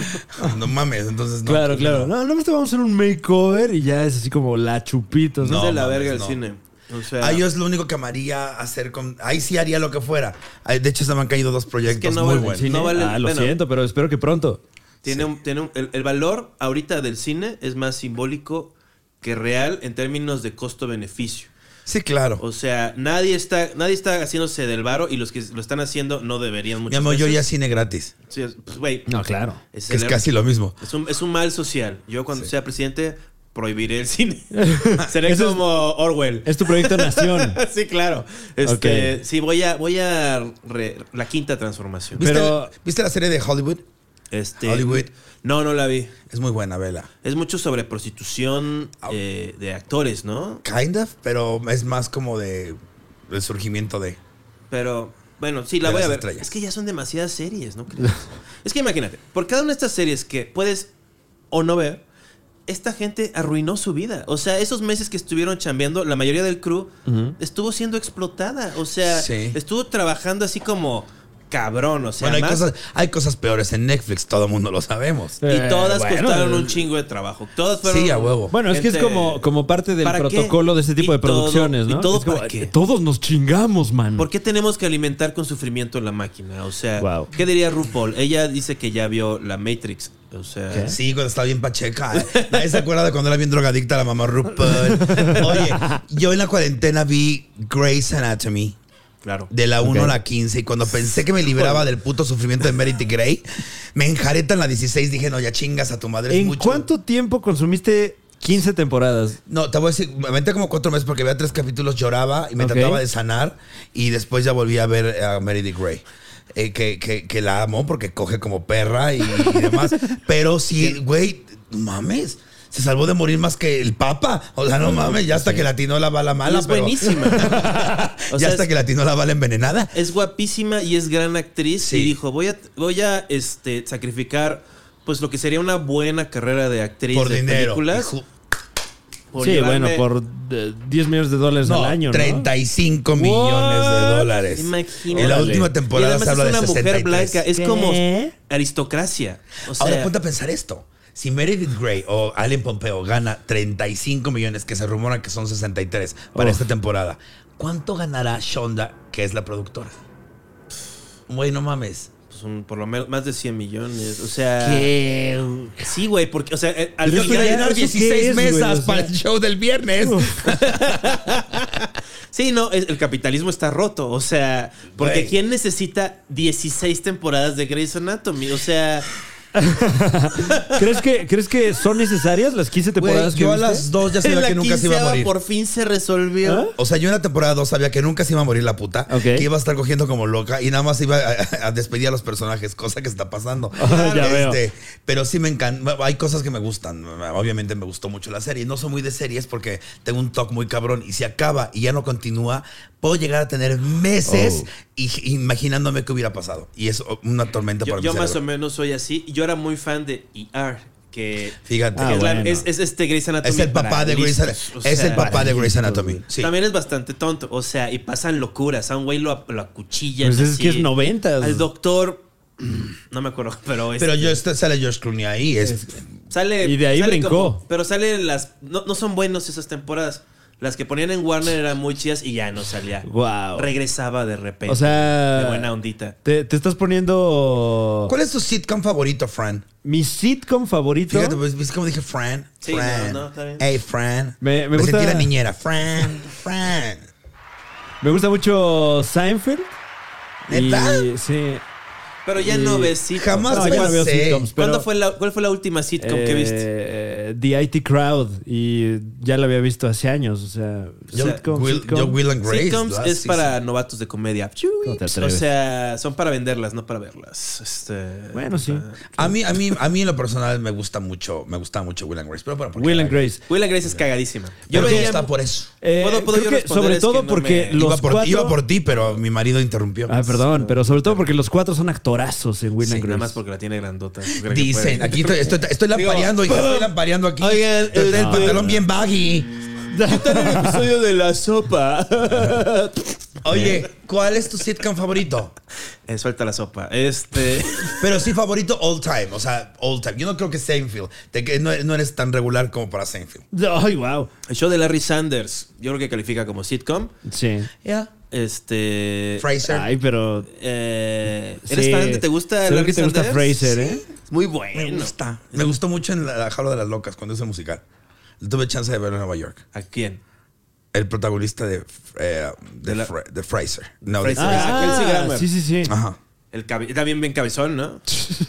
[SPEAKER 3] no mames, entonces no. pues,
[SPEAKER 4] claro, claro. No, no, te vamos a hacer un makeover y ya es así como la chupitos.
[SPEAKER 2] es
[SPEAKER 4] ¿no?
[SPEAKER 3] No,
[SPEAKER 2] de la
[SPEAKER 3] mames,
[SPEAKER 2] verga el
[SPEAKER 3] no.
[SPEAKER 2] cine. O sea,
[SPEAKER 3] Ah, yo es lo único que amaría hacer con... Ahí sí haría lo que fuera. Ay, De hecho, se me han caído dos proyectos
[SPEAKER 2] no
[SPEAKER 3] muy
[SPEAKER 2] vale
[SPEAKER 3] buenos.
[SPEAKER 2] el
[SPEAKER 4] Cine.
[SPEAKER 2] No vale-
[SPEAKER 4] ah, lo
[SPEAKER 2] bueno.
[SPEAKER 4] siento, pero espero que pronto.
[SPEAKER 2] tiene un, tiene un- el, el valor ahorita del cine es más simbólico que real en términos de costo-beneficio.
[SPEAKER 3] Sí, claro.
[SPEAKER 2] O sea, nadie está, nadie está haciéndose del varo y los que lo están haciendo no deberían
[SPEAKER 3] Mi
[SPEAKER 2] muchas
[SPEAKER 3] amor, yo ya
[SPEAKER 2] veces.
[SPEAKER 3] cine gratis,
[SPEAKER 2] Sí, es- pues, güey,
[SPEAKER 4] No, claro.
[SPEAKER 2] es
[SPEAKER 3] que es
[SPEAKER 2] el-
[SPEAKER 3] casi lo mismo.
[SPEAKER 2] Es un, es un mal social. Yo cuando sea presidente prohibiré el cine. Seré
[SPEAKER 4] Eso es-
[SPEAKER 2] como Orwell.
[SPEAKER 4] Es tu proyecto Nación.
[SPEAKER 2] sí, claro. Este,
[SPEAKER 4] Ok.
[SPEAKER 2] Sí, voy a, voy a re- la quinta transformación.
[SPEAKER 3] ¿Viste,
[SPEAKER 4] Pero-
[SPEAKER 3] la, ¿Viste la serie de Hollywood?
[SPEAKER 2] Este,
[SPEAKER 3] Hollywood.
[SPEAKER 2] No, no la vi.
[SPEAKER 3] Es muy buena, vela.
[SPEAKER 2] Es mucho sobre prostitución
[SPEAKER 3] Au.
[SPEAKER 2] eh, de actores, ¿no?
[SPEAKER 3] Kind of, pero es más como de el surgimiento de.
[SPEAKER 2] Pero Bueno, sí, la
[SPEAKER 3] De
[SPEAKER 2] voy a
[SPEAKER 3] las
[SPEAKER 2] ver.
[SPEAKER 3] estrellas.
[SPEAKER 2] Es que ya son demasiadas series, ¿no crees? es que imagínate, por cada una de estas series que puedes o no ver, esta gente arruinó su vida. O sea, esos meses que estuvieron chambeando, la mayoría del crew estuvo siendo explotada. O sea,
[SPEAKER 3] Sí.
[SPEAKER 2] estuvo trabajando así como cabrón. O sea,
[SPEAKER 3] Bueno, hay
[SPEAKER 2] más-
[SPEAKER 3] cosas, hay cosas peores en Netflix, todo el mundo lo sabemos.
[SPEAKER 2] y todas
[SPEAKER 4] bueno,
[SPEAKER 2] costaron
[SPEAKER 4] eh.
[SPEAKER 2] un chingo de trabajo. Todas fueron.
[SPEAKER 3] Sí, a huevo.
[SPEAKER 4] Bueno, es que es
[SPEAKER 2] Gente,
[SPEAKER 4] como, como parte del
[SPEAKER 2] ¿para qué?
[SPEAKER 4] protocolo de este tipo
[SPEAKER 2] Y
[SPEAKER 4] de producciones,
[SPEAKER 2] todo-
[SPEAKER 4] ¿no?
[SPEAKER 2] y todo
[SPEAKER 4] Es como,
[SPEAKER 2] ¿para qué?
[SPEAKER 4] Todos nos chingamos, man.
[SPEAKER 2] ¿Por qué tenemos que alimentar con sufrimiento a la máquina? O sea,
[SPEAKER 4] Wow.
[SPEAKER 2] ¿qué diría RuPaul? Ella dice que ya vio la Matrix. O sea,
[SPEAKER 3] Sí, cuando estaba bien pacheca. ¿eh? Nadie se acuerda de cuando era bien drogadicta la mamá RuPaul. Oye, yo en la cuarentena vi Grey's Anatomy.
[SPEAKER 2] claro.
[SPEAKER 3] De la 1
[SPEAKER 4] Ok.
[SPEAKER 3] a la 15. Y cuando pensé que me liberaba del puto sufrimiento de Merit Grey, me enjareta en la 16. Dije, no, ya chingas a tu madre. es
[SPEAKER 4] ¿En
[SPEAKER 3] mucho.
[SPEAKER 4] cuánto tiempo consumiste 15 temporadas?
[SPEAKER 3] No, te voy a decir, me aventé como cuatro meses porque veía tres capítulos, lloraba y me
[SPEAKER 4] Ok.
[SPEAKER 3] trataba de sanar. Y después ya volví a ver a Meredith Grey. eh, que, que- que la amo porque coge como perra y, y demás. Pero sí, güey, no mames. Se salvó de morir más que el Papa. O sea,
[SPEAKER 4] Ah,
[SPEAKER 3] no mames, ya hasta que la atinó la bala mala.
[SPEAKER 2] Y es
[SPEAKER 3] pero-
[SPEAKER 2] buenísima. O
[SPEAKER 3] ya
[SPEAKER 2] sea,
[SPEAKER 3] hasta
[SPEAKER 2] es-
[SPEAKER 3] que la atinó la bala envenenada.
[SPEAKER 2] Es guapísima y es gran actriz.
[SPEAKER 3] Sí.
[SPEAKER 2] Y dijo, voy a, voy a este, sacrificar pues lo que sería una buena carrera de actriz
[SPEAKER 3] Por
[SPEAKER 2] de
[SPEAKER 3] dinero.
[SPEAKER 2] películas.
[SPEAKER 3] Hijo-
[SPEAKER 2] por
[SPEAKER 4] sí,
[SPEAKER 2] llevarme-
[SPEAKER 4] bueno, por eh, 10 millones de dólares
[SPEAKER 3] No,
[SPEAKER 4] al año, ¿no?
[SPEAKER 3] 35 millones de dólares.
[SPEAKER 2] Imagínate.
[SPEAKER 3] En la última
[SPEAKER 2] Y
[SPEAKER 3] temporada
[SPEAKER 2] además
[SPEAKER 3] se habla
[SPEAKER 2] es
[SPEAKER 3] de
[SPEAKER 2] una mujer
[SPEAKER 3] 63.
[SPEAKER 2] blanca. Es
[SPEAKER 4] ¿Qué?
[SPEAKER 2] como aristocracia. O sea,
[SPEAKER 3] Ahora ponte a pensar esto. Si Meredith Grey o Allen Pompeo gana 35 millones, que se rumora que son 63 para
[SPEAKER 4] Uf.
[SPEAKER 3] esta temporada, ¿cuánto ganará Shonda, que es la productora? Güey, no mames.
[SPEAKER 2] pues, un- por lo menos más de 100 millones. O sea.
[SPEAKER 4] ¿Qué?
[SPEAKER 2] Sí, güey, porque, o sea, eh, al
[SPEAKER 4] Pero
[SPEAKER 3] Yo estoy
[SPEAKER 4] ya,
[SPEAKER 3] a
[SPEAKER 2] final-
[SPEAKER 3] llenar
[SPEAKER 4] ¿eso qué
[SPEAKER 3] 16
[SPEAKER 4] es, güey?
[SPEAKER 3] mesas
[SPEAKER 4] O sea-
[SPEAKER 3] para el show del viernes.
[SPEAKER 2] Sí, no, es- el capitalismo está roto. O sea, porque
[SPEAKER 3] Güey.
[SPEAKER 2] ¿quién necesita 16 temporadas de Grey's Anatomy? O sea,
[SPEAKER 4] ¿Crees que, ¿Crees que son necesarias las 15
[SPEAKER 3] Güey,
[SPEAKER 4] temporadas que
[SPEAKER 3] yo a
[SPEAKER 4] viste?
[SPEAKER 3] las dos ya
[SPEAKER 2] en
[SPEAKER 3] sabía
[SPEAKER 2] la
[SPEAKER 3] que nunca se iba a
[SPEAKER 2] 15ª
[SPEAKER 3] morir.
[SPEAKER 2] por fin se resolvió.
[SPEAKER 4] ¿Ah?
[SPEAKER 3] O sea, yo en la temporada 2 sabía que nunca se iba a morir la puta,
[SPEAKER 4] Ok.
[SPEAKER 3] que iba a estar cogiendo como loca y nada más iba a, a despedir a los personajes, cosa que está pasando. Este,
[SPEAKER 4] Ah, ya veo.
[SPEAKER 3] Pero sí me encanta, hay cosas que me gustan. Obviamente me gustó mucho la serie. No soy muy de series porque tengo un talk muy cabrón y si acaba y ya no continúa, puedo llegar a tener meses
[SPEAKER 4] Oh.
[SPEAKER 3] y- imaginándome qué hubiera pasado. Y es una tormenta
[SPEAKER 2] Yo,
[SPEAKER 3] para
[SPEAKER 2] yo
[SPEAKER 3] mi
[SPEAKER 2] más o
[SPEAKER 3] cerebro.
[SPEAKER 2] menos soy así. Yo era muy fan de ER, que,
[SPEAKER 3] Fíjate.
[SPEAKER 2] que es, la-
[SPEAKER 4] Ah, bueno.
[SPEAKER 2] es- es este Grey's Anatomy.
[SPEAKER 3] Ah, es el papá
[SPEAKER 2] para
[SPEAKER 3] de Grey's Anatomy.
[SPEAKER 2] listos. O
[SPEAKER 3] es el
[SPEAKER 2] sea,
[SPEAKER 3] papá de Grey's Anatomy. Sí.
[SPEAKER 2] También es bastante tonto, o sea, y pasan locuras. A un güey lo, lo acuchillan.
[SPEAKER 4] Pues es
[SPEAKER 2] así.
[SPEAKER 4] que es 90.
[SPEAKER 2] Al doctor, no me acuerdo, pero es.
[SPEAKER 3] Pero yo este, sale George Clooney ahí. Es,
[SPEAKER 2] Sale.
[SPEAKER 4] Y de ahí
[SPEAKER 2] sale
[SPEAKER 4] brincó.
[SPEAKER 2] como- pero salen las. No, no son buenos esas temporadas. Las que ponían en Warner eran muy chidas y ya no salía.
[SPEAKER 4] Guau.
[SPEAKER 2] Regresaba de repente.
[SPEAKER 4] O sea-
[SPEAKER 2] De buena ondita.
[SPEAKER 4] Te, te estás poniendo...
[SPEAKER 3] ¿Cuál es tu sitcom favorito, Fran?
[SPEAKER 4] Mi sitcom favorito...
[SPEAKER 3] Fíjate, pues, ¿viste cómo dije Fran?
[SPEAKER 2] Sí,
[SPEAKER 3] Fran.
[SPEAKER 2] no, no, está bien.
[SPEAKER 3] Hey, Fran.
[SPEAKER 4] Me- me gusta-
[SPEAKER 3] sentí la niñera. Fran, Fran.
[SPEAKER 4] Me gusta mucho Seinfeld.
[SPEAKER 3] ¿Neta?
[SPEAKER 4] Y- sí.
[SPEAKER 2] Pero ya
[SPEAKER 4] Y-
[SPEAKER 2] no ves sitcoms.
[SPEAKER 3] eh, Jamás
[SPEAKER 2] O sea,
[SPEAKER 4] ya no veo
[SPEAKER 3] pensé.
[SPEAKER 4] sitcoms, pero-
[SPEAKER 2] ¿Cuándo fue la, ¿Cuál fue la última sitcom que viste?
[SPEAKER 4] Eh, The IT Crowd. Y ya la había visto hace años. O sea,
[SPEAKER 3] Yo,
[SPEAKER 4] sitcom,
[SPEAKER 3] Will,
[SPEAKER 4] sitcom.
[SPEAKER 3] yo Will and Grace.
[SPEAKER 2] Sitcoms
[SPEAKER 3] ¿verdad?
[SPEAKER 2] es
[SPEAKER 3] Sí,
[SPEAKER 2] para novatos de comedia.
[SPEAKER 4] ¿Cómo te
[SPEAKER 2] o
[SPEAKER 4] atreves?
[SPEAKER 2] sea, son para venderlas, no para verlas. Este,
[SPEAKER 4] Bueno, sí.
[SPEAKER 3] sí. A mí, a mí, a mí en lo personal me gusta mucho, me gusta mucho Will and Grace. Pero bueno, porque-
[SPEAKER 4] Will and Grace.
[SPEAKER 2] Will and Grace es cagadísima.
[SPEAKER 3] Yo
[SPEAKER 2] Yo veía.
[SPEAKER 3] está por eso.
[SPEAKER 4] Eh,
[SPEAKER 2] ¿Puedo- puedo
[SPEAKER 4] creo
[SPEAKER 2] yo
[SPEAKER 4] que
[SPEAKER 2] responder?
[SPEAKER 4] sobre
[SPEAKER 2] Es que
[SPEAKER 4] todo
[SPEAKER 2] no
[SPEAKER 4] porque
[SPEAKER 2] me-
[SPEAKER 4] los
[SPEAKER 3] iba, por,
[SPEAKER 4] cuatro...
[SPEAKER 3] iba por ti, pero mi marido interrumpió.
[SPEAKER 4] Ah, perdón, pero sobre todo porque los cuatro son actorazos en Will
[SPEAKER 2] Sí,
[SPEAKER 4] and
[SPEAKER 2] nada
[SPEAKER 4] Grace.
[SPEAKER 2] más porque la tiene grandota. Yo creo que
[SPEAKER 3] Dicen,
[SPEAKER 2] puede.
[SPEAKER 3] aquí estoy, estoy, estoy lampareando, hija, estoy lampareando aquí.
[SPEAKER 2] Oigan,
[SPEAKER 3] Estoy el
[SPEAKER 2] este-
[SPEAKER 3] pantalón bien baggy.
[SPEAKER 2] Está en el episodio de la sopa.
[SPEAKER 3] Oye, ¿cuál es tu sitcom favorito?
[SPEAKER 2] Eh, suelta la sopa. Este.
[SPEAKER 3] Pero sí, favorito all time. O sea, all time. Yo no creo que Seinfeld. Te, que no, no eres tan regular como para Seinfeld.
[SPEAKER 4] Ay, wow.
[SPEAKER 2] El show de Larry Sanders. Yo creo que califica como sitcom.
[SPEAKER 4] Sí.
[SPEAKER 2] Este.
[SPEAKER 3] Fraser.
[SPEAKER 4] Ay, pero...
[SPEAKER 2] eh,
[SPEAKER 4] sí.
[SPEAKER 2] ¿Eres fan? ¿Te gusta
[SPEAKER 4] Se ve
[SPEAKER 2] Larry
[SPEAKER 4] que te gusta
[SPEAKER 2] Sanders?
[SPEAKER 4] Fraser, ¿eh?
[SPEAKER 2] Es muy bueno.
[SPEAKER 3] me gusta. Me gustó mucho en la, la Jaula de las Locas cuando hizo el musical. Tuve chance de verlo en Nueva York.
[SPEAKER 2] ¿A quién?
[SPEAKER 3] El protagonista de, eh, de,
[SPEAKER 2] De la-
[SPEAKER 3] Fra- de Fraser. No, de
[SPEAKER 2] Fraser.
[SPEAKER 3] Fraser.
[SPEAKER 2] Ah, Kelsey Grammer.
[SPEAKER 4] sí, sí, sí.
[SPEAKER 3] Ajá.
[SPEAKER 2] El cabe- también bien cabezón, ¿no?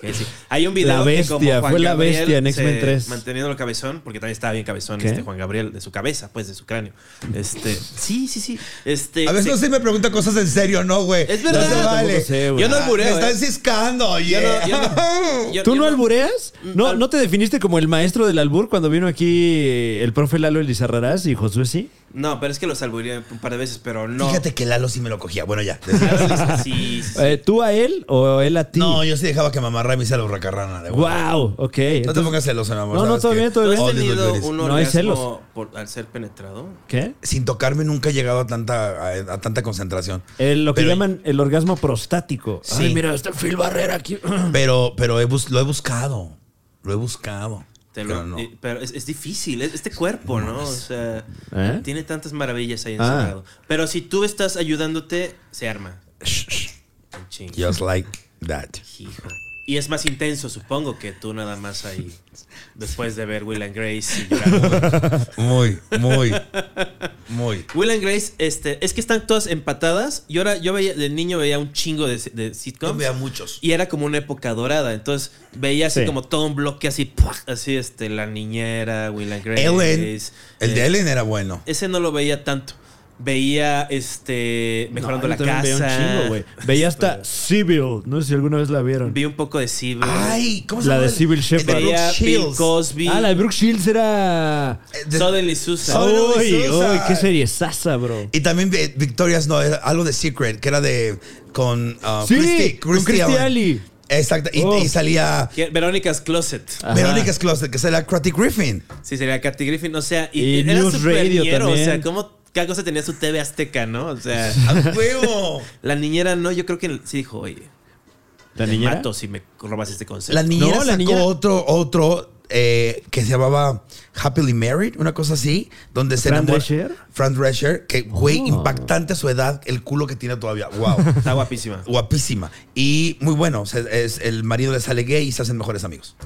[SPEAKER 2] Que sí. Hay un
[SPEAKER 4] La
[SPEAKER 2] video que como
[SPEAKER 4] bestia,
[SPEAKER 2] Juan
[SPEAKER 4] fue la
[SPEAKER 2] Gabriel
[SPEAKER 4] bestia en X-Men
[SPEAKER 2] se-
[SPEAKER 4] 3.
[SPEAKER 2] Manteniendo el cabezón, porque también estaba bien cabezón
[SPEAKER 4] ¿Qué?
[SPEAKER 2] este Juan Gabriel, de su cabeza, pues, de su cráneo. Este, sí, sí, sí. Este,
[SPEAKER 3] A veces
[SPEAKER 2] sí.
[SPEAKER 3] no sé si me pregunta cosas en serio, no, güey.
[SPEAKER 2] Es verdad.
[SPEAKER 3] No se vale. Ah,
[SPEAKER 4] Tampoco sé, güey.
[SPEAKER 2] yo no albureo,
[SPEAKER 3] me
[SPEAKER 2] ¿eh?
[SPEAKER 3] están ciscando, oye.
[SPEAKER 2] Yo no- yo no- yo-
[SPEAKER 4] ¿Tú
[SPEAKER 2] yo
[SPEAKER 4] no
[SPEAKER 2] no-
[SPEAKER 4] albureas?
[SPEAKER 3] Mm,
[SPEAKER 4] ¿No,
[SPEAKER 2] al-
[SPEAKER 4] ¿No te definiste como el maestro del albur cuando vino aquí el profe Lalo Elizarrarás y Josué sí?
[SPEAKER 2] No, pero es que lo salvaría un par de veces, pero no.
[SPEAKER 3] Fíjate que Lalo sí me lo cogía. Bueno, ya.
[SPEAKER 2] Sí, sí.
[SPEAKER 4] Eh, ¿Tú a él o él a ti?
[SPEAKER 3] No, yo sí dejaba que mamarra me hiciera la hurracarrana. de huevo.
[SPEAKER 4] Wow, ok.
[SPEAKER 3] No te pongas celoso, mi amor.
[SPEAKER 4] No, no,
[SPEAKER 3] ¿sabes
[SPEAKER 4] todo
[SPEAKER 3] qué? Oh,
[SPEAKER 4] bien, todo
[SPEAKER 2] ¿Tú has
[SPEAKER 3] All these
[SPEAKER 2] tenido
[SPEAKER 3] good
[SPEAKER 2] un
[SPEAKER 4] No hay celos.
[SPEAKER 2] orgasmo por- al ser penetrado?
[SPEAKER 4] ¿Qué?
[SPEAKER 3] Sin tocarme nunca he llegado a tanta, a, a tanta concentración.
[SPEAKER 4] El- lo que
[SPEAKER 3] Pero-
[SPEAKER 4] llaman el orgasmo prostático.
[SPEAKER 3] Sí.
[SPEAKER 4] Ay, mira, está Phil Barrera aquí.
[SPEAKER 3] Pero, pero he bus- lo he buscado. Lo he buscado.
[SPEAKER 2] Te lo-
[SPEAKER 3] pero no.
[SPEAKER 2] eh, pero es, es difícil, es- este cuerpo, ¿no? O sea,
[SPEAKER 4] ¿Eh?
[SPEAKER 2] tiene tantas maravillas ahí
[SPEAKER 4] Ah.
[SPEAKER 2] encerrado. Pero si tú estás ayudándote, se arma. Un chingo.
[SPEAKER 3] Just like that.
[SPEAKER 2] Hijo. Y es más intenso, supongo, que tú nada más ahí, después de ver Will and Grace y llorar.
[SPEAKER 3] Muy, muy, muy.
[SPEAKER 2] Will and Grace, este, es que están todas empatadas. Y ahora yo veía, de niño veía un chingo de, de
[SPEAKER 3] Yo
[SPEAKER 2] sitcoms.
[SPEAKER 3] veo a muchos.
[SPEAKER 2] Y era como una época dorada. Entonces veía así
[SPEAKER 4] Sí.
[SPEAKER 2] como todo un bloque así, ¡pua! así, este, la niñera, Will and Grace.
[SPEAKER 3] Ellen. El de
[SPEAKER 2] eh,
[SPEAKER 3] Ellen era bueno.
[SPEAKER 2] Ese no lo veía tanto. Veía este
[SPEAKER 4] No,
[SPEAKER 2] mejorando la
[SPEAKER 4] yo también veía un
[SPEAKER 2] casa.
[SPEAKER 4] chingo, güey. Veía hasta Civil. No sé si alguna vez la vieron.
[SPEAKER 2] Vi un poco de Civil.
[SPEAKER 3] Ay, ¿cómo se
[SPEAKER 4] La
[SPEAKER 3] llama?
[SPEAKER 4] de
[SPEAKER 3] el-
[SPEAKER 4] Civil
[SPEAKER 3] el
[SPEAKER 4] Shepherd.
[SPEAKER 3] de Brooke
[SPEAKER 2] veía Bill
[SPEAKER 3] Shields.
[SPEAKER 2] Cosby.
[SPEAKER 4] Ah, la de Brooke Shields era.
[SPEAKER 3] Eh, de-
[SPEAKER 2] Suddenly Susan.
[SPEAKER 3] Suddenly- Pablo
[SPEAKER 4] Uy,
[SPEAKER 3] Sousa.
[SPEAKER 4] uy, qué serie sasa, bro.
[SPEAKER 3] Y también de Victoria's no, era algo de Secret, que era de con ah,
[SPEAKER 4] Sí,
[SPEAKER 3] Christy-
[SPEAKER 4] con
[SPEAKER 3] Christy
[SPEAKER 4] Christy
[SPEAKER 3] Allen.
[SPEAKER 4] Alley.
[SPEAKER 3] Exacto. Y,
[SPEAKER 4] Oh.
[SPEAKER 3] y salía
[SPEAKER 2] Que- Verónica's Closet.
[SPEAKER 4] Ajá.
[SPEAKER 3] Verónica's Closet, que salía Crotty Griffin.
[SPEAKER 2] Sí, sería Kathy Griffin. O sea, y,
[SPEAKER 4] Y
[SPEAKER 2] era
[SPEAKER 4] News
[SPEAKER 2] súper
[SPEAKER 4] Radio
[SPEAKER 2] ñero, O sea,
[SPEAKER 4] también.
[SPEAKER 2] como cada cosa tenía su TV Azteca, ¿no? O sea,
[SPEAKER 3] ¡A huevo!
[SPEAKER 2] la niñera no, yo creo que sí dijo, oye,
[SPEAKER 4] La
[SPEAKER 2] te
[SPEAKER 4] niñera.
[SPEAKER 2] mato si me robas este concepto.
[SPEAKER 3] La
[SPEAKER 4] No,
[SPEAKER 3] niñera
[SPEAKER 4] la
[SPEAKER 3] sacó
[SPEAKER 4] niñera-
[SPEAKER 3] otro, otro eh, que se llamaba Happily Married, una cosa así, donde se
[SPEAKER 4] ¿Fran
[SPEAKER 3] enamora-
[SPEAKER 4] Drescher?
[SPEAKER 3] Fran Drescher, que güey,
[SPEAKER 4] Oh.
[SPEAKER 3] impactante su edad, el culo que tiene todavía. Wow.
[SPEAKER 2] Está guapísima.
[SPEAKER 3] Guapísima. Y muy bueno. o sea, es, el marido le sale gay y se hacen mejores amigos.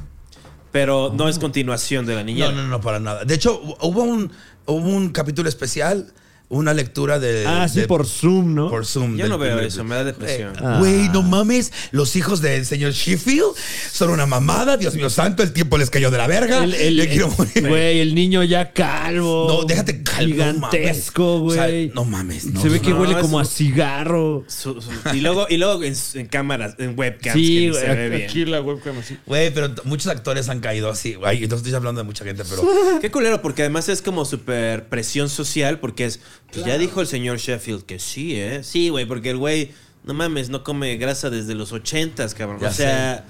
[SPEAKER 2] Pero no es continuación de la niñera.
[SPEAKER 3] No, no, no, para nada. De hecho, hu- hubo un, hubo un capítulo especial, una lectura de.
[SPEAKER 4] Ah, sí,
[SPEAKER 3] de-
[SPEAKER 4] por Zoom, ¿no?
[SPEAKER 3] por Zoom.
[SPEAKER 2] Yo
[SPEAKER 3] del
[SPEAKER 2] no veo
[SPEAKER 3] primer
[SPEAKER 2] eso,
[SPEAKER 3] episodio.
[SPEAKER 2] me da depresión.
[SPEAKER 3] Eh, Güey, no mames. Los hijos del señor Sheffield son una mamada. Dios mío santo, el tiempo les cayó de la verga.
[SPEAKER 4] El, el-
[SPEAKER 3] Yo quiero morir.
[SPEAKER 4] Güey, el niño ya calvo.
[SPEAKER 3] No, déjate calvo.
[SPEAKER 4] Gigantesco,
[SPEAKER 3] mames. O sea,
[SPEAKER 4] güey.
[SPEAKER 3] no mames. No,
[SPEAKER 4] Se ve que
[SPEAKER 2] no,
[SPEAKER 4] huele
[SPEAKER 2] es
[SPEAKER 4] como
[SPEAKER 2] un-
[SPEAKER 4] a cigarro.
[SPEAKER 2] Su- su- y luego, y luego en, en cámaras, en webcams, que
[SPEAKER 4] Sí,
[SPEAKER 2] ni se ve
[SPEAKER 4] güey.
[SPEAKER 2] bien.
[SPEAKER 4] Aquí la webcam así.
[SPEAKER 3] Güey, pero t- muchos actores han caído así. Ay, no estoy hablando de mucha gente, pero.
[SPEAKER 2] Qué culero, porque además es como super presión social, porque es, pues ya dijo el señor Sheffield que sí, ¿eh? Sí, güey, porque el güey, no mames, no come grasa desde los ochentas, cabrón.
[SPEAKER 3] Ya
[SPEAKER 2] o sea,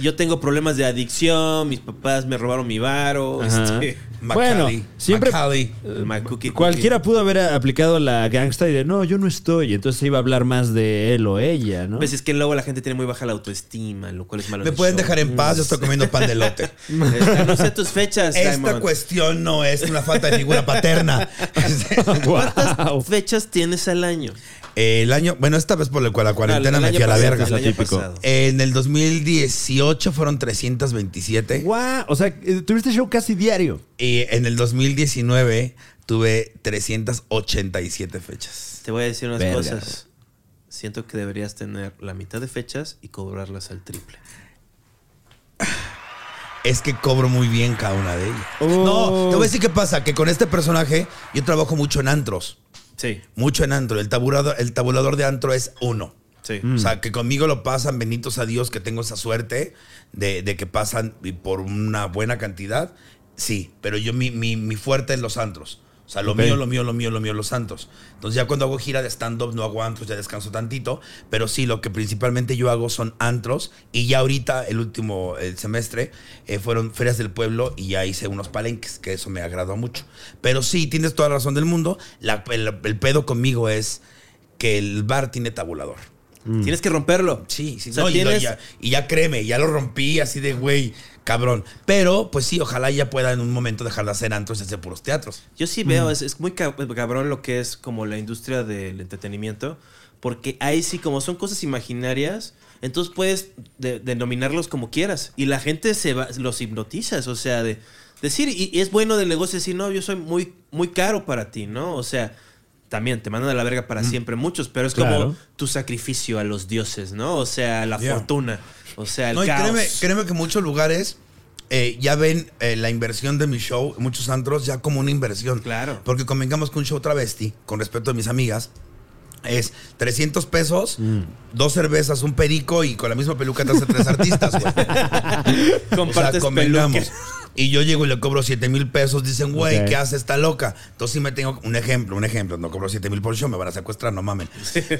[SPEAKER 2] yo tengo problemas de adicción, mis papás me robaron mi varo,
[SPEAKER 4] Ajá.
[SPEAKER 2] este,
[SPEAKER 4] Bueno,
[SPEAKER 3] Macaulay,
[SPEAKER 4] siempre-
[SPEAKER 3] Macaulay.
[SPEAKER 2] el my cookie cookie.
[SPEAKER 4] Cualquiera pudo haber aplicado la gangsta y de no, yo no estoy. Entonces se iba a hablar más de él o ella, ¿no?
[SPEAKER 2] Pues es que luego la gente tiene muy baja la autoestima, lo cual es malo.
[SPEAKER 3] Me
[SPEAKER 2] en el
[SPEAKER 3] pueden
[SPEAKER 2] show.
[SPEAKER 3] dejar
[SPEAKER 4] Mm.
[SPEAKER 3] en paz, yo estoy comiendo pan de lote.
[SPEAKER 2] Este, no sé tus fechas,
[SPEAKER 3] Esta
[SPEAKER 2] Simon.
[SPEAKER 3] cuestión no es una falta de figura paterna.
[SPEAKER 4] wow.
[SPEAKER 2] fechas tienes al año?
[SPEAKER 3] El año, bueno, esta vez por la cual la cuarentena
[SPEAKER 2] el
[SPEAKER 3] me
[SPEAKER 2] año
[SPEAKER 3] fui a la
[SPEAKER 2] pasado,
[SPEAKER 3] verga.
[SPEAKER 2] el año
[SPEAKER 4] Típico.
[SPEAKER 2] pasado.
[SPEAKER 3] En el 2018 fueron 327
[SPEAKER 4] Guau, O sea, eh, tuviste show casi diario.
[SPEAKER 3] y en el 2019 tuve 387 fechas.
[SPEAKER 2] Te voy a decir unas
[SPEAKER 4] Verga,
[SPEAKER 2] cosas. Siento que deberías tener la mitad de fechas y cobrarlas al triple.
[SPEAKER 3] Es que cobro muy bien cada una de ellas.
[SPEAKER 4] Oh.
[SPEAKER 3] No, te voy a decir qué pasa, que con este personaje yo trabajo mucho en antros,
[SPEAKER 2] Sí,
[SPEAKER 3] mucho en antro. El tabulador, el tabulador de antro es uno.
[SPEAKER 2] sí.
[SPEAKER 3] O sea, que conmigo lo pasan, benditos a Dios que tengo esa suerte de, de que pasan y por una buena cantidad. Sí, pero yo mi, mi, mi fuerte es los antros. O sea, lo
[SPEAKER 4] Ok.
[SPEAKER 3] mío, lo mío, lo mío, lo mío, los santos. Entonces ya cuando hago gira de stand-up no hago antros, ya descanso tantito. Pero sí, lo que principalmente yo hago son antros. Y ya ahorita, el último el semestre, eh, fueron ferias del pueblo y ya hice unos palenques, que eso me agradó mucho. Pero sí, tienes toda la razón del mundo. La- el- el pedo conmigo es que el bar tiene tabulador.
[SPEAKER 2] Tienes que romperlo.
[SPEAKER 3] Sí, sí,
[SPEAKER 2] O sea,
[SPEAKER 3] no, y no,
[SPEAKER 2] tienes-
[SPEAKER 3] ya, y ya créeme, ya lo rompí así de güey, cabrón. Pero, pues sí, ojalá ya pueda en un momento dejar de hacer antros y hacer puros teatros.
[SPEAKER 2] Yo sí veo, es, es muy ca- cabrón lo que es como la industria del entretenimiento, porque ahí sí, como son cosas imaginarias, entonces puedes de- denominarlos como quieras. Y la gente se va- los hipnotizas, o sea, de decir, y, y es bueno del negocio decir, no, yo soy muy, muy caro para ti, ¿no? O sea, también te mandan a la verga para siempre muchos, pero es como
[SPEAKER 4] Claro.
[SPEAKER 2] tu sacrificio a los dioses, ¿no? O sea, la
[SPEAKER 3] Yeah.
[SPEAKER 2] fortuna, o sea, el
[SPEAKER 3] No, y
[SPEAKER 2] caos.
[SPEAKER 3] créeme, créeme que muchos lugares eh, ya ven eh, la inversión de mi show, muchos antros, ya como una inversión.
[SPEAKER 2] Claro.
[SPEAKER 3] Porque convengamos que un show travesti, con respeto a mis amigas, es 300 pesos,
[SPEAKER 2] Mm.
[SPEAKER 3] dos cervezas, un perico y con la misma peluca te hace tres artistas, güey.
[SPEAKER 2] Compartes
[SPEAKER 3] convengamos.
[SPEAKER 2] peluca.
[SPEAKER 3] Y yo llego y le cobro 7 mil pesos. Dicen, güey,
[SPEAKER 4] Ok.
[SPEAKER 3] ¿qué hace esta loca? Entonces sí me tengo un ejemplo, un ejemplo. No cobro 7 mil por show, me van a secuestrar, no mamen. Este,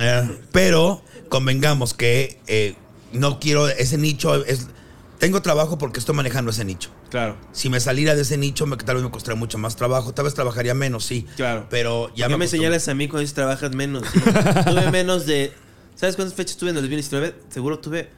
[SPEAKER 3] eh, pero convengamos que eh, no quiero ese nicho. Es, tengo trabajo porque estoy manejando ese nicho.
[SPEAKER 2] Claro.
[SPEAKER 3] Si me saliera de ese nicho, me, tal vez me costaría mucho más trabajo. Tal vez trabajaría menos, sí.
[SPEAKER 2] Claro.
[SPEAKER 3] Pero ya
[SPEAKER 2] Ya me,
[SPEAKER 3] acostumbré.
[SPEAKER 2] señalas a mí cuando dices trabajas menos. tuve menos de. ¿Sabes cuántas fechas tuve en el 2019? Seguro tuve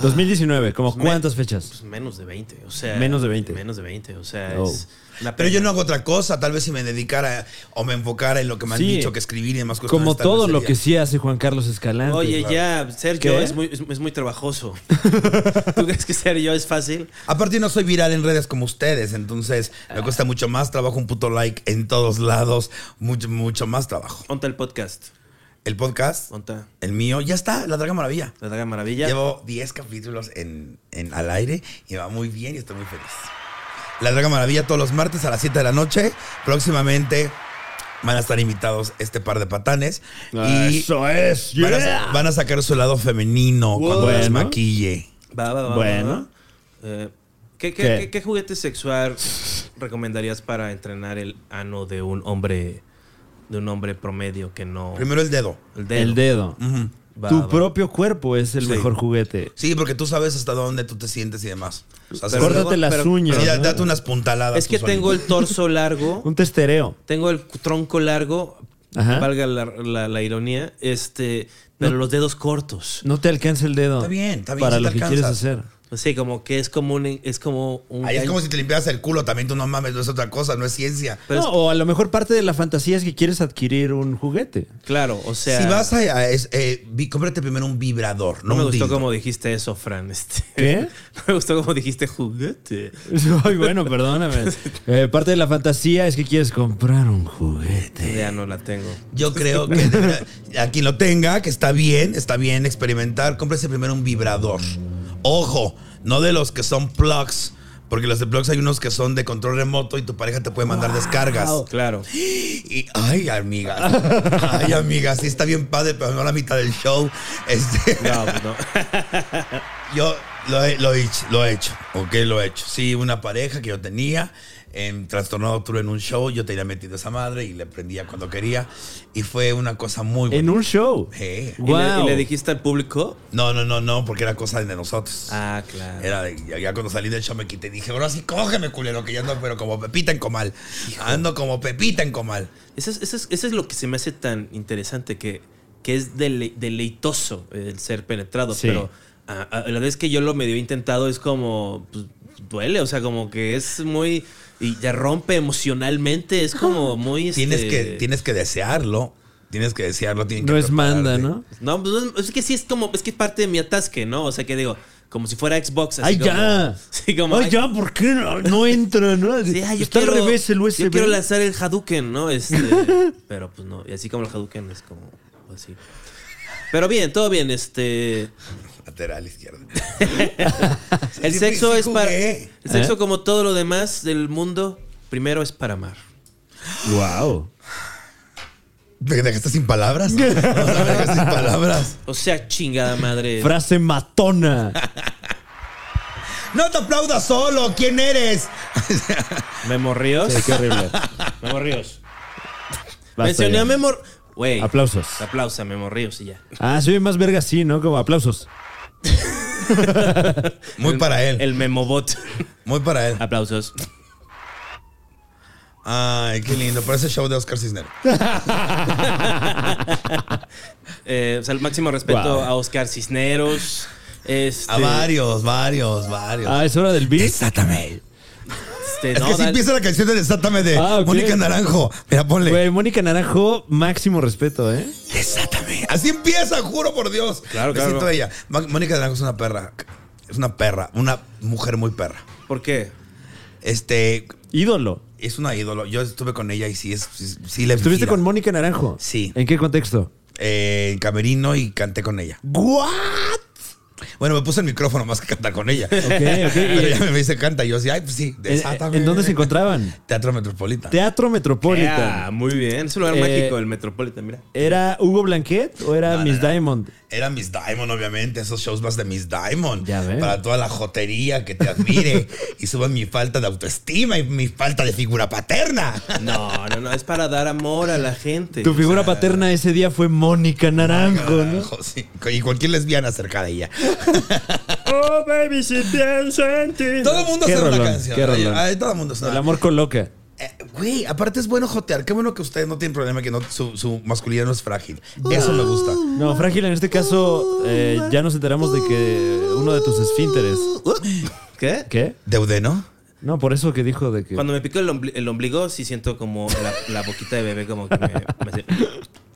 [SPEAKER 4] 2019, ¿como
[SPEAKER 2] me-
[SPEAKER 4] cuántas fechas?
[SPEAKER 2] pues, menos de 20. O sea,
[SPEAKER 4] Menos de 20.
[SPEAKER 2] Menos de 20. O sea,
[SPEAKER 4] Oh.
[SPEAKER 2] es una
[SPEAKER 3] Pero yo
[SPEAKER 2] pena.
[SPEAKER 3] no hago otra cosa. Tal vez si me dedicara o me enfocara en lo que me han
[SPEAKER 4] Sí.
[SPEAKER 3] dicho, que escribir y demás cosas.
[SPEAKER 4] Como
[SPEAKER 3] tal vez
[SPEAKER 4] todo lo
[SPEAKER 3] sería.
[SPEAKER 4] que sí hace Juan Carlos Escalante.
[SPEAKER 2] Oye, ya, ser yo
[SPEAKER 4] ¿Qué?
[SPEAKER 2] es muy, es, es muy trabajoso. ¿Tú crees que ser yo es fácil?
[SPEAKER 3] Aparte, yo no soy viral en redes como ustedes, entonces me cuesta mucho más trabajo un puto like en todos lados, mucho, mucho más trabajo.
[SPEAKER 2] Onta el podcast.
[SPEAKER 3] El podcast,
[SPEAKER 2] Onta
[SPEAKER 3] el mío, ya está, la Draga Maravilla.
[SPEAKER 2] la Draga Maravilla.
[SPEAKER 3] Llevo 10 capítulos en, en al aire y va muy bien y estoy muy feliz. La Draga Maravilla todos los martes a las 7 de la noche. Próximamente van a estar invitados este par de patanes. y
[SPEAKER 4] Ah, es.
[SPEAKER 3] van, a, van a sacar su lado femenino cuando las
[SPEAKER 4] Bueno.
[SPEAKER 3] maquille.
[SPEAKER 2] Va, va, va, va,
[SPEAKER 4] Bueno.
[SPEAKER 2] va. Eh, ¿qué, qué,
[SPEAKER 4] ¿Qué?
[SPEAKER 2] qué- qué juguete sexual recomendarías para entrenar el ano de un hombre de un hombre promedio que no
[SPEAKER 3] Primero el dedo.
[SPEAKER 2] el dedo?
[SPEAKER 4] El dedo.
[SPEAKER 3] Ujú.
[SPEAKER 2] Va,
[SPEAKER 4] tu
[SPEAKER 2] va.
[SPEAKER 4] propio cuerpo es el
[SPEAKER 3] Sí.
[SPEAKER 4] mejor juguete.
[SPEAKER 3] Sí, porque tú sabes hasta dónde tú te sientes y demás. O sea,
[SPEAKER 2] Pero
[SPEAKER 4] Córtate
[SPEAKER 2] luego-
[SPEAKER 4] las
[SPEAKER 2] pero-
[SPEAKER 4] uñas.
[SPEAKER 3] Sí, da-
[SPEAKER 4] ¿no?
[SPEAKER 3] date unas puntaladas.
[SPEAKER 2] Es que
[SPEAKER 3] tú
[SPEAKER 2] tengo
[SPEAKER 3] solito.
[SPEAKER 2] el torso largo,
[SPEAKER 4] Un testereo.
[SPEAKER 2] tengo el tronco largo,
[SPEAKER 4] Ajá.
[SPEAKER 2] valga la, la- la ironía, este, pero los dedos cortos.
[SPEAKER 4] No te alcanza el dedo.
[SPEAKER 3] Está bien, está bien,
[SPEAKER 4] Para
[SPEAKER 3] sí
[SPEAKER 4] lo
[SPEAKER 3] te
[SPEAKER 4] que quieres
[SPEAKER 3] alcanzas.
[SPEAKER 4] hacer.
[SPEAKER 2] Sí, como que es como un es como un
[SPEAKER 3] Ahí es como si te limpiaras el culo también. Tú no mames, no es otra cosa, no es ciencia.
[SPEAKER 2] Pero
[SPEAKER 4] No,
[SPEAKER 2] es-
[SPEAKER 4] o a lo mejor parte de la fantasía es que quieres adquirir un juguete.
[SPEAKER 2] claro, o sea,
[SPEAKER 3] si vas a. a- es- eh, vi- cómprate primero un vibrador.
[SPEAKER 2] no
[SPEAKER 3] No,
[SPEAKER 2] me
[SPEAKER 3] un
[SPEAKER 2] gustó
[SPEAKER 3] dildo.
[SPEAKER 2] como dijiste eso, Fran, este.
[SPEAKER 4] ¿Qué?
[SPEAKER 2] No me gustó como dijiste juguete.
[SPEAKER 4] Ay, bueno, perdóname. Eh, parte de la fantasía es que quieres comprar un juguete.
[SPEAKER 2] Ya no la tengo.
[SPEAKER 3] Yo creo que debería- a quien lo tenga, que está bien, está bien experimentar, cómprese primero un vibrador. Ojo, no de los que son plugs, porque los de plugs hay unos que son de control remoto y tu pareja te puede mandar descargas.
[SPEAKER 2] Claro.
[SPEAKER 3] Y, ay, amigas. Ay, amigas, sí está bien padre, pero no la mitad del show. Este,
[SPEAKER 2] No, pues no.
[SPEAKER 3] Yo lo he, lo he hecho, lo he hecho, ok, lo he hecho. Sí, una pareja que yo tenía, en trastornado tú en un show, yo tenía metido esa madre y le prendía cuando quería. Y fue una cosa muy buena.
[SPEAKER 4] En un show.
[SPEAKER 3] Eh,
[SPEAKER 2] ¿Y, le- y le,
[SPEAKER 4] Wow.
[SPEAKER 2] dijiste al público?
[SPEAKER 3] No, no, no, no, porque era cosa de nosotros.
[SPEAKER 2] Ah, claro.
[SPEAKER 3] Era de- ya, ya cuando salí del show me quité y dije, ahora sí cógeme, culero, que ya ando, pero como Pepita en comal. Ando como Pepita en comal.
[SPEAKER 2] Eso es, eso es- eso es lo que se me hace tan interesante, que, que es dele- deleitoso el ser penetrado.
[SPEAKER 4] Sí.
[SPEAKER 2] Pero a- a- la vez que yo lo medio he intentado es como... pues, duele, o sea, como que es muy... Y ya rompe emocionalmente, es como muy...
[SPEAKER 3] Tienes,
[SPEAKER 2] este,
[SPEAKER 3] que, tienes que desearlo. Tienes que desearlo. tienes
[SPEAKER 4] No
[SPEAKER 3] que
[SPEAKER 4] es manda,
[SPEAKER 3] prepararte.
[SPEAKER 4] ¿no?
[SPEAKER 2] No, pues, no es es que sí es como... Es que es parte de mi atasque, ¿no? O sea, que digo, como si fuera Xbox. así
[SPEAKER 4] ¡Ay,
[SPEAKER 2] como-
[SPEAKER 4] ya!
[SPEAKER 2] Sí, como...
[SPEAKER 4] ¡Ay, ya! ¿Por qué no, no entra? ¿no?
[SPEAKER 2] Sí, ah, yo
[SPEAKER 4] pues Está
[SPEAKER 2] quiero-
[SPEAKER 4] al revés el USB.
[SPEAKER 2] Yo quiero lanzar el Hadouken, ¿no? Este, pero pues no. Y así como el Hadouken es como así. Pero bien, todo bien. Este,
[SPEAKER 3] Lateral izquierda.
[SPEAKER 2] el
[SPEAKER 3] sí,
[SPEAKER 2] sexo
[SPEAKER 3] sí
[SPEAKER 2] es para.
[SPEAKER 3] jugué.
[SPEAKER 2] El
[SPEAKER 4] ¿Eh?
[SPEAKER 2] sexo, como todo lo demás del mundo, primero es para amar.
[SPEAKER 4] ¡Wow!
[SPEAKER 3] Me dejaste sin palabras. No, me dejaste sin palabras.
[SPEAKER 2] O sea, chingada madre.
[SPEAKER 4] Frase matona.
[SPEAKER 3] No te aplaudas solo. ¿Quién eres?
[SPEAKER 2] Memo Ríos.
[SPEAKER 4] Sí, qué horrible.
[SPEAKER 2] Memo Ríos.
[SPEAKER 4] Basta
[SPEAKER 2] Mencioné
[SPEAKER 4] ya.
[SPEAKER 2] a Memo. Güey.
[SPEAKER 4] Aplausos.
[SPEAKER 2] Aplausa, Memo Ríos y ya.
[SPEAKER 4] Ah, soy más verga así, ¿no? Como aplausos.
[SPEAKER 3] Muy para
[SPEAKER 4] Eh.
[SPEAKER 3] él.
[SPEAKER 2] El Memobot.
[SPEAKER 3] Muy para él.
[SPEAKER 2] Aplausos.
[SPEAKER 3] Ay, qué lindo. Parece show de Oscar Cisneros.
[SPEAKER 4] Ah,
[SPEAKER 2] Eh, o sea, el máximo respeto
[SPEAKER 4] Wow.
[SPEAKER 2] a Oscar Cisneros. Este,
[SPEAKER 3] A varios, varios, varios.
[SPEAKER 4] Ah, es hora del beat.
[SPEAKER 3] Desátame.
[SPEAKER 2] este,
[SPEAKER 3] Es
[SPEAKER 2] no,
[SPEAKER 3] que sí
[SPEAKER 2] dale.
[SPEAKER 3] empieza la canción de Desátame de
[SPEAKER 4] Ah, ok.
[SPEAKER 3] Mónica Naranjo. Mira, ponle.
[SPEAKER 4] Güey, Mónica Naranjo, máximo respeto, ¿eh?
[SPEAKER 3] Desátame. Así empieza, juro por Dios.
[SPEAKER 2] Claro,
[SPEAKER 3] Me
[SPEAKER 2] claro.
[SPEAKER 3] siento ella. Ma- Mónica Naranjo es una perra. Es una perra. Una mujer muy perra.
[SPEAKER 2] ¿Por qué?
[SPEAKER 3] Este,
[SPEAKER 4] Ídolo.
[SPEAKER 3] es una ídolo. Yo estuve con ella y sí, es, sí, sí le
[SPEAKER 4] ¿Estuviste
[SPEAKER 3] mira.
[SPEAKER 4] con Mónica Naranjo?
[SPEAKER 3] Sí.
[SPEAKER 4] ¿En qué contexto?
[SPEAKER 3] Eh, en camerino y canté con ella.
[SPEAKER 4] ¡Guau!
[SPEAKER 3] Bueno, me puse el micrófono más que cantar con ella.
[SPEAKER 4] ok.
[SPEAKER 3] Pero ella me dice, canta. Y yo así, ay, pues sí,
[SPEAKER 4] ¿En,
[SPEAKER 3] desátame.
[SPEAKER 4] en dónde se encontraban?
[SPEAKER 3] Teatro Metropolitano.
[SPEAKER 4] Teatro Metropolitan.
[SPEAKER 2] Ah, muy bien. Es un lugar
[SPEAKER 4] Eh,
[SPEAKER 2] mágico, el Metropolitan, mira.
[SPEAKER 4] ¿Era Hugo Blanquet o era
[SPEAKER 3] No,
[SPEAKER 4] Miss
[SPEAKER 3] no, no.
[SPEAKER 4] Diamond?
[SPEAKER 3] Era Miss Diamond, obviamente, esos shows más de Miss Diamond.
[SPEAKER 4] Ya ves.
[SPEAKER 3] Para toda la jotería que te admire y suba mi falta de autoestima y mi falta de figura paterna.
[SPEAKER 2] No, no, no. Es para dar amor a la gente.
[SPEAKER 4] Tu figura paterna ese día fue Mónica Naranjo, ¿no?
[SPEAKER 3] Carajo, sí. Y cualquier lesbiana cerca de ella.
[SPEAKER 4] Oh, baby, si pienso en ti.
[SPEAKER 3] Todo el mundo
[SPEAKER 4] Qué
[SPEAKER 3] sabe una
[SPEAKER 4] rolón,
[SPEAKER 3] canción.
[SPEAKER 4] qué
[SPEAKER 3] Ay,
[SPEAKER 4] rolón.
[SPEAKER 3] ay, todo el mundo sabe.
[SPEAKER 4] El amor coloca.
[SPEAKER 3] Eh, Güey, aparte es bueno jotear. Qué bueno que ustedes no tienen problema que no, su, su masculinidad no es frágil. Eso me gusta.
[SPEAKER 4] No, frágil, en este caso eh, ya nos enteramos de que eh, uno de tus esfínteres.
[SPEAKER 2] ¿Qué?
[SPEAKER 4] ¿Qué?
[SPEAKER 3] Deude, ¿no?
[SPEAKER 4] No, por eso que dijo de que.
[SPEAKER 2] Cuando me pico el, ombli- el ombligo, sí siento como la, la boquita de bebé, como que me, me hace-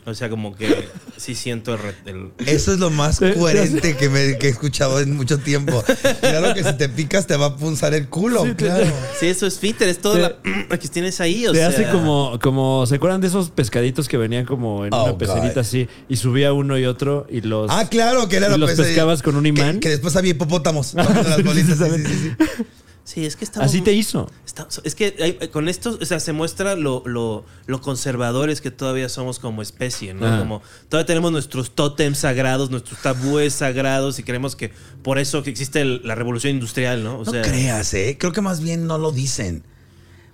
[SPEAKER 2] O sea, como que sí siento el. re- el-
[SPEAKER 3] Eso es lo más coherente que, me, que he escuchado en mucho tiempo. Claro que si te picas te va a punzar el culo.
[SPEAKER 4] Sí, te-
[SPEAKER 3] claro.
[SPEAKER 2] sí, eso es fitter, es toda
[SPEAKER 4] Te-
[SPEAKER 2] la. Lo que tienes ahí, o
[SPEAKER 4] Te
[SPEAKER 2] sea.
[SPEAKER 4] hace como, como, ¿se acuerdan de esos pescaditos que venían como en
[SPEAKER 3] Oh,
[SPEAKER 4] una pecerita
[SPEAKER 3] God.
[SPEAKER 4] así y subía uno y otro y los...
[SPEAKER 3] Ah, claro, que era
[SPEAKER 4] ¿Y
[SPEAKER 3] la
[SPEAKER 4] los
[SPEAKER 3] pesa-
[SPEAKER 4] pescabas con un
[SPEAKER 3] que-
[SPEAKER 4] imán?
[SPEAKER 3] Que, después había hipopótamos. tocando las bolitas, sí, sí, sí, sí.
[SPEAKER 2] Sí, es que estaba.
[SPEAKER 4] Así te
[SPEAKER 2] muy-
[SPEAKER 4] hizo.
[SPEAKER 2] Está- es que hay- eh, con esto, o sea, se muestra lo, lo, lo conservadores que todavía somos como especie, ¿no?
[SPEAKER 4] Ajá.
[SPEAKER 2] Como todavía tenemos nuestros tótems sagrados, nuestros tabúes sagrados y creemos que por eso que existe el- la revolución industrial, ¿no? O
[SPEAKER 3] No creas, ¿eh? Creo que más bien no lo dicen.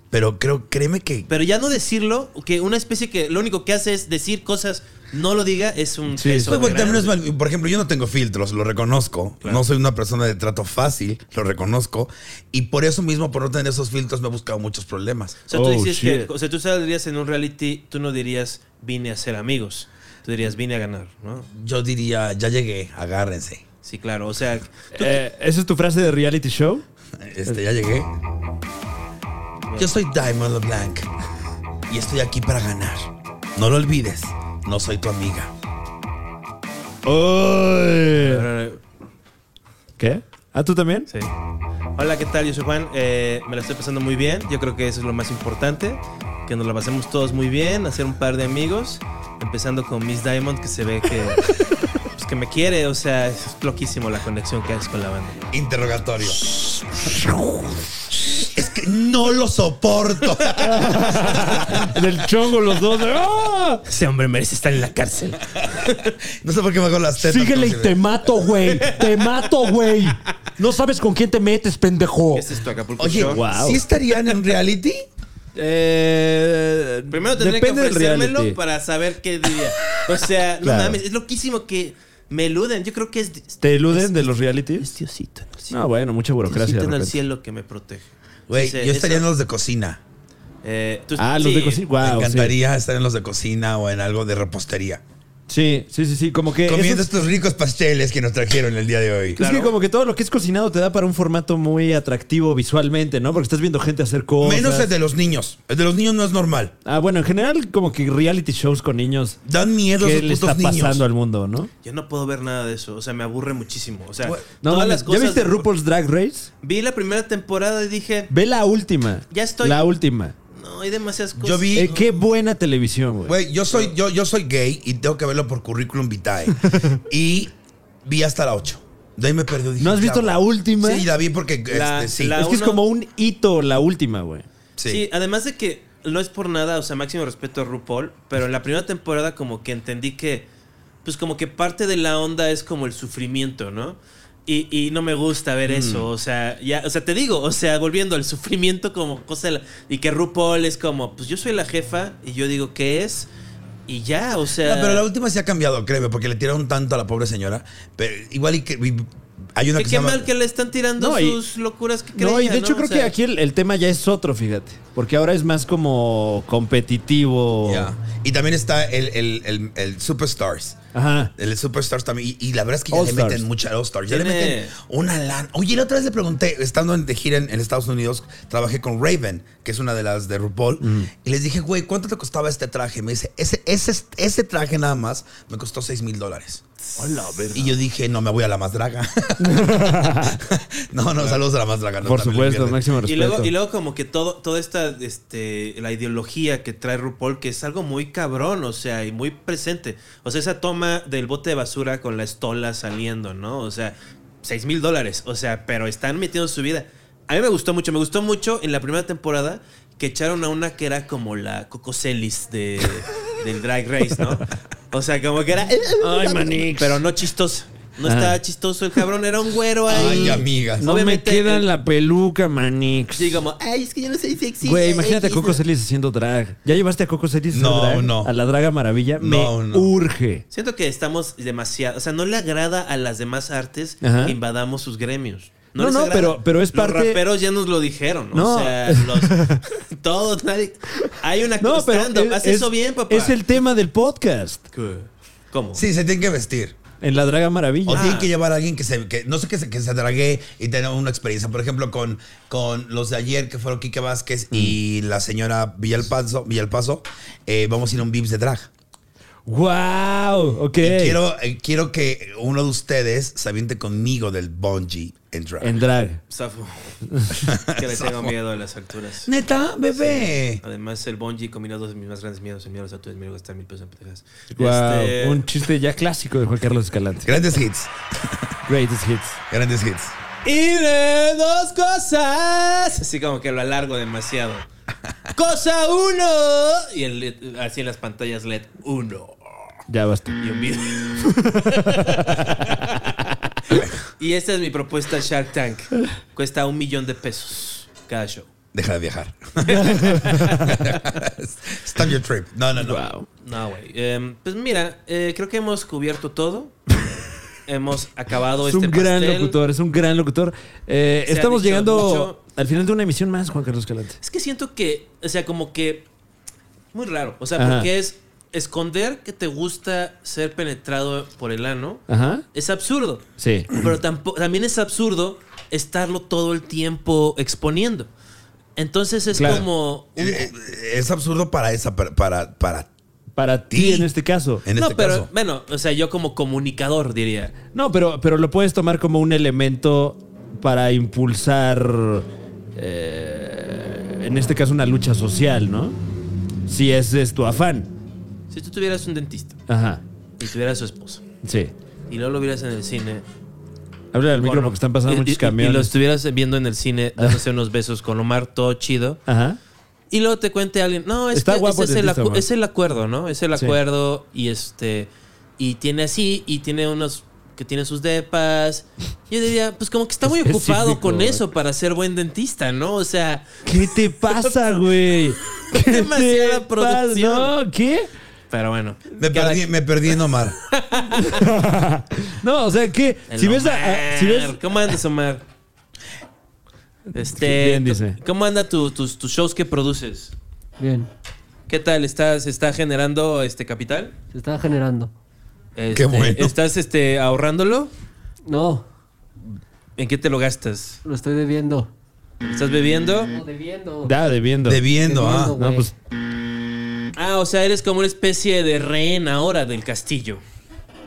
[SPEAKER 3] Pero creo, créeme que.
[SPEAKER 2] pero ya no decirlo, que una especie que lo único que hace es decir cosas, no lo diga, es un
[SPEAKER 4] Sí.
[SPEAKER 2] peso
[SPEAKER 3] Pues, bueno, también es
[SPEAKER 2] grande.
[SPEAKER 3] mal- por ejemplo, yo no tengo filtros, lo reconozco. No soy una persona de trato fácil, lo reconozco. Y por eso mismo, por no tener esos filtros, me he buscado muchos problemas.
[SPEAKER 2] O sea, tú
[SPEAKER 4] Oh,
[SPEAKER 2] dices
[SPEAKER 4] shit.
[SPEAKER 2] que, o sea, tú saldrías en un reality, tú no dirías vine a ser amigos, tú dirías vine a ganar, ¿no?
[SPEAKER 3] Yo diría, ya llegué, agárrense.
[SPEAKER 2] Sí, claro, o sea,
[SPEAKER 4] Eh, ¿Esa es tu frase de reality show?
[SPEAKER 3] Este, ya llegué. Yo soy Diamond LeBlanc y estoy aquí para ganar. No lo olvides, no soy tu amiga.
[SPEAKER 4] ¡Ay! ¿Qué? ¿Ah, tú también?
[SPEAKER 2] Sí. Hola, ¿qué tal? Yo soy Juan. Eh, me la estoy pasando muy bien. Yo creo que eso es lo más importante. Que nos la pasemos todos muy bien, hacer un par de amigos. Empezando con Miss Diamond, que se ve que, pues, que me quiere. O sea, es loquísimo la conexión que haces con la banda.
[SPEAKER 3] Interrogatorio. Es que no lo soporto.
[SPEAKER 4] Del chongo los dos. ¡Ah!
[SPEAKER 2] Ese hombre merece estar en la cárcel.
[SPEAKER 3] No sé por qué me hago las tetas.
[SPEAKER 7] Síguele y
[SPEAKER 3] como si
[SPEAKER 7] te
[SPEAKER 3] me-
[SPEAKER 7] mato, güey. Te mato, güey. No sabes con quién te metes, pendejo.
[SPEAKER 5] Este es tu Acapulco
[SPEAKER 3] Oye,
[SPEAKER 5] Shore.
[SPEAKER 4] Wow.
[SPEAKER 3] ¿sí estarían en reality?
[SPEAKER 4] Eh,
[SPEAKER 2] Primero tendría que
[SPEAKER 4] depende del
[SPEAKER 2] ofrecérmelo
[SPEAKER 4] reality.
[SPEAKER 2] para saber qué diría. O sea, no
[SPEAKER 4] Claro.
[SPEAKER 2] mames, es loquísimo que me eluden. Yo creo que es.
[SPEAKER 4] ¿Te eluden de los realities?
[SPEAKER 2] es Diosito en el cielo.
[SPEAKER 4] No, bueno, mucha burocracia. de
[SPEAKER 2] Diosito en el
[SPEAKER 4] repente.
[SPEAKER 2] cielo que me protege.
[SPEAKER 3] Güey,
[SPEAKER 2] Dice,
[SPEAKER 3] yo estaría en
[SPEAKER 2] eso-
[SPEAKER 3] los de cocina.
[SPEAKER 2] eh, tú-
[SPEAKER 4] Ah, los
[SPEAKER 2] sí.
[SPEAKER 4] de cocina.
[SPEAKER 3] me
[SPEAKER 4] Wow, sí.
[SPEAKER 3] encantaría estar en los de cocina o en algo de repostería.
[SPEAKER 4] sí, sí, sí, sí, Como que.
[SPEAKER 3] Comiendo
[SPEAKER 4] esos-
[SPEAKER 3] estos ricos pasteles que nos trajeron el día de hoy.
[SPEAKER 4] Es que como que todo lo que es cocinado te da para un formato muy atractivo visualmente, ¿no? Porque estás viendo gente hacer cosas.
[SPEAKER 3] Menos el de los niños. El de los niños no es normal.
[SPEAKER 4] Ah, bueno, en general como que reality shows con niños.
[SPEAKER 3] Dan miedo
[SPEAKER 4] ¿Qué
[SPEAKER 3] esos
[SPEAKER 4] le
[SPEAKER 3] putos
[SPEAKER 4] está
[SPEAKER 3] niños.
[SPEAKER 4] pasando al mundo, no?
[SPEAKER 2] Yo no puedo ver nada de eso. O sea, me aburre muchísimo. O sea,
[SPEAKER 3] Bueno,
[SPEAKER 4] No,
[SPEAKER 2] todas
[SPEAKER 4] mames,
[SPEAKER 2] las cosas.
[SPEAKER 4] ¿Ya viste RuPaul's Drag Race?
[SPEAKER 2] Vi la primera temporada y dije,
[SPEAKER 4] Ve la última.
[SPEAKER 2] Ya estoy.
[SPEAKER 4] La última.
[SPEAKER 2] no, hay demasiadas cosas.
[SPEAKER 3] Yo vi.
[SPEAKER 4] Eh, qué buena televisión, güey.
[SPEAKER 3] Güey, yo soy, yo, yo soy gay y tengo que verlo por currículum vitae. y vi hasta la 8. De ahí me perdí. Dije,
[SPEAKER 4] ¿No has
[SPEAKER 3] ¿qué
[SPEAKER 4] visto
[SPEAKER 3] hago?
[SPEAKER 4] la última?
[SPEAKER 3] Sí, la vi porque
[SPEAKER 2] La-
[SPEAKER 3] este, sí.
[SPEAKER 2] la
[SPEAKER 4] es que es
[SPEAKER 2] uno-
[SPEAKER 4] como un hito la última, güey.
[SPEAKER 3] sí.
[SPEAKER 2] Sí. además de que no es por nada, o sea, máximo respeto a RuPaul, pero en la primera temporada como que entendí que, pues como que parte de la onda es como el sufrimiento, ¿no? Y, y no me gusta ver eso,
[SPEAKER 3] Mm.
[SPEAKER 2] o sea, ya, o sea, te digo, o sea, volviendo al sufrimiento como cosa de la- y que RuPaul es como, pues yo soy la jefa y yo digo qué es y ya, o sea,
[SPEAKER 3] No, pero la última sí ha cambiado, créeme, porque le tiraron tanto a la pobre señora. Pero igual y que y hay una
[SPEAKER 2] que
[SPEAKER 3] que,
[SPEAKER 2] qué
[SPEAKER 3] se llama-
[SPEAKER 2] mal que le están tirando
[SPEAKER 4] No, y-
[SPEAKER 2] sus locuras que
[SPEAKER 4] No, y
[SPEAKER 2] creía,
[SPEAKER 4] de hecho
[SPEAKER 2] O
[SPEAKER 4] creo
[SPEAKER 2] sea,
[SPEAKER 4] que aquí el, el tema ya es otro, fíjate. Porque ahora es más como competitivo.
[SPEAKER 3] Ya. Y también está el, el- el- el Superstars.
[SPEAKER 4] Ajá.
[SPEAKER 3] El Superstars también. Y, y la verdad es que ya
[SPEAKER 4] All
[SPEAKER 3] le
[SPEAKER 4] Stars.
[SPEAKER 3] meten mucha All Stars. Ya le
[SPEAKER 2] Tiene-
[SPEAKER 3] meten una lana. Oye, la otra vez le pregunté, estando en- de gira en, en Estados Unidos, trabajé con Raven, que es una de las de RuPaul. Y les dije, güey, ¿cuánto te costaba este traje? Me dice, ese, ese, ese traje nada más me costó 6 mil dólares. Y yo dije, no, me voy a la más draga. no, no, saludos a la más draga. no,
[SPEAKER 4] Por
[SPEAKER 3] también le
[SPEAKER 4] supuesto,
[SPEAKER 3] pierden.
[SPEAKER 4] máximo
[SPEAKER 2] Y
[SPEAKER 4] respeto.
[SPEAKER 2] luego, y luego como que todo, toda esta, este, la ideología que trae RuPaul, que es algo muy cabrón, o sea, y muy presente. O sea, esa toma del bote de basura con la estola saliendo, ¿no? O sea, 6 mil dólares. O sea, pero están metiendo su vida. A mí me gustó mucho. Me gustó mucho en la primera temporada que echaron a una que era como la Coco Celis de, del Drag Race, ¿no? O sea, como que era.
[SPEAKER 4] Ay, manix.
[SPEAKER 2] Pero no chistoso. No estaba chistoso el cabrón, era un güero ahí.
[SPEAKER 3] Ay, amigas.
[SPEAKER 4] No
[SPEAKER 2] Obviamente,
[SPEAKER 4] me queda
[SPEAKER 2] eh,
[SPEAKER 4] la peluca, manix.
[SPEAKER 2] Sí, como, eh, ay, es que yo no soy sexy.
[SPEAKER 4] Güey, imagínate a Coco Celis haciendo drag. ¿Ya llevaste a Coco Celis
[SPEAKER 3] No,
[SPEAKER 4] a drag?
[SPEAKER 3] no.
[SPEAKER 4] A la draga maravilla.
[SPEAKER 3] No,
[SPEAKER 4] me
[SPEAKER 3] no.
[SPEAKER 4] urge.
[SPEAKER 2] Siento que estamos demasiado. O sea, no le agrada a las demás artes
[SPEAKER 4] Ajá.
[SPEAKER 2] que invadamos sus gremios.
[SPEAKER 4] No,
[SPEAKER 2] les
[SPEAKER 4] no,
[SPEAKER 2] agrada.
[SPEAKER 4] pero- pero es parte-
[SPEAKER 2] Los raperos ya nos lo dijeron.
[SPEAKER 4] No.
[SPEAKER 2] O sea, los, todos, nadie. Hay una
[SPEAKER 4] No, pero
[SPEAKER 2] stand-up,
[SPEAKER 4] es-
[SPEAKER 2] Haz
[SPEAKER 4] es-
[SPEAKER 2] eso bien, papá.
[SPEAKER 4] Es el tema del podcast
[SPEAKER 2] ¿Qué? ¿Cómo?
[SPEAKER 3] Sí, se tienen que vestir.
[SPEAKER 4] en la draga maravilla.
[SPEAKER 3] O
[SPEAKER 2] Ah,
[SPEAKER 3] tienen que llevar a alguien que se, que, no sé, que se, que se drague y tenga una experiencia. Por ejemplo, con, con los de ayer, que fueron Quique Vázquez y
[SPEAKER 4] Mm.
[SPEAKER 3] la señora Villalpazo, Villalpazo eh, vamos a ir a un Vips de drag.
[SPEAKER 4] Wow, ok.
[SPEAKER 3] Y quiero, eh, quiero que uno de ustedes se aviente conmigo del bungee en drag.
[SPEAKER 4] En drag.
[SPEAKER 2] Safo. que le tengo miedo a las alturas.
[SPEAKER 3] Neta, bebé.
[SPEAKER 2] Además, el bungee combina dos de mis más grandes miedos. El miedo a las alturas y el miedo a gastar mil pesos en pendejas.
[SPEAKER 4] Wow,
[SPEAKER 2] Este,
[SPEAKER 4] un chiste ya clásico de Juan Carlos Escalante.
[SPEAKER 3] Grandes hits.
[SPEAKER 4] Greatest hits.
[SPEAKER 3] Grandes hits.
[SPEAKER 2] Y de dos cosas. Así como que lo alargo demasiado. Cosa uno. Y en LED, así en las pantallas LED uno.
[SPEAKER 4] Ya basta.
[SPEAKER 2] Y un video. y esta es mi propuesta Shark Tank. Cuesta un millón de pesos cada show.
[SPEAKER 3] Deja de viajar. Stop your trip. No, no, no.
[SPEAKER 2] No, güey. Em, pues mira, eh, creo que hemos cubierto todo. hemos acabado
[SPEAKER 4] Es
[SPEAKER 2] este
[SPEAKER 4] un gran
[SPEAKER 2] pastel.
[SPEAKER 4] locutor, es un gran locutor. Eh,
[SPEAKER 2] Se ha
[SPEAKER 4] estamos
[SPEAKER 2] dicho
[SPEAKER 4] llegando
[SPEAKER 2] mucho.
[SPEAKER 4] al final de una emisión más, Juan Carlos Escalante.
[SPEAKER 2] Es que siento que, o sea, como que muy raro, o sea,
[SPEAKER 4] Ajá.
[SPEAKER 2] porque es esconder que te gusta ser penetrado por el ano.
[SPEAKER 4] Ajá.
[SPEAKER 2] Es absurdo,
[SPEAKER 4] Sí.
[SPEAKER 2] pero tampo- también es absurdo estarlo todo el tiempo exponiendo. Entonces es
[SPEAKER 4] Claro.
[SPEAKER 2] como un-
[SPEAKER 3] Eh, eh, Es absurdo para esa, para, para, para-
[SPEAKER 4] Para ti
[SPEAKER 3] Sí.
[SPEAKER 4] en este caso.
[SPEAKER 3] en
[SPEAKER 2] no,
[SPEAKER 3] este
[SPEAKER 2] pero
[SPEAKER 3] caso.
[SPEAKER 2] bueno, o sea, yo como comunicador diría.
[SPEAKER 4] No, pero, pero lo puedes tomar como un elemento para impulsar, eh, en este caso, una lucha social, ¿no? Si ese es tu afán.
[SPEAKER 2] Si tú tuvieras un dentista
[SPEAKER 4] Ajá,
[SPEAKER 2] y tuvieras su esposa
[SPEAKER 4] sí.
[SPEAKER 2] y luego lo vieras en el cine
[SPEAKER 4] Habla al micro
[SPEAKER 2] Bueno,
[SPEAKER 4] porque están pasando
[SPEAKER 2] y- y-
[SPEAKER 4] muchos
[SPEAKER 2] Y, lo
[SPEAKER 4] camiones.
[SPEAKER 2] estuvieras viendo en el cine dándose unos besos con Omar, todo chido.
[SPEAKER 4] Ajá.
[SPEAKER 2] Y luego te cuente alguien, no, es
[SPEAKER 4] Está
[SPEAKER 2] que
[SPEAKER 4] guapo
[SPEAKER 2] ese
[SPEAKER 4] el
[SPEAKER 2] es, el
[SPEAKER 4] dentista,
[SPEAKER 2] acu-
[SPEAKER 4] Omar.
[SPEAKER 2] es el acuerdo, ¿no? Es el
[SPEAKER 4] Sí.
[SPEAKER 2] acuerdo y este y tiene así y tiene unos que tienen sus depas. Yo diría, pues como que está muy
[SPEAKER 4] Específico.
[SPEAKER 2] ocupado con eso para ser buen dentista, ¿no? O sea,
[SPEAKER 4] ¿Qué te pasa, güey? ¿Qué te
[SPEAKER 2] Demasiada
[SPEAKER 4] pasa?
[SPEAKER 2] producción.
[SPEAKER 4] No, ¿qué?
[SPEAKER 2] pero bueno.
[SPEAKER 3] me,
[SPEAKER 2] cada-
[SPEAKER 3] perdí, me perdí en Omar.
[SPEAKER 4] No, o sea, ¿qué?
[SPEAKER 2] el
[SPEAKER 4] Si ves, a- a-
[SPEAKER 2] Omar.
[SPEAKER 4] si ves-
[SPEAKER 2] ¿Cómo andas, Omar? Este,
[SPEAKER 4] Bien, dice.
[SPEAKER 2] ¿Cómo anda tu- tus, tus shows que produces?
[SPEAKER 9] Bien,
[SPEAKER 2] ¿Qué tal? ¿Estás, está generando este capital?
[SPEAKER 9] se está generando.
[SPEAKER 2] Este,
[SPEAKER 3] bueno.
[SPEAKER 2] ¿Estás este, ahorrándolo?
[SPEAKER 9] No,
[SPEAKER 2] ¿En qué te lo gastas?
[SPEAKER 9] lo estoy debiendo.
[SPEAKER 2] ¿Estás bebiendo?
[SPEAKER 9] No, debiendo.
[SPEAKER 4] Da, debiendo.
[SPEAKER 3] Debiendo, ah.
[SPEAKER 4] No, pues
[SPEAKER 2] Ah, o sea, eres como una especie de rehén ahora del castillo.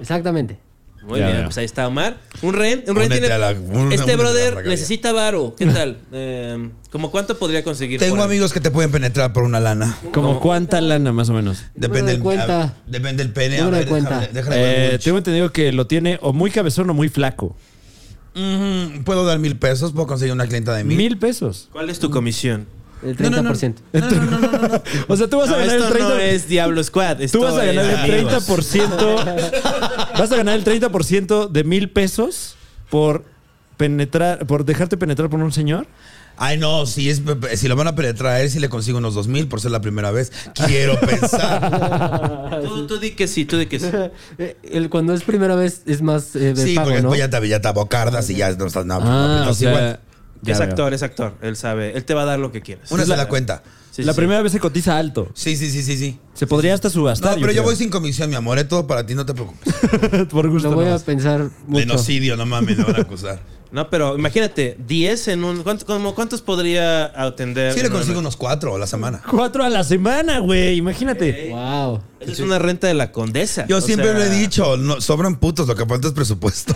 [SPEAKER 9] Exactamente.
[SPEAKER 2] Muy
[SPEAKER 4] Ya
[SPEAKER 2] bien,
[SPEAKER 4] veo.
[SPEAKER 2] pues ahí está Omar. Un rehén, un rehén
[SPEAKER 3] Únete
[SPEAKER 2] tiene...
[SPEAKER 3] a la- una- únete
[SPEAKER 2] este
[SPEAKER 3] a la
[SPEAKER 2] brother
[SPEAKER 3] regalía.
[SPEAKER 2] necesita varo. ¿Qué tal? Eh, ¿Cómo cuánto podría conseguir? por
[SPEAKER 3] Tengo
[SPEAKER 2] él?
[SPEAKER 3] amigos que te pueden penetrar por una lana.
[SPEAKER 4] como cuánta lana más o menos.
[SPEAKER 3] Depende
[SPEAKER 9] Número de
[SPEAKER 3] del,
[SPEAKER 9] cuenta.
[SPEAKER 3] a- depende del pene.
[SPEAKER 9] Número
[SPEAKER 3] a
[SPEAKER 9] de
[SPEAKER 3] ver, déjame-
[SPEAKER 9] cuenta.
[SPEAKER 3] déjame ver
[SPEAKER 4] Eh,
[SPEAKER 3] mucho.
[SPEAKER 4] tengo entendido que lo tiene o muy cabezón o muy flaco.
[SPEAKER 3] Mm, Puedo dar mil pesos, puedo conseguir una clienta de mil.
[SPEAKER 4] Mil pesos.
[SPEAKER 2] ¿Cuál es tu comisión?
[SPEAKER 9] El
[SPEAKER 3] No, no,
[SPEAKER 9] 30%.
[SPEAKER 3] no. No, no, no, no, no, no.
[SPEAKER 4] O sea, tú vas
[SPEAKER 2] No,
[SPEAKER 4] a ganar el
[SPEAKER 2] esto
[SPEAKER 4] 30%.
[SPEAKER 2] no es Diablo Squad.
[SPEAKER 4] Tú
[SPEAKER 2] esto
[SPEAKER 4] vas a ganar
[SPEAKER 2] es
[SPEAKER 4] el
[SPEAKER 2] amigos.
[SPEAKER 4] 30%. vas a ganar el 30% de mil pesos por penetrar, por dejarte penetrar por un señor.
[SPEAKER 3] Ay, no, si, es, si lo van a penetrar, si le consigo unos dos mil por ser la primera vez. Quiero pensar.
[SPEAKER 2] Ah, Tú, tú di que sí, tú di que sí.
[SPEAKER 9] Eh, el, cuando es primera vez es más eh, de
[SPEAKER 3] Sí,
[SPEAKER 9] pago,
[SPEAKER 3] porque
[SPEAKER 9] ¿no?
[SPEAKER 3] después ya te, ya te abocardas y ya no estás nada.
[SPEAKER 4] Ah,
[SPEAKER 3] no
[SPEAKER 4] o
[SPEAKER 3] estás
[SPEAKER 4] sea,
[SPEAKER 3] igual.
[SPEAKER 4] ya
[SPEAKER 2] es
[SPEAKER 4] veo.
[SPEAKER 2] actor, es actor. Él sabe. Él te va a dar lo que quieres.
[SPEAKER 3] Una
[SPEAKER 2] Sí,
[SPEAKER 3] se da cuenta.
[SPEAKER 2] sí,
[SPEAKER 4] la
[SPEAKER 2] sí.
[SPEAKER 4] primera vez se cotiza alto.
[SPEAKER 3] Sí, sí, sí, sí, sí.
[SPEAKER 4] Se podría hasta
[SPEAKER 3] No,
[SPEAKER 4] subastar.
[SPEAKER 3] pero yo
[SPEAKER 4] creo.
[SPEAKER 3] voy sin comisión, mi amor. Es todo para ti, no te preocupes.
[SPEAKER 4] por gusto.
[SPEAKER 9] Lo voy a
[SPEAKER 4] nomás.
[SPEAKER 9] pensar mucho.
[SPEAKER 3] Genocidio, no mames, me van a acusar.
[SPEAKER 2] No, pero imagínate, 10 en un. ¿cuánto- como ¿Cuántos podría atender?
[SPEAKER 3] Sí, le consigo unos cuatro a la semana.
[SPEAKER 4] Cuatro a la semana, güey. Imagínate.
[SPEAKER 9] Wow.
[SPEAKER 2] Esa Es una renta de la condesa.
[SPEAKER 3] Yo
[SPEAKER 2] O
[SPEAKER 3] siempre
[SPEAKER 2] sea,
[SPEAKER 3] lo he dicho, no, sobran putos, lo que falta es presupuesto.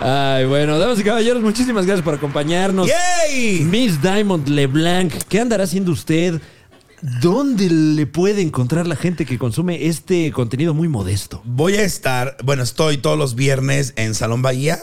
[SPEAKER 4] Ay, bueno, damas y caballeros, muchísimas gracias por acompañarnos.
[SPEAKER 3] ¡Yay!
[SPEAKER 4] Miss Diamond LeBlanc, ¿qué andará haciendo usted? ¿Dónde le puede encontrar la gente que consume este contenido muy modesto?
[SPEAKER 3] Voy a estar, bueno, estoy todos los viernes en Salón Bahía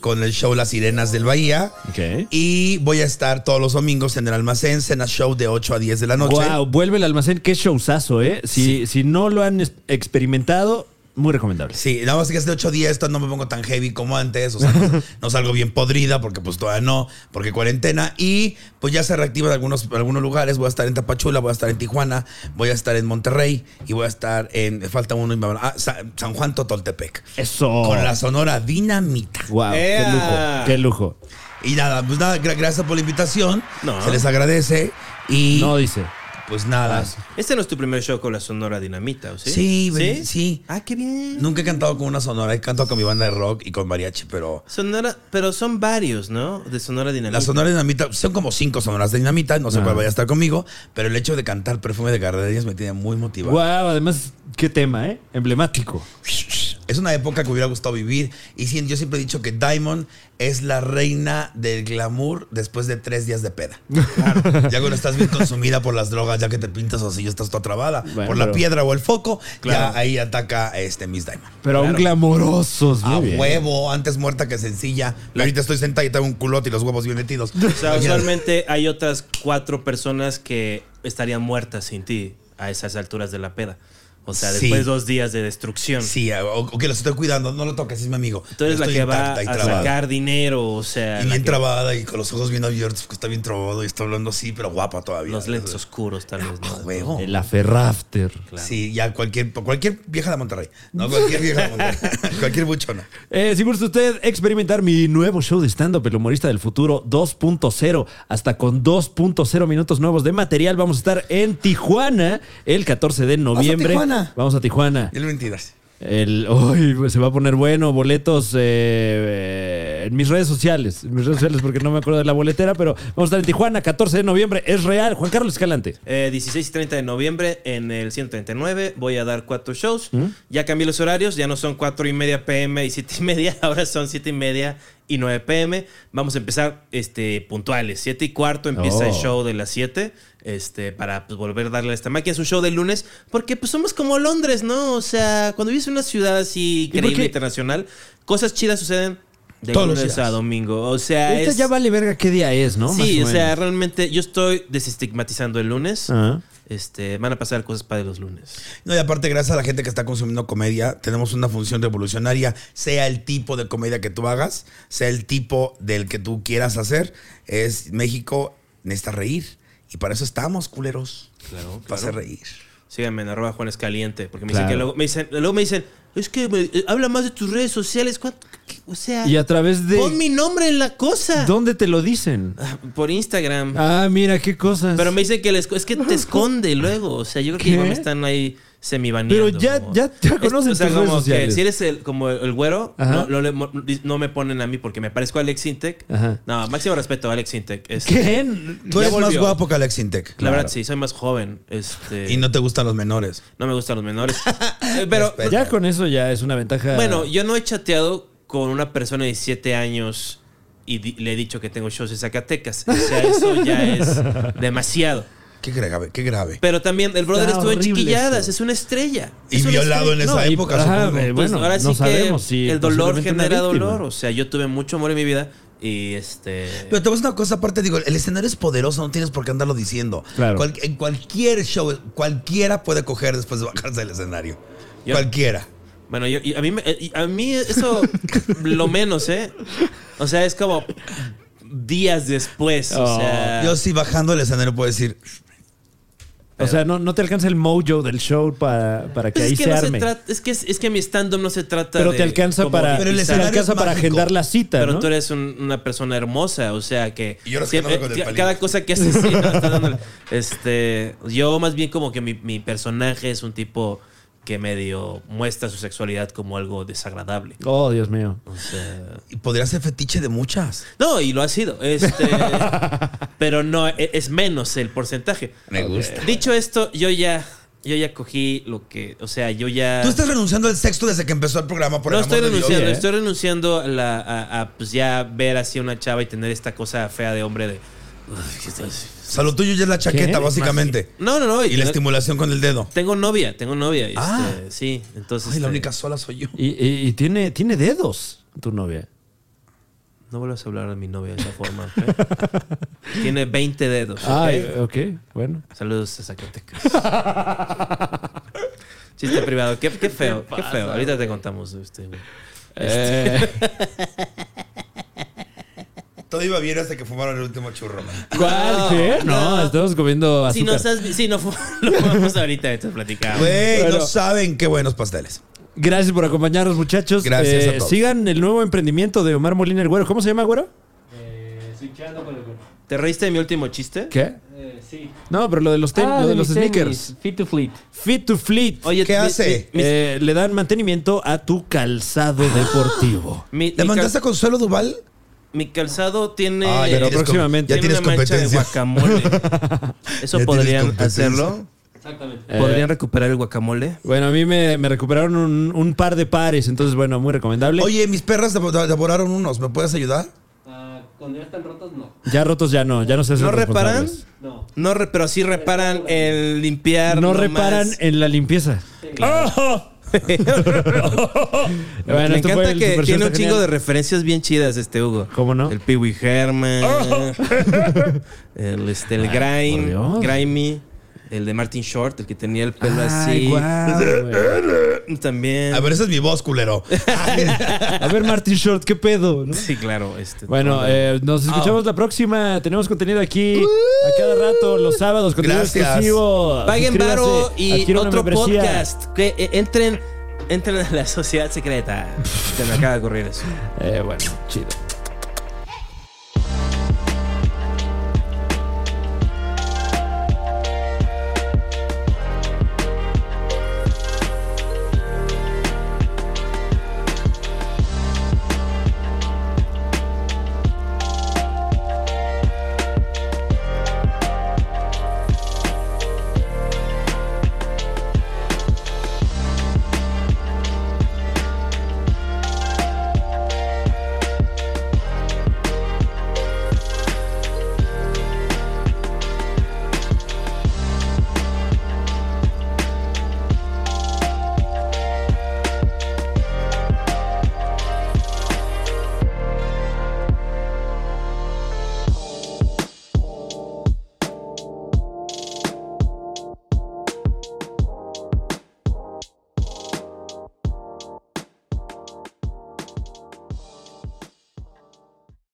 [SPEAKER 3] con el show Las Sirenas del Bahía.
[SPEAKER 4] Ok.
[SPEAKER 3] Y voy a estar todos los domingos en el almacén, cena show de 8 a 10 de la noche.
[SPEAKER 4] Wow, vuelve el almacén, qué showzazo, ¿eh? Si, si no lo han es- experimentado, muy recomendable.
[SPEAKER 3] Sí, nada más que es de 8 a 10, entonces no me pongo tan heavy como antes. O sea, no, no salgo bien podrida porque pues todavía no, porque cuarentena. Y pues ya se reactivan algunos, algunos lugares. Voy a estar en Tapachula, voy a estar en Tijuana, voy a estar en Monterrey y voy a estar en, falta uno, y me van- ah, Sa- San Juan Totoltepec.
[SPEAKER 4] Eso.
[SPEAKER 3] Con la Sonora Dinamita.
[SPEAKER 4] Wow,
[SPEAKER 2] ¡Ea!
[SPEAKER 4] qué lujo, qué lujo.
[SPEAKER 3] Y nada, pues nada, gra- gracias por la invitación.
[SPEAKER 2] No.
[SPEAKER 3] Se les agradece. Y
[SPEAKER 4] No dice.
[SPEAKER 3] pues nada.
[SPEAKER 2] Este no es tu primer show con la Sonora Dinamita, ¿o sí?
[SPEAKER 3] Sí, ve- sí.
[SPEAKER 2] Ah, qué bien.
[SPEAKER 3] Nunca he cantado con una sonora, he cantado con mi banda de rock y con mariachi, pero
[SPEAKER 2] Sonora, pero son varios, ¿no? De Sonora Dinamita.
[SPEAKER 3] La sonora dinamita, son como cinco sonoras de dinamita, no sé
[SPEAKER 4] Ah.
[SPEAKER 3] cuál vaya a estar conmigo, pero el hecho de cantar perfume de gardenias me tiene muy motivado.
[SPEAKER 4] Wow, además, qué tema, ¿eh? Emblemático.
[SPEAKER 3] Es una época que hubiera gustado vivir y sí, yo siempre he dicho que Diamond es la reina del glamour después de tres días de peda. Ya cuando estás bien consumida por las drogas, ya que te pintas así, ya estás toda trabada
[SPEAKER 4] Bueno,
[SPEAKER 3] por la
[SPEAKER 4] pero-
[SPEAKER 3] piedra o el foco,
[SPEAKER 4] Claro.
[SPEAKER 3] ya ahí ataca este Miss Diamond.
[SPEAKER 4] Pero aún glamorosos, muy
[SPEAKER 3] A
[SPEAKER 4] bien.
[SPEAKER 3] huevo, antes muerta que sencilla. Y ahorita estoy sentada y tengo un culote y los huevos bien metidos.
[SPEAKER 2] O sea,
[SPEAKER 3] Imagínate.
[SPEAKER 2] usualmente hay otras cuatro personas que estarían muertas sin ti a esas alturas de la peda. O sea,
[SPEAKER 3] Sí.
[SPEAKER 2] después de dos días de destrucción.
[SPEAKER 3] Sí, ah, o, o que los estoy cuidando, no lo toques, es mi amigo.
[SPEAKER 2] Tú eres la
[SPEAKER 3] Estoy
[SPEAKER 2] que va
[SPEAKER 3] intacta
[SPEAKER 2] a
[SPEAKER 3] y trabada.
[SPEAKER 2] sacar dinero, o sea,
[SPEAKER 3] Y
[SPEAKER 2] la
[SPEAKER 3] bien
[SPEAKER 2] que-
[SPEAKER 3] trabada y con los ojos bien abiertos, que está bien trabado y está hablando así, pero guapa todavía.
[SPEAKER 2] los lentes oscuros tal vez.
[SPEAKER 3] A
[SPEAKER 2] ¿no?
[SPEAKER 3] Ah, huevo.
[SPEAKER 4] El aferrafter.
[SPEAKER 3] Sí, ya cualquier, cualquier vieja de Monterrey. No, cualquier vieja de Monterrey. cualquier buchona.
[SPEAKER 4] Eh, si gusta usted experimentar mi nuevo show de stand-up, El Humorista del Futuro 2.0, hasta con 2.0 minutos nuevos de material, vamos a estar en Tijuana el 14 de noviembre.
[SPEAKER 3] Tijuana?
[SPEAKER 4] Vamos a Tijuana.
[SPEAKER 3] Y el mentiras.
[SPEAKER 4] El, uy, pues se va a poner bueno, boletos eh, eh, en mis redes sociales. En mis redes sociales porque no me acuerdo de la boletera, pero vamos a estar en Tijuana, 14 de noviembre. Es real, Juan Carlos Escalante.
[SPEAKER 2] Eh, 16 y 30 de noviembre en el 139 voy a dar cuatro shows.
[SPEAKER 4] Mm.
[SPEAKER 2] Ya cambié los horarios, ya no son 4 y media pm y 7 y media, ahora son 7 y media y 9 pm. Vamos a empezar este, puntuales. 7 y cuarto empieza el
[SPEAKER 4] Oh.
[SPEAKER 2] show de las 7 este, para pues, volver a darle a esta máquina. Es un show de lunes porque pues somos como Londres, ¿no? O sea, cuando vives en una ciudad así
[SPEAKER 4] por
[SPEAKER 2] increíble
[SPEAKER 4] qué?
[SPEAKER 2] internacional, cosas chidas suceden de
[SPEAKER 3] Todos los
[SPEAKER 2] lunes
[SPEAKER 3] días.
[SPEAKER 2] a domingo. O sea,
[SPEAKER 4] Ahorita
[SPEAKER 2] es-
[SPEAKER 4] Este ya vale verga qué día es, ¿no?
[SPEAKER 2] Sí, o
[SPEAKER 4] Más
[SPEAKER 2] sea,
[SPEAKER 4] menos. Ah.
[SPEAKER 2] realmente yo estoy desestigmatizando el lunes.
[SPEAKER 4] Ajá.
[SPEAKER 2] Este, van a pasar cosas para los lunes.
[SPEAKER 3] No, y aparte, gracias a la gente que está consumiendo comedia, tenemos una función revolucionaria, sea el tipo de comedia que tú hagas, sea el tipo del que tú quieras hacer, es México necesita reír. Y para eso estamos, culeros.
[SPEAKER 2] Claro,
[SPEAKER 3] Para hacer reír.
[SPEAKER 2] Síganme en arroba Juan Escaliente, porque me
[SPEAKER 4] Claro.
[SPEAKER 2] dicen que luego me dicen, luego me dicen, es que me- eh, habla más de tus redes sociales, ¿cuánto? qué- o sea,
[SPEAKER 4] Y a través de...
[SPEAKER 2] pon mi nombre en la cosa.
[SPEAKER 4] ¿Dónde te lo dicen?
[SPEAKER 2] Ah, Por Instagram.
[SPEAKER 4] Ah, mira, qué cosas.
[SPEAKER 2] Pero me dicen que les- es que te esconde luego, o sea, yo creo que
[SPEAKER 4] ¿Qué?
[SPEAKER 2] igual me están ahí semibaneando.
[SPEAKER 4] Pero ya-
[SPEAKER 2] como-
[SPEAKER 4] ya te
[SPEAKER 2] Es-
[SPEAKER 4] conocen
[SPEAKER 2] O sea,
[SPEAKER 4] tus
[SPEAKER 2] como
[SPEAKER 4] redes sociales.
[SPEAKER 2] que si eres el, como el güero,
[SPEAKER 4] Ajá.
[SPEAKER 2] no, no le- mo- no me ponen a mí porque me parezco a Alex Intec.
[SPEAKER 4] Ajá.
[SPEAKER 2] No, máximo respeto a Alex Intec. Este,
[SPEAKER 4] ¿Qué?
[SPEAKER 3] Tú
[SPEAKER 2] Ya
[SPEAKER 3] eres más
[SPEAKER 2] volvió.
[SPEAKER 3] guapo que Alex Intec.
[SPEAKER 2] La verdad, sí, soy más joven. Este,
[SPEAKER 3] Y
[SPEAKER 2] no,
[SPEAKER 3] no te gustan los menores.
[SPEAKER 2] me gustan los menores. Eh, Pero,
[SPEAKER 3] Respeto.
[SPEAKER 4] Ya con eso ya es una ventaja. pues,
[SPEAKER 2] bueno, yo no he chateado con una persona de 17 años y di- le he dicho que tengo shows en Zacatecas. O sea, eso ya es demasiado.
[SPEAKER 3] Qué grave, qué grave.
[SPEAKER 2] Pero también el brother
[SPEAKER 4] Está
[SPEAKER 2] estuvo en
[SPEAKER 4] horrible
[SPEAKER 2] chiquilladas,
[SPEAKER 4] eso.
[SPEAKER 2] es una estrella.
[SPEAKER 3] Y
[SPEAKER 2] Es una
[SPEAKER 3] violado en
[SPEAKER 2] estrella.
[SPEAKER 3] esa
[SPEAKER 4] No, y-
[SPEAKER 3] época,
[SPEAKER 4] ajá,
[SPEAKER 3] supongo.
[SPEAKER 4] eh,
[SPEAKER 2] Pues
[SPEAKER 4] bueno,
[SPEAKER 2] ahora sí
[SPEAKER 4] no
[SPEAKER 2] que
[SPEAKER 4] sabemos si
[SPEAKER 2] el dolor
[SPEAKER 4] posiblemente una
[SPEAKER 2] genera
[SPEAKER 4] víctima.
[SPEAKER 2] dolor. O sea, yo tuve mucho amor en mi vida y este.
[SPEAKER 3] Pero te voy a decir una cosa aparte, digo, el escenario es poderoso, no tienes por qué andarlo diciendo.
[SPEAKER 4] Claro.
[SPEAKER 3] Cual- en cualquier show, cualquiera puede coger después de bajarse del escenario.
[SPEAKER 2] Yo-
[SPEAKER 3] Cualquiera.
[SPEAKER 2] Bueno, yo, y a, mí, me- eh, y a mí eso lo menos, ¿eh? O sea, es como días después. O
[SPEAKER 4] Oh.
[SPEAKER 2] sea,
[SPEAKER 3] Yo sí bajando del escenario puedo decir,
[SPEAKER 4] o sea, no, no te alcanza el mojo del show para, para que
[SPEAKER 2] Pues
[SPEAKER 4] ahí
[SPEAKER 2] es que
[SPEAKER 4] se
[SPEAKER 2] no
[SPEAKER 4] arme.
[SPEAKER 2] se trata, es que es, es que mi stand-up no se trata
[SPEAKER 4] pero
[SPEAKER 2] de
[SPEAKER 4] te alcanza
[SPEAKER 2] como
[SPEAKER 4] para,
[SPEAKER 3] Pero el
[SPEAKER 4] te
[SPEAKER 3] escenario
[SPEAKER 4] alcanza
[SPEAKER 3] es
[SPEAKER 4] para
[SPEAKER 3] mágico.
[SPEAKER 4] agendar la cita,
[SPEAKER 2] Pero
[SPEAKER 4] ¿no?
[SPEAKER 2] tú eres un- una persona hermosa, o sea que.
[SPEAKER 3] Y yo los
[SPEAKER 2] siempre-
[SPEAKER 3] conozco con el
[SPEAKER 2] ca-
[SPEAKER 3] palillo.
[SPEAKER 2] cada cosa que haces. sí, no, estás dándole- este, yo más bien como que mi, mi personaje es un tipo que medio muestra su sexualidad como algo desagradable.
[SPEAKER 4] Oh, Dios mío.
[SPEAKER 2] O sea,
[SPEAKER 3] "Y podría ser fetiche de muchas.
[SPEAKER 2] no, y lo ha sido. Este, pero no, e- es menos el porcentaje.
[SPEAKER 3] Me gusta.
[SPEAKER 2] Dicho esto, yo ya, yo ya cogí lo que, o sea, yo ya.
[SPEAKER 3] Tú estás renunciando al sexto desde que empezó el programa, por
[SPEAKER 2] Ah. no
[SPEAKER 3] el amor
[SPEAKER 2] estoy
[SPEAKER 3] de Dios.
[SPEAKER 2] renunciando,
[SPEAKER 4] Sí, ¿eh?
[SPEAKER 2] estoy renunciando a, la- a- a, pues ya ver así a una chava y tener esta cosa fea de hombre de
[SPEAKER 3] Salud tuyo ya es la chaqueta, básicamente.
[SPEAKER 2] No, no, no.
[SPEAKER 3] Y la
[SPEAKER 2] tengo-
[SPEAKER 3] estimulación con el dedo.
[SPEAKER 2] Tengo novia, tengo novia. y
[SPEAKER 3] Ah.
[SPEAKER 2] este, sí, entonces.
[SPEAKER 3] Ay, la
[SPEAKER 2] este,
[SPEAKER 3] única sola soy yo.
[SPEAKER 4] Y, y- y tiene, tiene dedos tu novia.
[SPEAKER 2] No vuelvas a hablar de mi novia de esa forma. ¿ok? Tiene 20 dedos. ¿ok?
[SPEAKER 4] Ay, ok, bueno.
[SPEAKER 2] Saludos a Zacatecas. Chiste privado. Qué, qué feo, qué, feo. Ahorita te contamos. Este, güey.
[SPEAKER 4] Eh, Este,
[SPEAKER 3] Todo iba bien hasta que fumaron el último churro.
[SPEAKER 4] ¿Cuál? ¿Qué? ¿eh? No, estamos comiendo
[SPEAKER 2] Si no
[SPEAKER 4] azúcar.
[SPEAKER 2] estás, si no fu- lo vamos ahorita, entonces platicamos.
[SPEAKER 3] Güey, no
[SPEAKER 4] Bueno.
[SPEAKER 3] saben qué buenos pasteles.
[SPEAKER 4] Gracias por acompañarnos, muchachos. Eh,
[SPEAKER 3] Gracias a todos.
[SPEAKER 4] Sigan el nuevo emprendimiento de Omar Molina el Güero. ¿Cómo se llama, Güero?
[SPEAKER 2] ¿Te reíste de mi último chiste?
[SPEAKER 4] ¿Qué?
[SPEAKER 6] sí.
[SPEAKER 4] No, pero lo de los, ten-
[SPEAKER 9] Ah,
[SPEAKER 4] lo de los sneakers.
[SPEAKER 9] Fit to fleet.
[SPEAKER 4] Fit to Fleet.
[SPEAKER 2] Oye,
[SPEAKER 3] ¿Qué
[SPEAKER 2] mi-
[SPEAKER 3] hace?
[SPEAKER 2] mi-
[SPEAKER 4] Eh, le dan mantenimiento a tu calzado deportivo.
[SPEAKER 2] mi-
[SPEAKER 3] ¿Le
[SPEAKER 2] mi cal-
[SPEAKER 3] mandaste a Consuelo Duval?
[SPEAKER 2] Mi calzado tiene.
[SPEAKER 3] Ah, ya
[SPEAKER 4] pero
[SPEAKER 3] tienes com-
[SPEAKER 4] próximamente.
[SPEAKER 3] Ya tienes
[SPEAKER 2] tiene una mancha de
[SPEAKER 3] competencia.
[SPEAKER 2] guacamole. Eso
[SPEAKER 3] Ya tienes
[SPEAKER 2] podrían
[SPEAKER 3] competencia.
[SPEAKER 2] hacerlo.
[SPEAKER 4] Eh,
[SPEAKER 2] Podrían recuperar el guacamole.
[SPEAKER 4] bueno, a mí me, me recuperaron un, un par de pares, entonces, bueno, muy recomendable.
[SPEAKER 3] Oye, mis perras devor- devoraron unos. ¿Me puedes ayudar?
[SPEAKER 9] Ah, cuando ya están rotos, no.
[SPEAKER 4] Ya rotos ya no, ya no se hacen
[SPEAKER 2] ¿No reparan?
[SPEAKER 4] Pues responsables.
[SPEAKER 9] No.
[SPEAKER 2] No, re- pero sí reparan el limpiar.
[SPEAKER 4] No
[SPEAKER 2] nomás.
[SPEAKER 4] reparan en la limpieza. Bueno,
[SPEAKER 2] Me
[SPEAKER 4] esto fue
[SPEAKER 2] encanta
[SPEAKER 4] el
[SPEAKER 2] que
[SPEAKER 4] Super
[SPEAKER 2] tiene
[SPEAKER 4] Show,
[SPEAKER 2] un
[SPEAKER 4] está
[SPEAKER 2] chingo de
[SPEAKER 4] genial.
[SPEAKER 2] referencias bien chidas este Hugo.
[SPEAKER 4] ¿Cómo no? Oh.
[SPEAKER 2] El Pee Wee Herman. el este, el Grime.
[SPEAKER 4] Ah, por Dios.
[SPEAKER 2] Grimy. El de Martin Short, el que tenía el pelo
[SPEAKER 4] Ay,
[SPEAKER 2] así.
[SPEAKER 4] guau, güey.
[SPEAKER 2] También.
[SPEAKER 3] A ver, esa es mi voz, culero. Ah,
[SPEAKER 4] A ver, Martin Short, qué pedo, ¿no?
[SPEAKER 2] Sí, claro. Este,
[SPEAKER 4] Bueno,
[SPEAKER 2] todo.
[SPEAKER 4] eh, nos escuchamos la próxima. Tenemos contenido aquí a cada rato, los sábados, contenido
[SPEAKER 3] Gracias.
[SPEAKER 4] exclusivo.
[SPEAKER 2] Paguen
[SPEAKER 4] Suscríbase,
[SPEAKER 2] Varo y
[SPEAKER 4] adquiera una
[SPEAKER 2] otro
[SPEAKER 4] membresía.
[SPEAKER 2] podcast. Que eh, entren, entren a la sociedad secreta. Se me acaba de ocurrir eso.
[SPEAKER 4] Eh, bueno, chido.